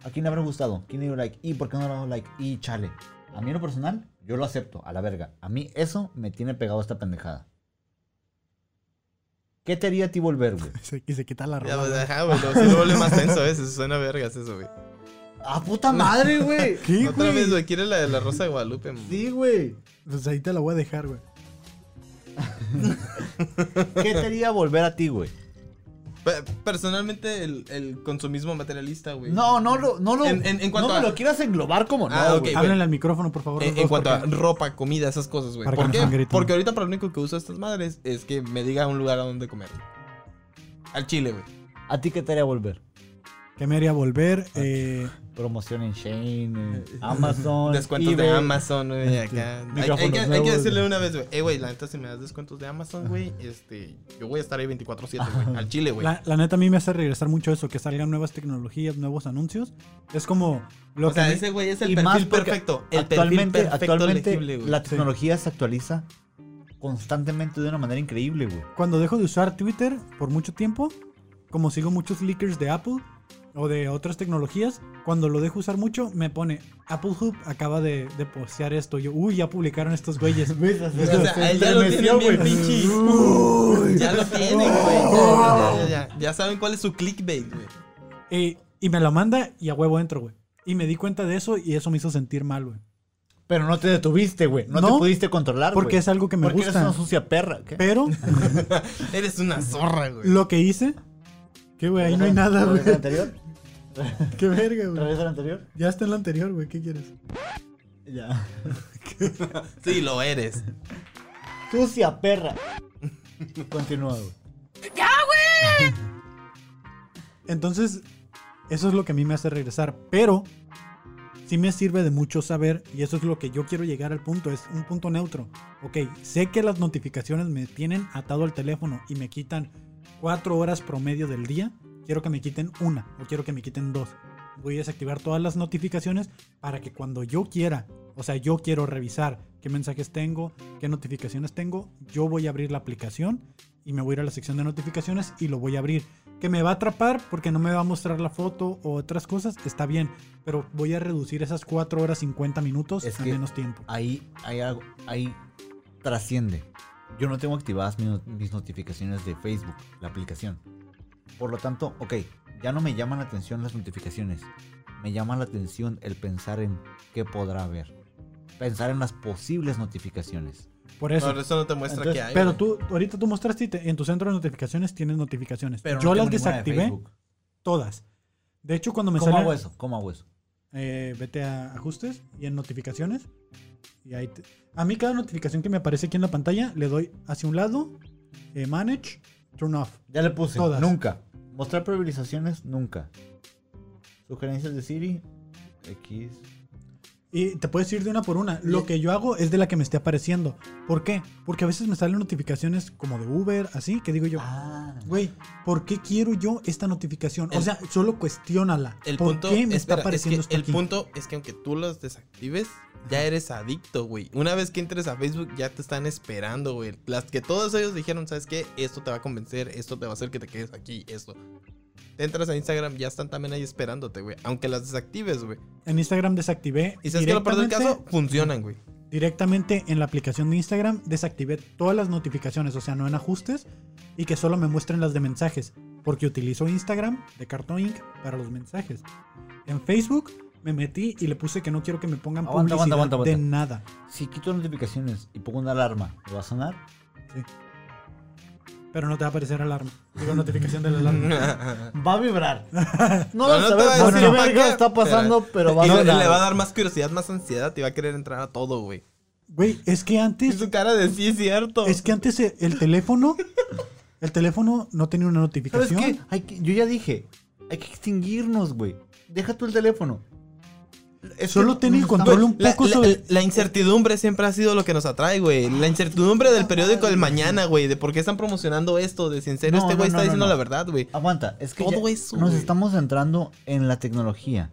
[SPEAKER 1] ¿A quién le habrá gustado? ¿Quién le dio like? ¿Y por qué no le ha dado like? Y chale. A mí en lo personal, yo lo acepto, a la verga. A mí eso me tiene pegado a esta pendejada. ¿Qué te haría a ti volver, güey?
[SPEAKER 3] Se- y se quita la
[SPEAKER 2] Ya,
[SPEAKER 3] ropa.
[SPEAKER 2] pues, ajá, güey. Lo, sí lo vuelve más tenso, ¿ves? Eso suena vergas, eso, güey.
[SPEAKER 1] ¡Ah, puta madre, güey!
[SPEAKER 3] ¿Qué,
[SPEAKER 2] Otra vez,
[SPEAKER 3] güey?
[SPEAKER 2] güey. ¿Quieres la de la Rosa de Guadalupe? mamá?
[SPEAKER 1] Sí, güey.
[SPEAKER 3] Pues ahí te la voy a dejar, güey.
[SPEAKER 1] ¿Qué te haría volver a ti, güey?
[SPEAKER 2] Pe- Personalmente, el, el consumismo materialista, güey.
[SPEAKER 1] No, no lo, no lo,
[SPEAKER 2] En- en- en cuanto
[SPEAKER 1] no me
[SPEAKER 2] a-
[SPEAKER 1] lo quieras englobar como
[SPEAKER 2] Ah,
[SPEAKER 1] no,
[SPEAKER 2] ok.
[SPEAKER 1] güey.
[SPEAKER 2] güey. Eh,
[SPEAKER 3] Háblenle al micrófono, por favor. los
[SPEAKER 2] En, en
[SPEAKER 3] dos,
[SPEAKER 2] cuanto a
[SPEAKER 3] porque-
[SPEAKER 2] ropa, comida, esas cosas, güey.
[SPEAKER 3] Para que
[SPEAKER 2] ¿Por
[SPEAKER 3] no estén
[SPEAKER 2] qué?
[SPEAKER 3] gritando.
[SPEAKER 2] Porque ahorita para lo único que uso estas madres es que me diga un lugar a donde comer. Al chile, güey.
[SPEAKER 1] ¿A ti qué te haría volver?
[SPEAKER 3] ¿Qué me haría volver? Eh,
[SPEAKER 1] Promoción en Shane, en Amazon,
[SPEAKER 2] Descuentos de
[SPEAKER 1] eBay.
[SPEAKER 2] Amazon, güey, acá. Hay- Hay,
[SPEAKER 1] Este, Micrófonos
[SPEAKER 2] que, hay que
[SPEAKER 1] nuevos,
[SPEAKER 2] decirle
[SPEAKER 1] güey.
[SPEAKER 2] una vez, güey. Eh, güey, la neta, si me das descuentos de Amazon, güey, este, yo voy a estar ahí 24-7, güey. Al chile, güey.
[SPEAKER 3] la, la neta a mí me hace regresar mucho eso, que salgan nuevas tecnologías, nuevos anuncios. Es como lo
[SPEAKER 2] O sea,
[SPEAKER 3] que...
[SPEAKER 2] ese güey es el
[SPEAKER 1] Y más
[SPEAKER 2] perfil
[SPEAKER 1] porque
[SPEAKER 2] perfecto. El perfil
[SPEAKER 1] Actualmente,
[SPEAKER 2] perfecto
[SPEAKER 1] actualmente
[SPEAKER 2] legible, güey.
[SPEAKER 1] la tecnología se actualiza constantemente de una manera increíble, güey.
[SPEAKER 3] Cuando dejo de usar Twitter por mucho tiempo, como sigo muchos leakers de Apple o de otras tecnologías, cuando lo dejo usar mucho, me pone Apple Hub acaba de, de postear esto. Yo, uy, ya publicaron estos güeyes.
[SPEAKER 2] O sea, a él ya lo tienen bien pinche. Ya lo tienen, güey. Ya, ya, ya, ya. Ya saben cuál es su clickbait, güey.
[SPEAKER 3] Eh, y me lo manda y a huevo entro, güey. Y me di cuenta de eso y eso me hizo sentir mal, güey.
[SPEAKER 1] Pero no te detuviste, güey. No,
[SPEAKER 3] No,
[SPEAKER 1] te pudiste controlar,
[SPEAKER 3] porque
[SPEAKER 1] güey.
[SPEAKER 3] es algo que me
[SPEAKER 1] Porque
[SPEAKER 3] gusta.
[SPEAKER 1] eres una sucia perra. ¿qué?
[SPEAKER 3] Pero
[SPEAKER 2] Eres una zorra, güey.
[SPEAKER 3] lo que hice... Que, güey, ahí no hay nada, güey.
[SPEAKER 1] ¿Regresa al anterior?
[SPEAKER 3] Qué verga, güey.
[SPEAKER 1] ¿Regresa al anterior?
[SPEAKER 3] Ya está en la anterior, güey. ¿Qué quieres?
[SPEAKER 1] Ya.
[SPEAKER 2] Sí, lo eres.
[SPEAKER 1] Sucia perra. Continúa, güey.
[SPEAKER 3] Entonces, eso es lo que a mí me hace regresar. Pero sí me sirve de mucho saber, y eso es lo que yo quiero llegar al punto, es un punto neutro. Ok, sé que las notificaciones me tienen atado al teléfono y me quitan cuatro horas promedio del día. Quiero que me quiten una o quiero que me quiten dos. Voy a desactivar todas las notificaciones para que cuando yo quiera, o sea, yo quiero revisar qué mensajes tengo, qué notificaciones tengo, yo voy a abrir la aplicación y me voy a ir a la sección de notificaciones y lo voy a abrir. Que me va a atrapar porque no me va a mostrar la foto o otras cosas, está bien, pero voy a reducir esas 4 horas 50 minutos
[SPEAKER 1] Es
[SPEAKER 3] a
[SPEAKER 1] que-
[SPEAKER 3] menos tiempo.
[SPEAKER 1] ahí hay algo, ahí trasciende. Yo no tengo activadas mi- mis notificaciones de Facebook, la aplicación. Por lo tanto, ok, ya no me llaman la atención las notificaciones. Me llama la atención el pensar en qué podrá haber. pensar en las posibles notificaciones.
[SPEAKER 3] Por
[SPEAKER 2] Eso.
[SPEAKER 3] eso.
[SPEAKER 2] No, eso no te muestra
[SPEAKER 1] Entonces,
[SPEAKER 2] que hay.
[SPEAKER 3] pero
[SPEAKER 2] güey.
[SPEAKER 3] tú, ahorita tú mostraste y te- en tu centro de notificaciones tienes notificaciones.
[SPEAKER 1] Pero no
[SPEAKER 3] Yo
[SPEAKER 1] tengo
[SPEAKER 3] las
[SPEAKER 1] ninguna de
[SPEAKER 3] desactivé
[SPEAKER 1] Facebook.
[SPEAKER 3] todas. De hecho, cuando me
[SPEAKER 1] ¿Cómo
[SPEAKER 3] sale.
[SPEAKER 1] hago eso? ¿Cómo hago eso?
[SPEAKER 3] eh, vete a ajustes y en notificaciones. Y ahí te- a mí cada notificación que me aparece aquí en la pantalla le doy hacia un lado, eh, manage, turn off.
[SPEAKER 1] Ya le puse.
[SPEAKER 3] Todas.
[SPEAKER 1] Nunca. Mostrar priorizaciones, nunca. Sugerencias de Siri, X.
[SPEAKER 3] Y te puedes ir de una por una. Lo que yo hago es de la que me esté apareciendo. ¿Por qué? Porque a veces me salen notificaciones como de Uber, así, que digo yo,
[SPEAKER 1] Ah.
[SPEAKER 3] güey, ¿por qué quiero yo esta notificación? o sea, solo cuestiónala.
[SPEAKER 2] El
[SPEAKER 3] ¿Por
[SPEAKER 2] punto,
[SPEAKER 3] qué
[SPEAKER 2] espera,
[SPEAKER 3] me está apareciendo
[SPEAKER 2] es
[SPEAKER 3] esto
[SPEAKER 2] que el
[SPEAKER 3] aquí?
[SPEAKER 2] punto es que aunque tú los desactives, ya eres adicto, güey. Una vez que entres a Facebook, ya te están esperando, güey. Las que todos ellos dijeron, ¿sabes qué? Esto te va a convencer, esto te va a hacer que te quedes aquí, esto. Te entras a Instagram, ya están también ahí esperándote, güey. Aunque las desactives, güey.
[SPEAKER 3] En Instagram desactivé.
[SPEAKER 2] Y sabes que lo peor del
[SPEAKER 3] directamente-
[SPEAKER 2] caso, funcionan, güey.
[SPEAKER 3] directamente en la aplicación de Instagram desactivé todas las notificaciones, o sea, no en ajustes, y que solo me muestren las de mensajes, porque utilizo Instagram de Cartoon Inc. para los mensajes. En Facebook me metí y le puse que no quiero que me pongan
[SPEAKER 1] Aguanta,
[SPEAKER 3] publicidad
[SPEAKER 1] aguanta, aguanta, aguanta.
[SPEAKER 3] de nada.
[SPEAKER 1] Si quito notificaciones y pongo una alarma, ¿lo va a sonar?
[SPEAKER 3] Pero no te va a aparecer alarma. Digo, notificación de la alarma.
[SPEAKER 1] Va a vibrar. No
[SPEAKER 2] No,
[SPEAKER 1] vas
[SPEAKER 2] no
[SPEAKER 1] a
[SPEAKER 2] te
[SPEAKER 1] saber
[SPEAKER 2] va a
[SPEAKER 1] por
[SPEAKER 2] decir
[SPEAKER 1] qué
[SPEAKER 2] para
[SPEAKER 1] verga
[SPEAKER 2] qué,
[SPEAKER 1] está pasando, pero va a
[SPEAKER 2] Y le,
[SPEAKER 1] sonar.
[SPEAKER 2] le va a dar más curiosidad, más ansiedad y va a querer entrar a todo, güey.
[SPEAKER 3] Güey, es que
[SPEAKER 2] Y
[SPEAKER 3] antes,
[SPEAKER 2] su cara de sí es cierto.
[SPEAKER 3] es que antes el, el teléfono, el teléfono no tenía una
[SPEAKER 1] Pero es
[SPEAKER 3] notificación.
[SPEAKER 1] que, hay que- yo ya dije, hay que extinguirnos, güey. Deja tú el teléfono. Es
[SPEAKER 3] Solo ten
[SPEAKER 1] nos
[SPEAKER 3] el
[SPEAKER 1] estamos-
[SPEAKER 3] control un
[SPEAKER 2] La,
[SPEAKER 3] poco
[SPEAKER 2] la-
[SPEAKER 3] sobre-
[SPEAKER 2] la incertidumbre siempre ha sido lo que nos atrae, güey. La incertidumbre del periódico del mañana, güey. De por qué están promocionando esto. De si en serio
[SPEAKER 1] No,
[SPEAKER 2] este
[SPEAKER 1] no, no,
[SPEAKER 2] güey está
[SPEAKER 1] no,
[SPEAKER 2] diciendo
[SPEAKER 1] no.
[SPEAKER 2] la verdad, güey.
[SPEAKER 1] Aguanta, es que
[SPEAKER 2] Todo
[SPEAKER 1] ya
[SPEAKER 2] eso,
[SPEAKER 1] nos
[SPEAKER 2] güey.
[SPEAKER 1] estamos centrando en la tecnología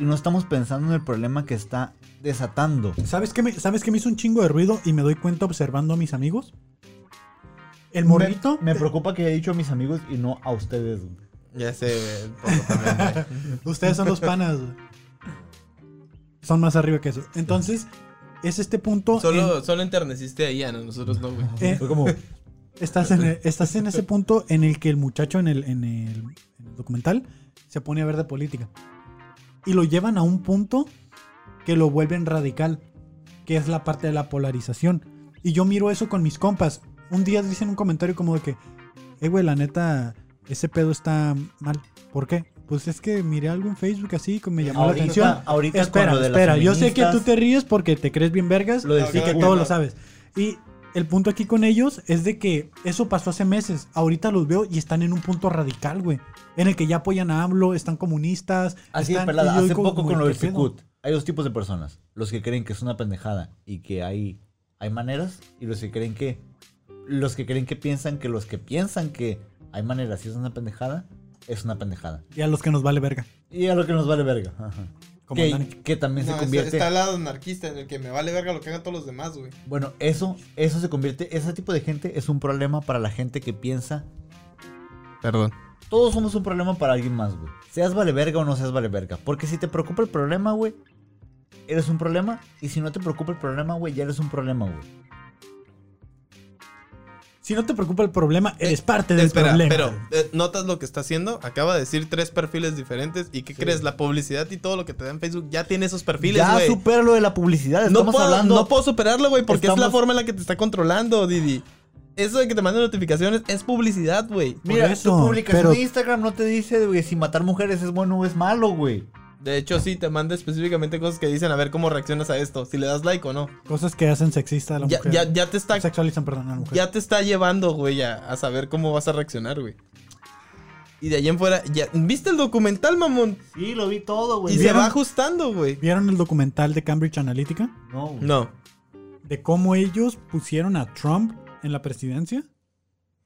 [SPEAKER 1] y no estamos pensando en el problema que está desatando.
[SPEAKER 3] ¿Sabes qué, me, ¿Sabes qué me hizo un chingo de ruido y me doy cuenta observando a mis amigos? El morrito.
[SPEAKER 1] Me, me preocupa que haya dicho a mis amigos y no a ustedes. güey.
[SPEAKER 2] Ya sé, güey. el poco también, güey.
[SPEAKER 3] Ustedes son los panas. güey. Son más arriba que eso. Entonces, es este punto.
[SPEAKER 2] Solo, solo enterneciste ahí, Ana. Nosotros no, güey.
[SPEAKER 3] en- eh,
[SPEAKER 1] Fue como, este,
[SPEAKER 3] estás, en, el- estás en ese punto en el que el muchacho en el, en, el, en el documental se pone a ver de política. Y lo llevan a un punto que lo vuelven radical, que es la parte de la polarización. Y yo miro eso con mis compas. Un día dicen un comentario como de que, eh, güey, la neta, ese pedo está mal. ¿Por qué? Pues es que miré algo en Facebook así que me llamó
[SPEAKER 1] Ahorita-
[SPEAKER 3] la atención.
[SPEAKER 1] ahorita
[SPEAKER 3] espera,
[SPEAKER 1] con lo de las
[SPEAKER 3] espera. Yo sé que tú
[SPEAKER 1] feministas.
[SPEAKER 3] te ríes porque te crees bien vergas
[SPEAKER 1] Lo de
[SPEAKER 3] y que
[SPEAKER 1] Siku.
[SPEAKER 3] todo lo sabes. Y el punto aquí con ellos es de que eso pasó hace meses. Ahorita los veo y están en un punto radical, güey. En el que ya apoyan a AMLO, están comunistas.
[SPEAKER 1] Así de
[SPEAKER 3] están-
[SPEAKER 1] pelada.
[SPEAKER 3] y yo
[SPEAKER 1] Hace
[SPEAKER 3] como-
[SPEAKER 1] poco
[SPEAKER 3] como,
[SPEAKER 1] con lo
[SPEAKER 3] ¿qué
[SPEAKER 1] del
[SPEAKER 3] pedo?
[SPEAKER 1] Ficut. Hay dos tipos de personas. Los que creen que es una pendejada y que hay, hay maneras. Y los que creen que. Los que creen que piensan que los que piensan que hay maneras y es una pendejada, es una pendejada.
[SPEAKER 3] Y a los que nos vale verga.
[SPEAKER 1] Y a lo que nos vale verga. Ajá.
[SPEAKER 3] Como Dani.
[SPEAKER 1] Que, que también
[SPEAKER 7] No,
[SPEAKER 1] se
[SPEAKER 7] está-
[SPEAKER 1] convierte.
[SPEAKER 7] está al lado anarquista en el que me vale verga lo que hagan todos los demás, güey.
[SPEAKER 1] Bueno, eso, eso se convierte. Ese tipo de gente es un problema para la gente que piensa.
[SPEAKER 2] Perdón.
[SPEAKER 1] Todos somos un problema para alguien más, güey. Seas vale verga o no seas vale verga. Porque si te preocupa el problema, güey, eres un problema. Y si no te preocupa el problema, güey, ya eres un problema, güey.
[SPEAKER 3] Si no te preocupa el problema, eres
[SPEAKER 2] Eh,
[SPEAKER 3] parte del
[SPEAKER 2] Espera,
[SPEAKER 3] problema.
[SPEAKER 2] pero eh, ¿notas lo que está haciendo? Acaba de decir tres perfiles diferentes. ¿Y qué crees? La publicidad y todo lo que te da en Facebook ya tiene esos perfiles,
[SPEAKER 1] ya
[SPEAKER 2] güey.
[SPEAKER 1] supera lo de la publicidad.
[SPEAKER 2] No
[SPEAKER 1] Estamos
[SPEAKER 2] puedo,
[SPEAKER 1] hablando.
[SPEAKER 2] no puedo superarlo, güey, porque es la
[SPEAKER 1] Estamos-
[SPEAKER 2] forma en la que te está controlando, Didi. Eso de que te manden notificaciones es publicidad, güey.
[SPEAKER 1] Mira,
[SPEAKER 3] Por eso,
[SPEAKER 1] tu publicación
[SPEAKER 3] pero-
[SPEAKER 1] de Instagram no te dice, güey, si matar mujeres es bueno o es malo, güey.
[SPEAKER 2] De hecho, sí, te manda específicamente cosas que dicen a ver cómo reaccionas a esto, si le das like o no.
[SPEAKER 3] Cosas que hacen sexista a la
[SPEAKER 2] Ya,
[SPEAKER 3] mujer.
[SPEAKER 2] ya, ya te está,
[SPEAKER 3] Sexualizan, perdón, a la mujer.
[SPEAKER 2] ya te está llevando, güey, a, a saber cómo vas a reaccionar, güey. Y de ahí en fuera, ya, ¿viste el documental, mamón?
[SPEAKER 1] Sí, lo vi todo,
[SPEAKER 2] y se
[SPEAKER 3] ¿Vieron?
[SPEAKER 2] va ajustando, güey.
[SPEAKER 3] ¿Vieron el documental de Cambridge Analytica?
[SPEAKER 1] No, güey.
[SPEAKER 2] No.
[SPEAKER 3] De cómo ellos pusieron a Trump en la presidencia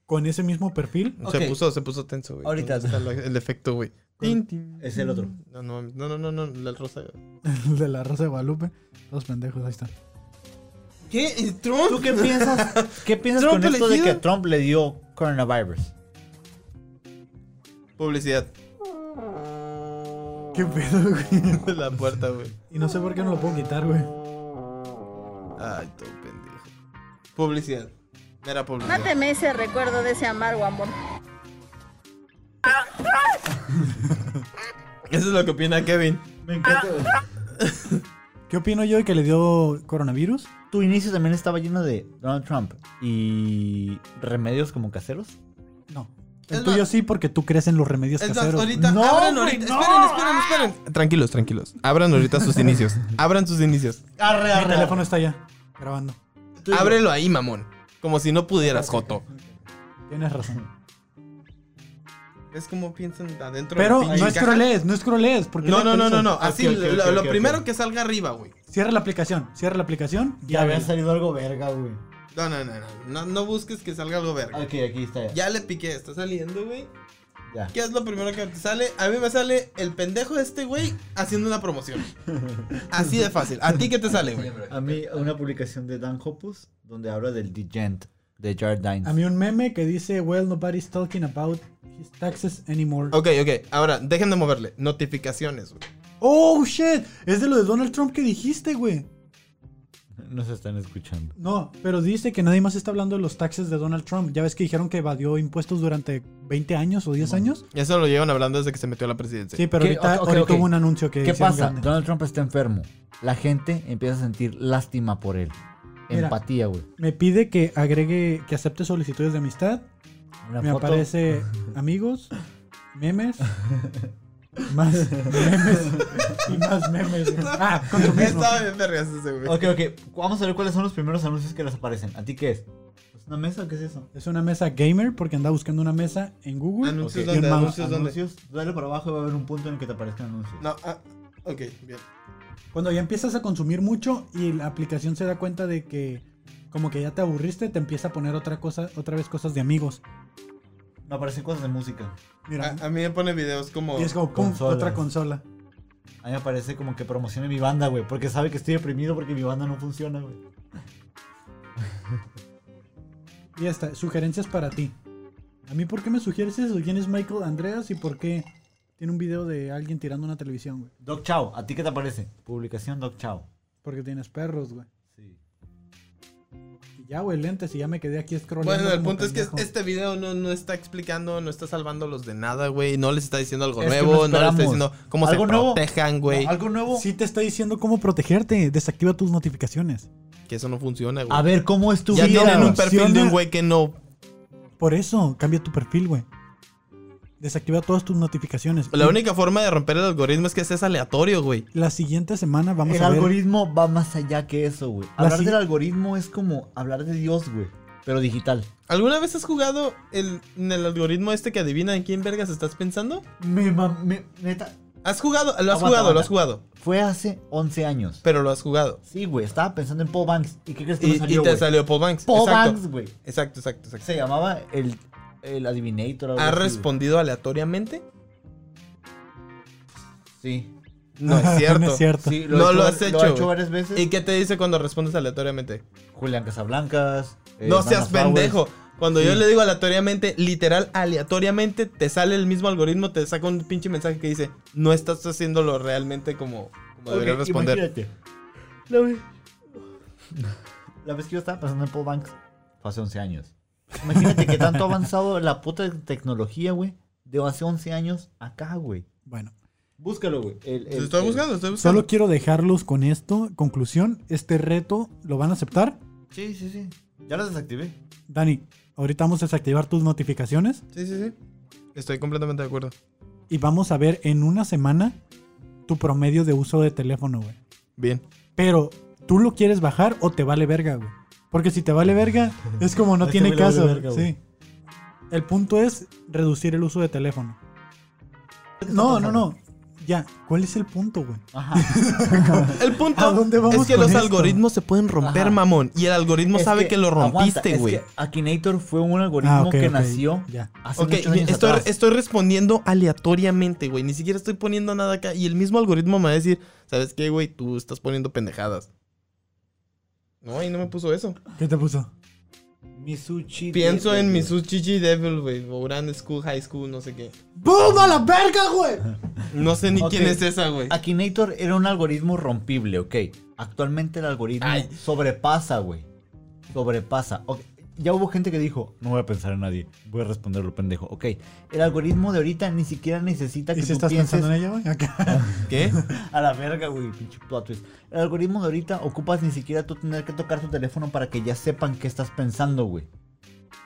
[SPEAKER 3] con ese mismo perfil.
[SPEAKER 1] Ok.
[SPEAKER 2] Se puso, se puso tenso, güey.
[SPEAKER 1] Ahorita.
[SPEAKER 2] Está lo- el efecto, güey. Tin, tin.
[SPEAKER 1] Es el otro.
[SPEAKER 2] No, no, no, no, no, no, la rosa.
[SPEAKER 3] El de la Rosa de Guadalupe. Los pendejos, ahí están.
[SPEAKER 2] ¿Qué? ¿Trump?
[SPEAKER 1] ¿Tú qué piensas? ¿Qué piensas
[SPEAKER 2] Trump
[SPEAKER 1] con esto de que
[SPEAKER 2] elegido.
[SPEAKER 1] a Trump le dio coronavirus?
[SPEAKER 2] Publicidad.
[SPEAKER 3] Qué pedo, güey.
[SPEAKER 2] De la puerta, güey.
[SPEAKER 3] Y no sé por qué no lo puedo quitar, güey.
[SPEAKER 2] Ay, todo pendejo. Publicidad. Mera publicidad.
[SPEAKER 6] Máteme ese recuerdo de ese amargo amor.
[SPEAKER 2] Eso es lo que opina Kevin.
[SPEAKER 1] Me encanta.
[SPEAKER 3] ¿Qué opino yo de que le dio coronavirus?
[SPEAKER 1] Tu inicio también estaba lleno de Donald Trump y remedios como caseros.
[SPEAKER 3] No. El
[SPEAKER 2] Es
[SPEAKER 3] tuyo
[SPEAKER 2] más-
[SPEAKER 3] sí, porque tú crees en los remedios
[SPEAKER 2] Es más,
[SPEAKER 3] caseros.
[SPEAKER 2] ahorita,
[SPEAKER 3] no,
[SPEAKER 2] abran
[SPEAKER 3] güey,
[SPEAKER 2] ahorita.
[SPEAKER 3] no.
[SPEAKER 2] Esperen, esperen, esperen. Tranquilos, tranquilos. Abran ahorita sus inicios. Abran sus inicios.
[SPEAKER 1] Arre,
[SPEAKER 3] Mi teléfono está ya grabando.
[SPEAKER 2] Ábrelo ahí, mamón. Como si no pudieras, Joto.
[SPEAKER 3] Tienes razón.
[SPEAKER 2] Es como piensan adentro.
[SPEAKER 3] Pero
[SPEAKER 2] del pinche
[SPEAKER 3] no
[SPEAKER 2] caja.
[SPEAKER 3] escrolees, no escrolees. Porque
[SPEAKER 2] No,
[SPEAKER 3] le
[SPEAKER 2] no, no, no,
[SPEAKER 3] interesan.
[SPEAKER 2] no. Así,
[SPEAKER 1] ok,
[SPEAKER 2] lo,
[SPEAKER 1] ok,
[SPEAKER 2] lo
[SPEAKER 1] ok,
[SPEAKER 2] primero
[SPEAKER 1] ok.
[SPEAKER 2] que salga arriba, güey.
[SPEAKER 3] Cierra la aplicación, cierra la aplicación.
[SPEAKER 1] Ya había
[SPEAKER 3] ves.
[SPEAKER 1] salido algo verga, güey.
[SPEAKER 2] No, no, no, no. No, no busques que salga algo verga.
[SPEAKER 1] Ok, aquí está ya.
[SPEAKER 2] Ya le piqué, está saliendo, güey.
[SPEAKER 1] Ya.
[SPEAKER 2] ¿Qué es lo primero que te sale? A mí me sale el pendejo este, güey, haciendo una promoción. Así de fácil. ¿A ti qué te sale, güey?
[SPEAKER 1] A mí una publicación de Dan Hoppus donde habla del Digent de Jardines.
[SPEAKER 3] A mí un meme que dice, well, nobody's talking about his taxes anymore.
[SPEAKER 2] Ok, ok. Ahora, dejen de moverle. Notificaciones, güey.
[SPEAKER 3] Oh, shit. Es de lo de Donald Trump que dijiste, güey.
[SPEAKER 1] No se están escuchando.
[SPEAKER 3] No, pero dice que nadie más está hablando de los taxes de Donald Trump. Ya ves que dijeron que evadió impuestos durante 20 años o 10 años.
[SPEAKER 2] Eso lo llevan hablando desde que se metió a la presidencia.
[SPEAKER 3] Sí, pero
[SPEAKER 1] ¿Qué?
[SPEAKER 3] ahorita,
[SPEAKER 1] Ok, ok,
[SPEAKER 3] ahorita
[SPEAKER 1] ok.
[SPEAKER 3] hubo un anuncio que
[SPEAKER 1] ¿Qué
[SPEAKER 3] hicieron
[SPEAKER 1] pasa?
[SPEAKER 3] grande.
[SPEAKER 1] Donald Trump está enfermo. La gente empieza a sentir lástima por él.
[SPEAKER 3] Mira.
[SPEAKER 1] Empatía, güey.
[SPEAKER 3] Me pide que agregue, que acepte solicitudes de amistad.
[SPEAKER 1] Una
[SPEAKER 3] Me
[SPEAKER 1] foto.
[SPEAKER 3] aparece amigos, memes, más memes y más memes. güey. Ah, con tu mismo.
[SPEAKER 2] Estaba bien vergas ese, güey.
[SPEAKER 1] Ok, ok. Vamos a ver cuáles son los primeros anuncios que les aparecen. ¿A ti qué es? ¿Es una mesa o qué es eso?
[SPEAKER 3] Es una mesa gamer porque andaba buscando una mesa en Google.
[SPEAKER 2] Anuncios
[SPEAKER 1] Ok.
[SPEAKER 3] Y
[SPEAKER 2] donde,
[SPEAKER 3] un mouse,
[SPEAKER 2] anuncios donde.
[SPEAKER 1] anuncios. Dale para abajo y va a haber un punto en el que te aparezcan anuncios.
[SPEAKER 2] No, ah, ok, bien.
[SPEAKER 3] Cuando ya empiezas a consumir mucho y la aplicación se da cuenta de que como que ya te aburriste, te empieza a poner otra cosa, otra vez cosas de amigos.
[SPEAKER 1] Me aparecen cosas de música.
[SPEAKER 3] Mira,
[SPEAKER 2] A, a mí me pone videos como.
[SPEAKER 3] y es como pum,
[SPEAKER 1] consolas.
[SPEAKER 3] otra consola.
[SPEAKER 1] A mí me aparece como que promocione mi banda, güey. Porque sabe que estoy deprimido porque mi banda no funciona, güey.
[SPEAKER 3] Y ya está, sugerencias para ti. ¿A mí por qué me sugieres eso? ¿Quién es Michael Andreas y por qué tiene un video de alguien tirando una televisión, güey?
[SPEAKER 1] Doc Chao, ¿a ti qué te aparece? Publicación Doc Chao.
[SPEAKER 3] Porque tienes perros, güey.
[SPEAKER 1] Sí.
[SPEAKER 3] Y ya, güey, lentes, y ya me quedé aquí scrollando.
[SPEAKER 2] Bueno, el
[SPEAKER 3] como
[SPEAKER 2] punto es que
[SPEAKER 3] pendejo.
[SPEAKER 2] este video no, no está explicando, no está salvándolos de nada, güey. No les está diciendo algo
[SPEAKER 1] Es que
[SPEAKER 2] nuevo,
[SPEAKER 1] no
[SPEAKER 2] no les está
[SPEAKER 1] esperamos.
[SPEAKER 2] diciendo cómo se
[SPEAKER 1] ¿Algo nuevo?
[SPEAKER 2] protejan, güey.
[SPEAKER 1] ¿Algo nuevo?
[SPEAKER 3] Sí te está diciendo cómo protegerte. Desactiva tus notificaciones.
[SPEAKER 2] Que eso no funciona, güey.
[SPEAKER 1] A ver, ¿cómo es tu
[SPEAKER 2] ya
[SPEAKER 1] vida?
[SPEAKER 2] tienen un
[SPEAKER 3] per-
[SPEAKER 2] perfil de
[SPEAKER 3] funciona.
[SPEAKER 2] un güey que no.
[SPEAKER 3] Por eso, cambia tu perfil, güey. Desactiva todas tus notificaciones.
[SPEAKER 1] Mm.
[SPEAKER 2] La
[SPEAKER 3] Y
[SPEAKER 2] única forma de romper el algoritmo es que seas aleatorio, güey.
[SPEAKER 3] La siguiente semana vamos
[SPEAKER 1] el
[SPEAKER 3] a ver.
[SPEAKER 1] algoritmo va más allá que eso, güey.
[SPEAKER 3] La
[SPEAKER 1] Hablar
[SPEAKER 3] si-
[SPEAKER 1] del algoritmo es como hablar de Dios, güey. Pero digital.
[SPEAKER 2] ¿Alguna vez has jugado el, en el algoritmo este que adivina en quién vergas estás pensando?
[SPEAKER 1] Me, mam- me- neta.
[SPEAKER 2] ¿Has jugado? Lo has
[SPEAKER 1] Aguanta,
[SPEAKER 2] jugado, lo has
[SPEAKER 1] aguanta.
[SPEAKER 2] jugado.
[SPEAKER 1] Fue hace 11 años.
[SPEAKER 2] Pero lo has jugado.
[SPEAKER 1] Sí, güey. Estaba pensando en Paul Banks. ¿Y qué crees que
[SPEAKER 2] Y,
[SPEAKER 1] me salió,
[SPEAKER 2] y te
[SPEAKER 1] güey?
[SPEAKER 2] salió Paul Banks.
[SPEAKER 1] Paul
[SPEAKER 2] exacto.
[SPEAKER 1] Banks, güey.
[SPEAKER 2] Exacto, exacto, exacto.
[SPEAKER 1] Se llamaba el, el Adivinator. algo
[SPEAKER 2] ¿Ha
[SPEAKER 1] así, güey.
[SPEAKER 2] respondido aleatoriamente?
[SPEAKER 1] Sí.
[SPEAKER 2] No es
[SPEAKER 3] no
[SPEAKER 2] cierto.
[SPEAKER 3] es cierto.
[SPEAKER 1] Sí,
[SPEAKER 2] No
[SPEAKER 1] he
[SPEAKER 2] lo has
[SPEAKER 1] Lo he
[SPEAKER 2] hecho,
[SPEAKER 1] hecho
[SPEAKER 2] güey.
[SPEAKER 1] varias veces.
[SPEAKER 2] ¿Y qué te dice cuando respondes aleatoriamente?
[SPEAKER 1] Julián Casablancas. eh,
[SPEAKER 2] no
[SPEAKER 1] Vanna
[SPEAKER 2] seas
[SPEAKER 1] Flowers.
[SPEAKER 2] pendejo. Cuando yo
[SPEAKER 1] Sí.
[SPEAKER 2] le digo aleatoriamente, literal, aleatoriamente, te sale el mismo algoritmo, te saca un pinche mensaje que dice, no estás haciéndolo realmente como, como
[SPEAKER 1] Ok,
[SPEAKER 2] deberías responder.
[SPEAKER 1] imagínate. La vez... La vez que yo estaba pasando en Paul Banks fue hace 11 años. Imagínate que tanto ha avanzado la puta tecnología, güey. De hace 11 años acá, güey.
[SPEAKER 3] Bueno,
[SPEAKER 1] Búscalo, güey. El- el-
[SPEAKER 2] Estoy
[SPEAKER 1] el-
[SPEAKER 2] buscando, estoy buscando.
[SPEAKER 3] solo quiero dejarlos con esto. Conclusión, este reto lo van a aceptar.
[SPEAKER 1] Sí, sí, sí. Ya las desactivé.
[SPEAKER 3] Dani, ahorita vamos a desactivar tus notificaciones
[SPEAKER 2] Sí, sí, sí. Estoy completamente de acuerdo.
[SPEAKER 3] y vamos a ver en una semana tu promedio de uso de teléfono, güey.
[SPEAKER 2] Bien.
[SPEAKER 3] Pero, ¿tú lo quieres bajar o te vale verga, güey? Porque si te vale verga, es como no
[SPEAKER 1] Este
[SPEAKER 3] tiene
[SPEAKER 1] güey le vale
[SPEAKER 3] caso.
[SPEAKER 1] verga, güey.
[SPEAKER 3] sí. El punto es reducir el uso de teléfono.
[SPEAKER 1] está
[SPEAKER 3] No, no,
[SPEAKER 1] pasando?
[SPEAKER 3] no. Ya, ¿cuál es el punto, güey?
[SPEAKER 1] Ajá.
[SPEAKER 2] El
[SPEAKER 3] ¿A
[SPEAKER 2] punto
[SPEAKER 3] dónde vamos
[SPEAKER 2] es que
[SPEAKER 3] con
[SPEAKER 2] los
[SPEAKER 3] esto?
[SPEAKER 2] algoritmos se pueden romper,
[SPEAKER 1] Ajá.
[SPEAKER 2] mamón. Y el algoritmo
[SPEAKER 1] Es
[SPEAKER 2] sabe que, lo
[SPEAKER 1] aguanta,
[SPEAKER 2] rompiste,
[SPEAKER 1] es
[SPEAKER 2] güey.
[SPEAKER 1] que Akinator fue un algoritmo
[SPEAKER 3] Ah, ok,
[SPEAKER 1] que
[SPEAKER 3] ok,
[SPEAKER 1] nació
[SPEAKER 3] ya.
[SPEAKER 1] hace
[SPEAKER 2] Ok,
[SPEAKER 1] muchos años
[SPEAKER 2] estoy,
[SPEAKER 1] atrás.
[SPEAKER 2] estoy respondiendo aleatoriamente, güey. Ni siquiera estoy poniendo nada acá. Y el mismo algoritmo me va a decir, ¿sabes qué, güey? Tú estás poniendo pendejadas. No, y no me puso eso.
[SPEAKER 3] ¿Qué te puso?
[SPEAKER 1] Mizuchi
[SPEAKER 2] Pienso
[SPEAKER 1] Devil,
[SPEAKER 2] en
[SPEAKER 1] güey.
[SPEAKER 2] Misus Chichi Devil, güey. O Grand School, High School, no sé qué.
[SPEAKER 3] ¡Boom a la verga, güey!
[SPEAKER 2] No sé ni
[SPEAKER 1] Ok.
[SPEAKER 2] quién es esa, güey.
[SPEAKER 1] Akinator era un algoritmo rompible, ok. Actualmente el algoritmo
[SPEAKER 2] Ay.
[SPEAKER 1] sobrepasa, güey. Sobrepasa. Ok, ya hubo gente que dijo, no voy a pensar en nadie, voy a responder lo pendejo. Ok, el algoritmo de ahorita ni siquiera necesita que
[SPEAKER 3] ¿Y si
[SPEAKER 1] tú
[SPEAKER 3] estás
[SPEAKER 1] pienses
[SPEAKER 3] pensando en ella, güey? Acá.
[SPEAKER 2] ¿Qué?
[SPEAKER 1] a la verga, güey, pinche plot twist. El algoritmo de ahorita ocupas ni siquiera tú tener que tocar tu teléfono para que ya sepan qué estás pensando, güey.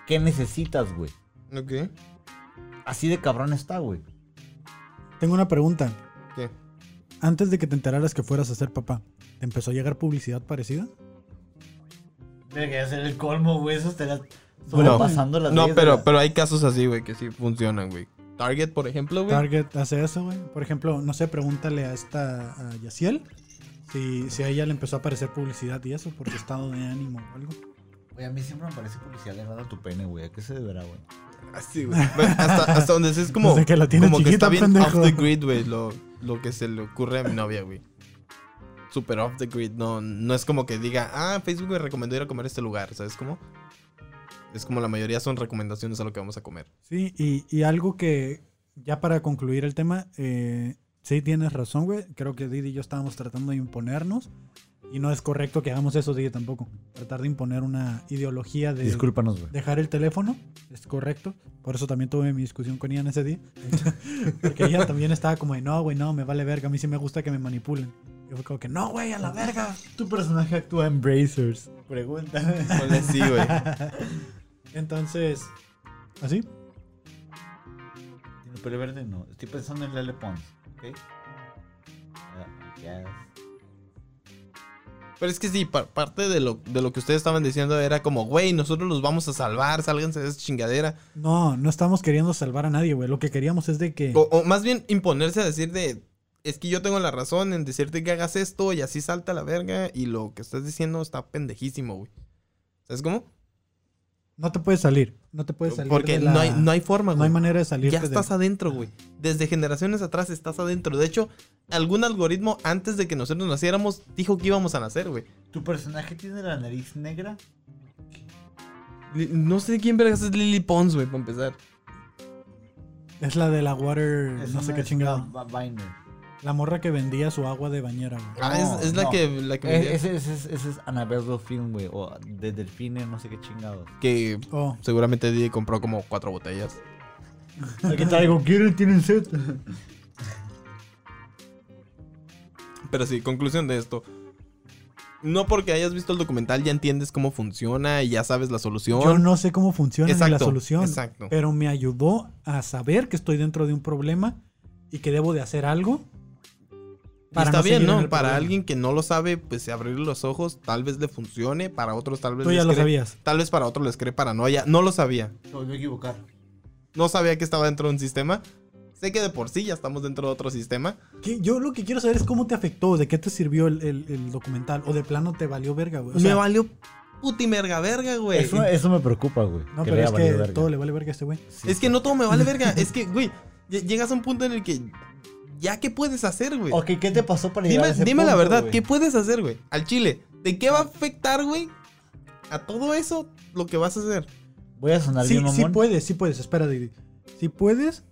[SPEAKER 1] ¿Qué necesitas, güey?
[SPEAKER 2] Ok.
[SPEAKER 1] Así de cabrón está, güey.
[SPEAKER 3] Tengo una pregunta.
[SPEAKER 2] ¿Qué?
[SPEAKER 3] Antes de que te enteraras que fueras a ser papá, ¿te empezó a llegar publicidad parecida?
[SPEAKER 1] Debería ser el colmo, güey. Eso estaría
[SPEAKER 2] Bueno,
[SPEAKER 1] pasando las
[SPEAKER 2] No,
[SPEAKER 1] leyes de
[SPEAKER 2] pero,
[SPEAKER 1] la-
[SPEAKER 2] pero hay casos así, güey, que sí funcionan, güey. Target, por ejemplo, güey.
[SPEAKER 3] Target hace eso, güey. Por ejemplo, no sé, pregúntale a esta a Yaciel si, si a ella le empezó a aparecer publicidad y eso por su estado de ánimo o algo.
[SPEAKER 1] Güey, a mí siempre me parece publicidad de nada tu pene, güey. ¿A qué se deberá, güey?
[SPEAKER 2] Así, güey. Bueno, Hasta, hasta donde es como,
[SPEAKER 3] Desde que la tiene
[SPEAKER 2] como que
[SPEAKER 3] chiquita,
[SPEAKER 2] está bien
[SPEAKER 3] pendejo.
[SPEAKER 2] off the grid, güey. Lo, lo que se le ocurre a mi novia, güey. Super off the grid. No, no es como que diga, ah, Facebook me recomendó ir a comer a este lugar, ¿sabes cómo? Es como la mayoría son recomendaciones a lo que vamos a comer.
[SPEAKER 3] Sí, y, y algo que, ya para concluir el tema, eh, sí tienes razón, güey. Creo que Didi y yo estábamos tratando de imponernos. Y no es correcto que hagamos eso, Didi, tampoco. Tratar de imponer una ideología de
[SPEAKER 1] Discúlpanos, güey.
[SPEAKER 3] dejar el teléfono, es correcto. Por eso también tuve mi discusión con Ian ese día. Porque ella también estaba como de, no, güey, no, me vale verga. A mí sí me gusta que me manipulen. Yo fue como que, no, güey, a la verga.
[SPEAKER 1] Tu personaje actúa en Brazers. Pregunta.
[SPEAKER 2] Ponle así, güey.
[SPEAKER 3] Entonces, ¿así?
[SPEAKER 1] ¿Tiene pelo verde? No. Estoy pensando en Lele Pons. ¿Ok? Ah, yes.
[SPEAKER 2] Pero es que sí, par- parte de lo, de lo que ustedes estaban diciendo era como, güey, nosotros los vamos a salvar, sálganse de esa chingadera.
[SPEAKER 3] No, no estamos queriendo salvar a nadie, güey. Lo que queríamos es de que...
[SPEAKER 2] O, o más bien imponerse a decir de, es que yo tengo la razón en decirte que hagas esto y así salta la verga y lo que estás diciendo está pendejísimo, güey. ¿Sabes cómo?
[SPEAKER 3] No te puedes salir. No te puedes salir.
[SPEAKER 2] Porque
[SPEAKER 3] de la-
[SPEAKER 2] no, hay, no hay forma, güey.
[SPEAKER 3] no hay manera de salir.
[SPEAKER 2] ya estás adentro, güey. Desde generaciones atrás estás adentro. De hecho, algún algoritmo antes de que nosotros naciéramos dijo que íbamos a nacer, güey.
[SPEAKER 1] ¿Tu personaje tiene la nariz negra?
[SPEAKER 2] Li- No sé quién vergas es Lily Pons, güey, para empezar.
[SPEAKER 3] Es la de la water,
[SPEAKER 1] Es
[SPEAKER 3] no sé
[SPEAKER 1] una-
[SPEAKER 3] qué
[SPEAKER 1] es una
[SPEAKER 3] chingado.
[SPEAKER 1] va- vaina.
[SPEAKER 3] La morra que vendía su agua de bañera, güey.
[SPEAKER 2] Ah,
[SPEAKER 1] No,
[SPEAKER 2] es, es la
[SPEAKER 1] no.
[SPEAKER 2] que... La que
[SPEAKER 1] Eh, Ese, ese, es- ese es Annabelle Dolphin, güey. O de Delfine, no sé qué chingados.
[SPEAKER 2] que
[SPEAKER 3] Oh,
[SPEAKER 2] seguramente Didi compró como cuatro botellas.
[SPEAKER 1] Aquí traigo, ¿quieren? ¿Tienen set?
[SPEAKER 2] Pero sí, conclusión de esto. No porque hayas visto el documental ya entiendes cómo funciona y ya sabes la solución.
[SPEAKER 3] yo no sé cómo funciona ni la
[SPEAKER 2] Exacto,
[SPEAKER 3] solución.
[SPEAKER 2] exacto.
[SPEAKER 3] Pero me ayudó a saber que estoy dentro de un problema y que debo de hacer algo.
[SPEAKER 2] Y
[SPEAKER 3] para
[SPEAKER 2] está
[SPEAKER 3] no
[SPEAKER 2] bien,
[SPEAKER 3] seguir en
[SPEAKER 2] ¿no?
[SPEAKER 3] el
[SPEAKER 2] Para
[SPEAKER 3] problema.
[SPEAKER 2] alguien que no lo sabe, pues abrir los ojos tal vez le funcione, para otros tal vez
[SPEAKER 3] Tú ya
[SPEAKER 2] les
[SPEAKER 3] lo
[SPEAKER 2] cree-
[SPEAKER 3] sabías.
[SPEAKER 2] Tal vez para otros les cree paranoia. No lo sabía.
[SPEAKER 1] Se volvió a equivocar.
[SPEAKER 2] No sabía que estaba dentro de un sistema. Sé que de por sí ya estamos dentro de otro sistema.
[SPEAKER 3] Que Yo lo que quiero saber es cómo te afectó, de qué te sirvió el, el- el documental. O de plano te valió verga, güey. O sea,
[SPEAKER 2] Me valió puti merga verga, güey.
[SPEAKER 1] Eso, eso me preocupa, güey.
[SPEAKER 3] No,
[SPEAKER 1] que
[SPEAKER 3] pero
[SPEAKER 1] le
[SPEAKER 3] es
[SPEAKER 1] haya
[SPEAKER 3] que
[SPEAKER 1] valido verga.
[SPEAKER 3] todo le vale verga a este güey.
[SPEAKER 1] Sí,
[SPEAKER 2] es que no todo me vale verga. es que, güey, lle- llegas a un punto en el que ya qué puedes hacer, güey.
[SPEAKER 1] Ok, ¿qué te pasó para llegar
[SPEAKER 2] Dime,
[SPEAKER 1] a ese
[SPEAKER 2] dime la
[SPEAKER 1] punto,
[SPEAKER 2] verdad,
[SPEAKER 1] güey?
[SPEAKER 2] ¿qué puedes hacer, güey? Al chile. ¿De qué va a afectar, güey? A todo eso lo que vas a hacer.
[SPEAKER 1] Voy a sonar
[SPEAKER 3] Sí,
[SPEAKER 1] bien mamón.
[SPEAKER 3] sí puedes, sí puedes, espera, Didi. Sí puedes,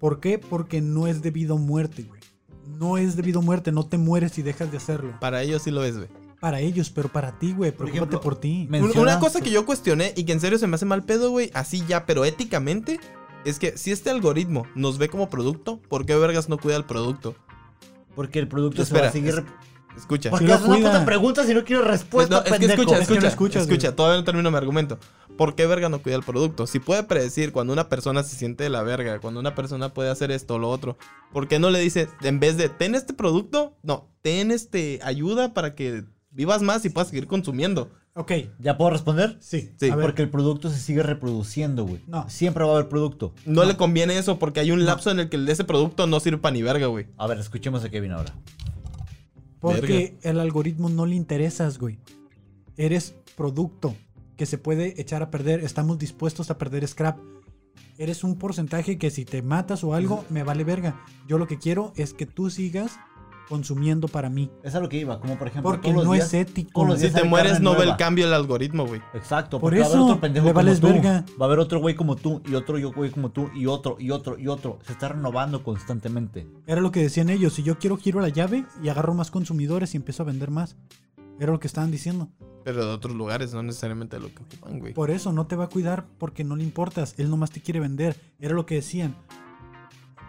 [SPEAKER 3] ¿por qué? Porque no es debido a muerte, güey. No es debido a muerte, no te mueres y dejas de hacerlo.
[SPEAKER 2] Para ellos sí lo es, güey.
[SPEAKER 3] Para ellos, pero para ti, güey, preocúpate
[SPEAKER 1] ejemplo,
[SPEAKER 3] por ti.
[SPEAKER 1] me-
[SPEAKER 2] Un-
[SPEAKER 1] Menciona-
[SPEAKER 2] Una cosa que yo cuestioné y que en serio se me hace mal pedo, güey, así ya, pero éticamente, es que si este algoritmo nos ve como producto, ¿por qué vergas no cuida el producto?
[SPEAKER 1] Porque el producto se va
[SPEAKER 2] Espera,
[SPEAKER 1] a seguir...
[SPEAKER 2] es-
[SPEAKER 1] rep-
[SPEAKER 2] Escucha.
[SPEAKER 1] ¿Por qué
[SPEAKER 3] lo
[SPEAKER 1] haces una
[SPEAKER 3] cuida.
[SPEAKER 1] puta pregunta si Pues no quiero respuesta,
[SPEAKER 2] Pues No, es que
[SPEAKER 1] pendejo?
[SPEAKER 2] escucha,
[SPEAKER 3] Es que no
[SPEAKER 2] escucha,
[SPEAKER 3] escuchas,
[SPEAKER 2] escucha,
[SPEAKER 3] güey.
[SPEAKER 2] todavía no termino mi argumento. ¿Por qué verga no cuida el producto? Si puede predecir cuando una persona se siente de la verga, cuando una persona puede hacer esto o lo otro, ¿por qué no le dice, en vez de, ten este producto, no, ten este ayuda para que vivas más y puedas seguir consumiendo?
[SPEAKER 3] Ok,
[SPEAKER 1] ¿Ya puedo responder?
[SPEAKER 3] sí.
[SPEAKER 2] Sí,
[SPEAKER 3] a ver,
[SPEAKER 1] Porque el producto se sigue reproduciendo, güey.
[SPEAKER 3] No.
[SPEAKER 1] Siempre va a haber producto.
[SPEAKER 2] No, le conviene eso porque hay un lapso en el que ese producto no sirve para ni verga, güey.
[SPEAKER 1] A ver, escuchemos a Kevin ahora.
[SPEAKER 3] porque el algoritmo no le interesas, güey. Eres producto que se puede echar a perder. Estamos dispuestos a perder scrap. Eres un porcentaje que si te matas o algo, me vale verga. Yo lo que quiero es que tú sigas consumiendo para mí.
[SPEAKER 1] Es a lo que iba, como por ejemplo.
[SPEAKER 3] Porque
[SPEAKER 1] todos los
[SPEAKER 3] no
[SPEAKER 1] días-
[SPEAKER 3] es ético.
[SPEAKER 1] todos los
[SPEAKER 2] Si
[SPEAKER 1] días
[SPEAKER 2] te
[SPEAKER 1] sale
[SPEAKER 2] mueres
[SPEAKER 1] carne
[SPEAKER 2] no ve el
[SPEAKER 1] nueva.
[SPEAKER 2] cambio el algoritmo, güey.
[SPEAKER 1] Exacto,
[SPEAKER 3] Por
[SPEAKER 1] porque va a
[SPEAKER 3] eso,
[SPEAKER 1] haber otro pendejo
[SPEAKER 3] le
[SPEAKER 1] como
[SPEAKER 3] vales
[SPEAKER 1] tú,
[SPEAKER 3] verga.
[SPEAKER 1] va a haber otro güey como tú y otro yo- güey como tú y otro y otro y otro. Se está renovando constantemente.
[SPEAKER 3] Era lo que decían ellos. Si yo quiero, giro la llave y agarro más consumidores y empiezo a vender más. Era lo que estaban diciendo.
[SPEAKER 2] Pero de otros lugares, no necesariamente lo que ocupan, güey.
[SPEAKER 3] Por eso no te va a cuidar porque no le importas. Él nomás te quiere vender. Era lo que decían.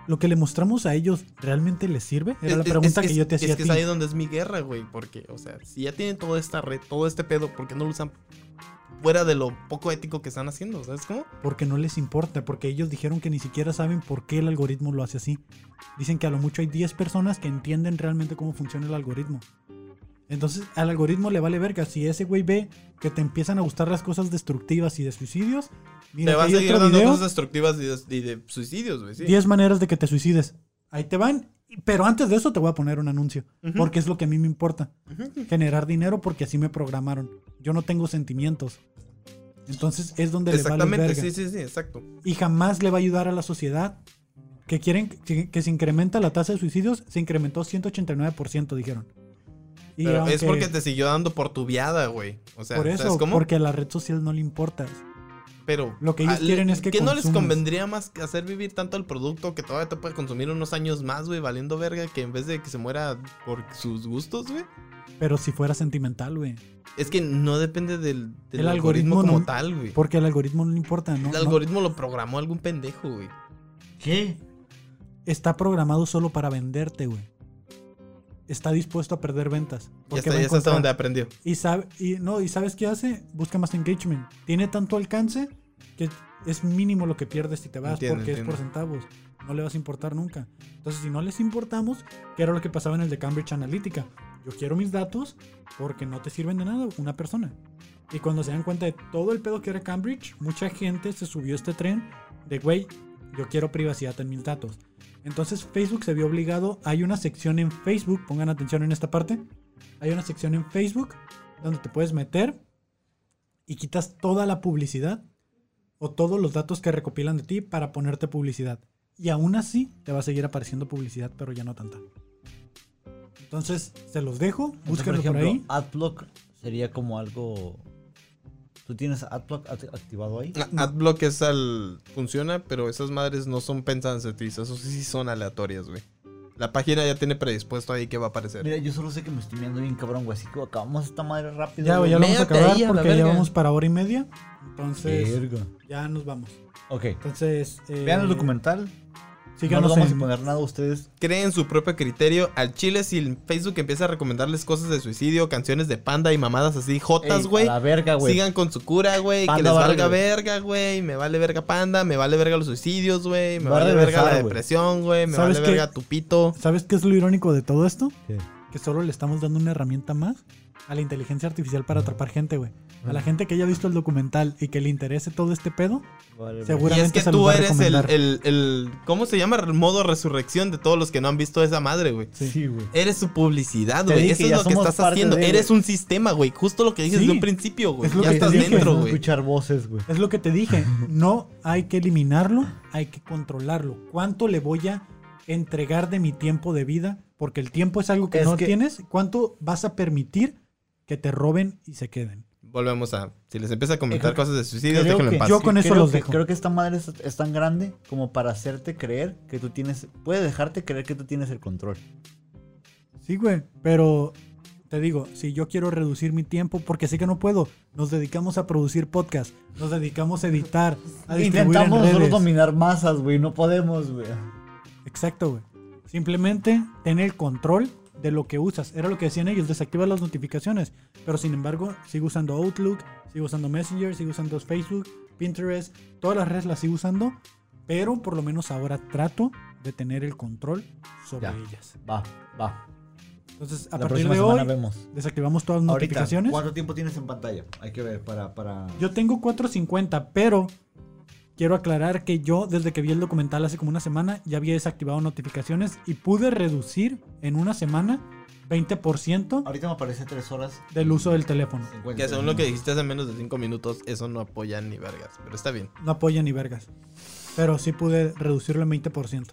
[SPEAKER 3] Lo que le mostramos a ellos, ¿realmente les sirve? Era la
[SPEAKER 2] Es- es-
[SPEAKER 3] pregunta
[SPEAKER 2] es-
[SPEAKER 3] que yo te hacía
[SPEAKER 2] Es
[SPEAKER 3] a
[SPEAKER 2] que
[SPEAKER 3] ti.
[SPEAKER 2] es ahí donde es mi guerra, güey. Porque, o sea, si ya tienen toda esta red, todo este pedo, ¿por qué no lo usan fuera de lo poco ético que están haciendo? ¿Sabes cómo?
[SPEAKER 3] Porque no les importa, porque ellos dijeron que ni siquiera saben por qué el algoritmo lo hace así. Dicen que a lo mucho hay 10 personas que entienden realmente cómo funciona el algoritmo. Entonces al algoritmo le vale verga. Si ese güey ve que te empiezan a gustar las cosas destructivas y de suicidios, mira,
[SPEAKER 2] Te va a
[SPEAKER 3] aquí hay
[SPEAKER 2] seguir
[SPEAKER 3] otro
[SPEAKER 2] dando
[SPEAKER 3] video,
[SPEAKER 2] cosas destructivas y de, y de suicidios, güey. Sí.
[SPEAKER 3] 10 maneras de que te suicides. Ahí te van. y- Pero antes de eso te voy a poner un anuncio, porque es lo que a mí me importa. Generar dinero porque así me programaron. Yo no tengo sentimientos. Entonces es donde le vale
[SPEAKER 2] Exactamente,
[SPEAKER 3] verga
[SPEAKER 2] sí, sí, sí, exacto.
[SPEAKER 3] y jamás le va a ayudar a la sociedad. Que quieren que, que se incrementa la tasa de suicidios, se incrementó 189%, dijeron. Y
[SPEAKER 2] Pero es
[SPEAKER 3] aunque-
[SPEAKER 2] porque te siguió dando por tu viada, güey. O sea,
[SPEAKER 3] por
[SPEAKER 2] ¿sabes
[SPEAKER 3] eso,
[SPEAKER 2] cómo?
[SPEAKER 3] porque a la red social no le importa.
[SPEAKER 2] Pero
[SPEAKER 3] Lo que ellos
[SPEAKER 2] al-
[SPEAKER 3] quieren es que
[SPEAKER 2] ¿Qué no les
[SPEAKER 3] consumas?
[SPEAKER 2] convendría más que hacer vivir tanto el producto que todavía te puede consumir unos años más, güey, valiendo verga, que en vez de que se muera por sus gustos, güey?
[SPEAKER 3] Pero si fuera sentimental, güey.
[SPEAKER 2] Es que no depende del, del
[SPEAKER 3] El
[SPEAKER 2] algoritmo,
[SPEAKER 3] algoritmo
[SPEAKER 2] como
[SPEAKER 3] no-
[SPEAKER 2] tal, güey.
[SPEAKER 3] Porque al algoritmo no le importa, ¿no?
[SPEAKER 2] El
[SPEAKER 3] No,
[SPEAKER 2] algoritmo lo programó algún pendejo, güey.
[SPEAKER 7] ¿Qué?
[SPEAKER 3] Está programado solo para venderte, güey. Está dispuesto a perder ventas.
[SPEAKER 2] Ya
[SPEAKER 3] Porque
[SPEAKER 2] está,
[SPEAKER 3] va a
[SPEAKER 2] ya está hasta
[SPEAKER 3] encontrar-
[SPEAKER 2] donde aprendió.
[SPEAKER 3] Y, sabe, y, no, ¿Y sabes qué hace? Busca más engagement. Tiene tanto alcance que es mínimo lo que pierdes si te vas
[SPEAKER 2] Entiendo,
[SPEAKER 3] porque
[SPEAKER 2] entiendo.
[SPEAKER 3] es por centavos. No le vas a importar nunca. Entonces, si no les importamos, que era lo que pasaba en el de Cambridge Analytica. Yo quiero mis datos porque no te sirven de nada una persona. Y cuando se dan cuenta de todo el pedo que era Cambridge, mucha gente se subió a este tren de, güey, yo quiero privacidad en mis datos. Entonces Facebook se vio obligado, hay una sección en Facebook, pongan atención en esta parte, hay una sección en Facebook donde te puedes meter y quitas toda la publicidad o todos los datos que recopilan de ti para ponerte publicidad. Y aún así te va a seguir apareciendo publicidad, pero ya no tanta. Entonces, se los dejo,
[SPEAKER 1] Busca, por
[SPEAKER 3] búsquenlo por,
[SPEAKER 1] ejemplo,
[SPEAKER 3] ahí.
[SPEAKER 1] Adblock sería como algo. ¿Tú tienes Adblock act- activado ahí?
[SPEAKER 2] A- Adblock Ah, es al. Funciona, pero esas madres no son pensadas en ti. Esas sí son aleatorias, güey. La página ya tiene predispuesto ahí que va a aparecer.
[SPEAKER 1] Mira, yo solo sé que me estoy mirando bien cabrón, güey. Así que acabamos esta madre rápido.
[SPEAKER 3] Ya,
[SPEAKER 1] güey.
[SPEAKER 3] ya lo vamos a
[SPEAKER 2] Métete
[SPEAKER 3] acabar
[SPEAKER 2] ahí a la
[SPEAKER 3] porque ya
[SPEAKER 2] verga.
[SPEAKER 3] vamos para hora y media. Entonces,
[SPEAKER 1] Verga.
[SPEAKER 3] ya nos vamos.
[SPEAKER 1] Ok.
[SPEAKER 3] Entonces, eh,
[SPEAKER 1] Vean el documental. no
[SPEAKER 3] Síganos
[SPEAKER 1] les vamos
[SPEAKER 3] en-
[SPEAKER 1] a poner nada a ustedes.
[SPEAKER 2] creen su propio criterio. Al chile, si el Facebook empieza a recomendarles cosas de suicidio, canciones de panda y mamadas así, jotas,
[SPEAKER 1] Ey, a
[SPEAKER 2] güey.
[SPEAKER 1] la verga, Ah, güey.
[SPEAKER 2] Sigan con su cura, güey. Que
[SPEAKER 1] Panda
[SPEAKER 2] les
[SPEAKER 1] va a
[SPEAKER 2] valga
[SPEAKER 1] regresar.
[SPEAKER 2] verga, güey. Me vale verga panda. Me vale verga los suicidios, güey. Me
[SPEAKER 1] Va a
[SPEAKER 2] vale verga la
[SPEAKER 1] regresar, güey.
[SPEAKER 2] depresión, güey. Me
[SPEAKER 3] ¿Sabes
[SPEAKER 2] vale
[SPEAKER 3] qué?
[SPEAKER 2] verga tu pito.
[SPEAKER 3] ¿Sabes qué es lo irónico de todo esto?
[SPEAKER 1] ¿Qué?
[SPEAKER 3] Que solo le estamos dando una herramienta más a la inteligencia artificial para atrapar gente, güey. A la gente que haya visto el documental y que le interese todo este pedo,
[SPEAKER 1] Vale,
[SPEAKER 2] Y
[SPEAKER 3] Seguro.
[SPEAKER 2] es
[SPEAKER 3] Seguramente
[SPEAKER 2] que
[SPEAKER 3] se los
[SPEAKER 2] tú
[SPEAKER 3] va a
[SPEAKER 2] eres el,
[SPEAKER 3] recomendar.
[SPEAKER 2] el- el- ¿Cómo se llama? El modo resurrección de todos los que no han visto esa madre, güey.
[SPEAKER 1] güey. Sí, güey.
[SPEAKER 2] Eres su publicidad,
[SPEAKER 1] Te
[SPEAKER 2] güey.
[SPEAKER 1] dije,
[SPEAKER 2] Eso es
[SPEAKER 1] ya
[SPEAKER 2] lo que
[SPEAKER 1] somos
[SPEAKER 2] estás
[SPEAKER 1] parte
[SPEAKER 2] haciendo.
[SPEAKER 1] de, güey.
[SPEAKER 2] Eres un sistema, güey. Justo lo que dije
[SPEAKER 3] Sí.
[SPEAKER 2] desde un principio, güey.
[SPEAKER 3] Es lo
[SPEAKER 2] Ya
[SPEAKER 3] que
[SPEAKER 2] estás
[SPEAKER 3] te dije.
[SPEAKER 2] dentro,
[SPEAKER 1] Empezamos a
[SPEAKER 2] güey.
[SPEAKER 1] escuchar voces, güey.
[SPEAKER 3] es lo que te dije, no hay que eliminarlo, hay que controlarlo. ¿Cuánto le voy a entregar de mi tiempo de vida? Porque el tiempo es algo que
[SPEAKER 1] Es
[SPEAKER 3] no
[SPEAKER 1] que-
[SPEAKER 3] tienes. ¿Cuánto vas a permitir que te roben y se queden?
[SPEAKER 2] Volvemos a. Si les empieza a comentar
[SPEAKER 1] Creo-
[SPEAKER 2] cosas de suicidio,
[SPEAKER 1] creo
[SPEAKER 2] déjenlo en
[SPEAKER 1] que-
[SPEAKER 2] paz.
[SPEAKER 3] Yo con eso
[SPEAKER 1] creo
[SPEAKER 3] los
[SPEAKER 1] que-
[SPEAKER 3] dejo.
[SPEAKER 1] Creo que esta madre es, es tan grande como para hacerte creer que tú tienes. Puede dejarte creer que tú tienes el control.
[SPEAKER 3] Sí, güey, pero te digo, si yo quiero reducir mi tiempo, porque sé que no puedo, nos dedicamos a producir podcast, nos dedicamos a editar, a distribuir en
[SPEAKER 1] Intentamos nosotros
[SPEAKER 3] redes.
[SPEAKER 1] dominar masas, güey. No podemos, güey.
[SPEAKER 3] Exacto, güey. Simplemente ten el control de lo que usas. Era lo que decían ellos, desactiva las notificaciones. Pero sin embargo, sigo usando Outlook, sigo usando Messenger, sigo usando Facebook, Pinterest, todas las redes las sigo usando. Pero por lo menos ahora trato de tener el control sobre
[SPEAKER 1] Ya.
[SPEAKER 3] ellas.
[SPEAKER 1] Va, va.
[SPEAKER 3] Entonces, a
[SPEAKER 1] La
[SPEAKER 3] partir
[SPEAKER 1] próxima
[SPEAKER 3] de
[SPEAKER 1] semana
[SPEAKER 3] hoy,
[SPEAKER 1] vemos.
[SPEAKER 3] desactivamos todas las
[SPEAKER 1] Ahorita,
[SPEAKER 3] notificaciones.
[SPEAKER 1] ¿cuánto tiempo tienes en pantalla? Hay que ver para... para...
[SPEAKER 3] Yo tengo 450, pero quiero aclarar que yo, desde que vi el documental hace como una semana, ya había desactivado notificaciones y pude reducir en una semana 20%
[SPEAKER 1] Ahorita me aparece 3 horas.
[SPEAKER 3] del uso del teléfono.
[SPEAKER 1] 50.
[SPEAKER 2] Que según lo que dijiste hace menos de 5 minutos, eso no apoya ni vergas. Pero está bien.
[SPEAKER 3] No apoya ni vergas. Pero sí pude reducirlo en 20%.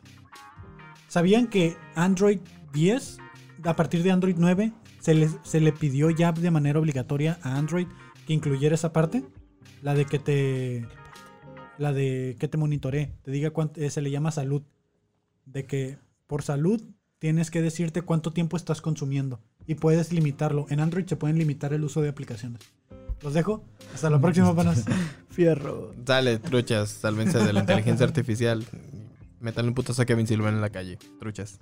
[SPEAKER 3] ¿Sabían que Android 10, a partir de Android 9, se le, se le pidió ya de manera obligatoria a Android que incluyera esa parte? La de que te. La de que te monitoree. Te diga cuánto. eh, se le llama salud. De que por salud tienes que decirte cuánto tiempo estás consumiendo. y puedes limitarlo. En Android se pueden limitar el uso de aplicaciones. Los dejo. Hasta la próxima, panas.
[SPEAKER 1] Fierro.
[SPEAKER 2] Sale, truchas, sálvense de la inteligencia artificial. Métanle un putazo a Kevin Silva en la calle, truchas.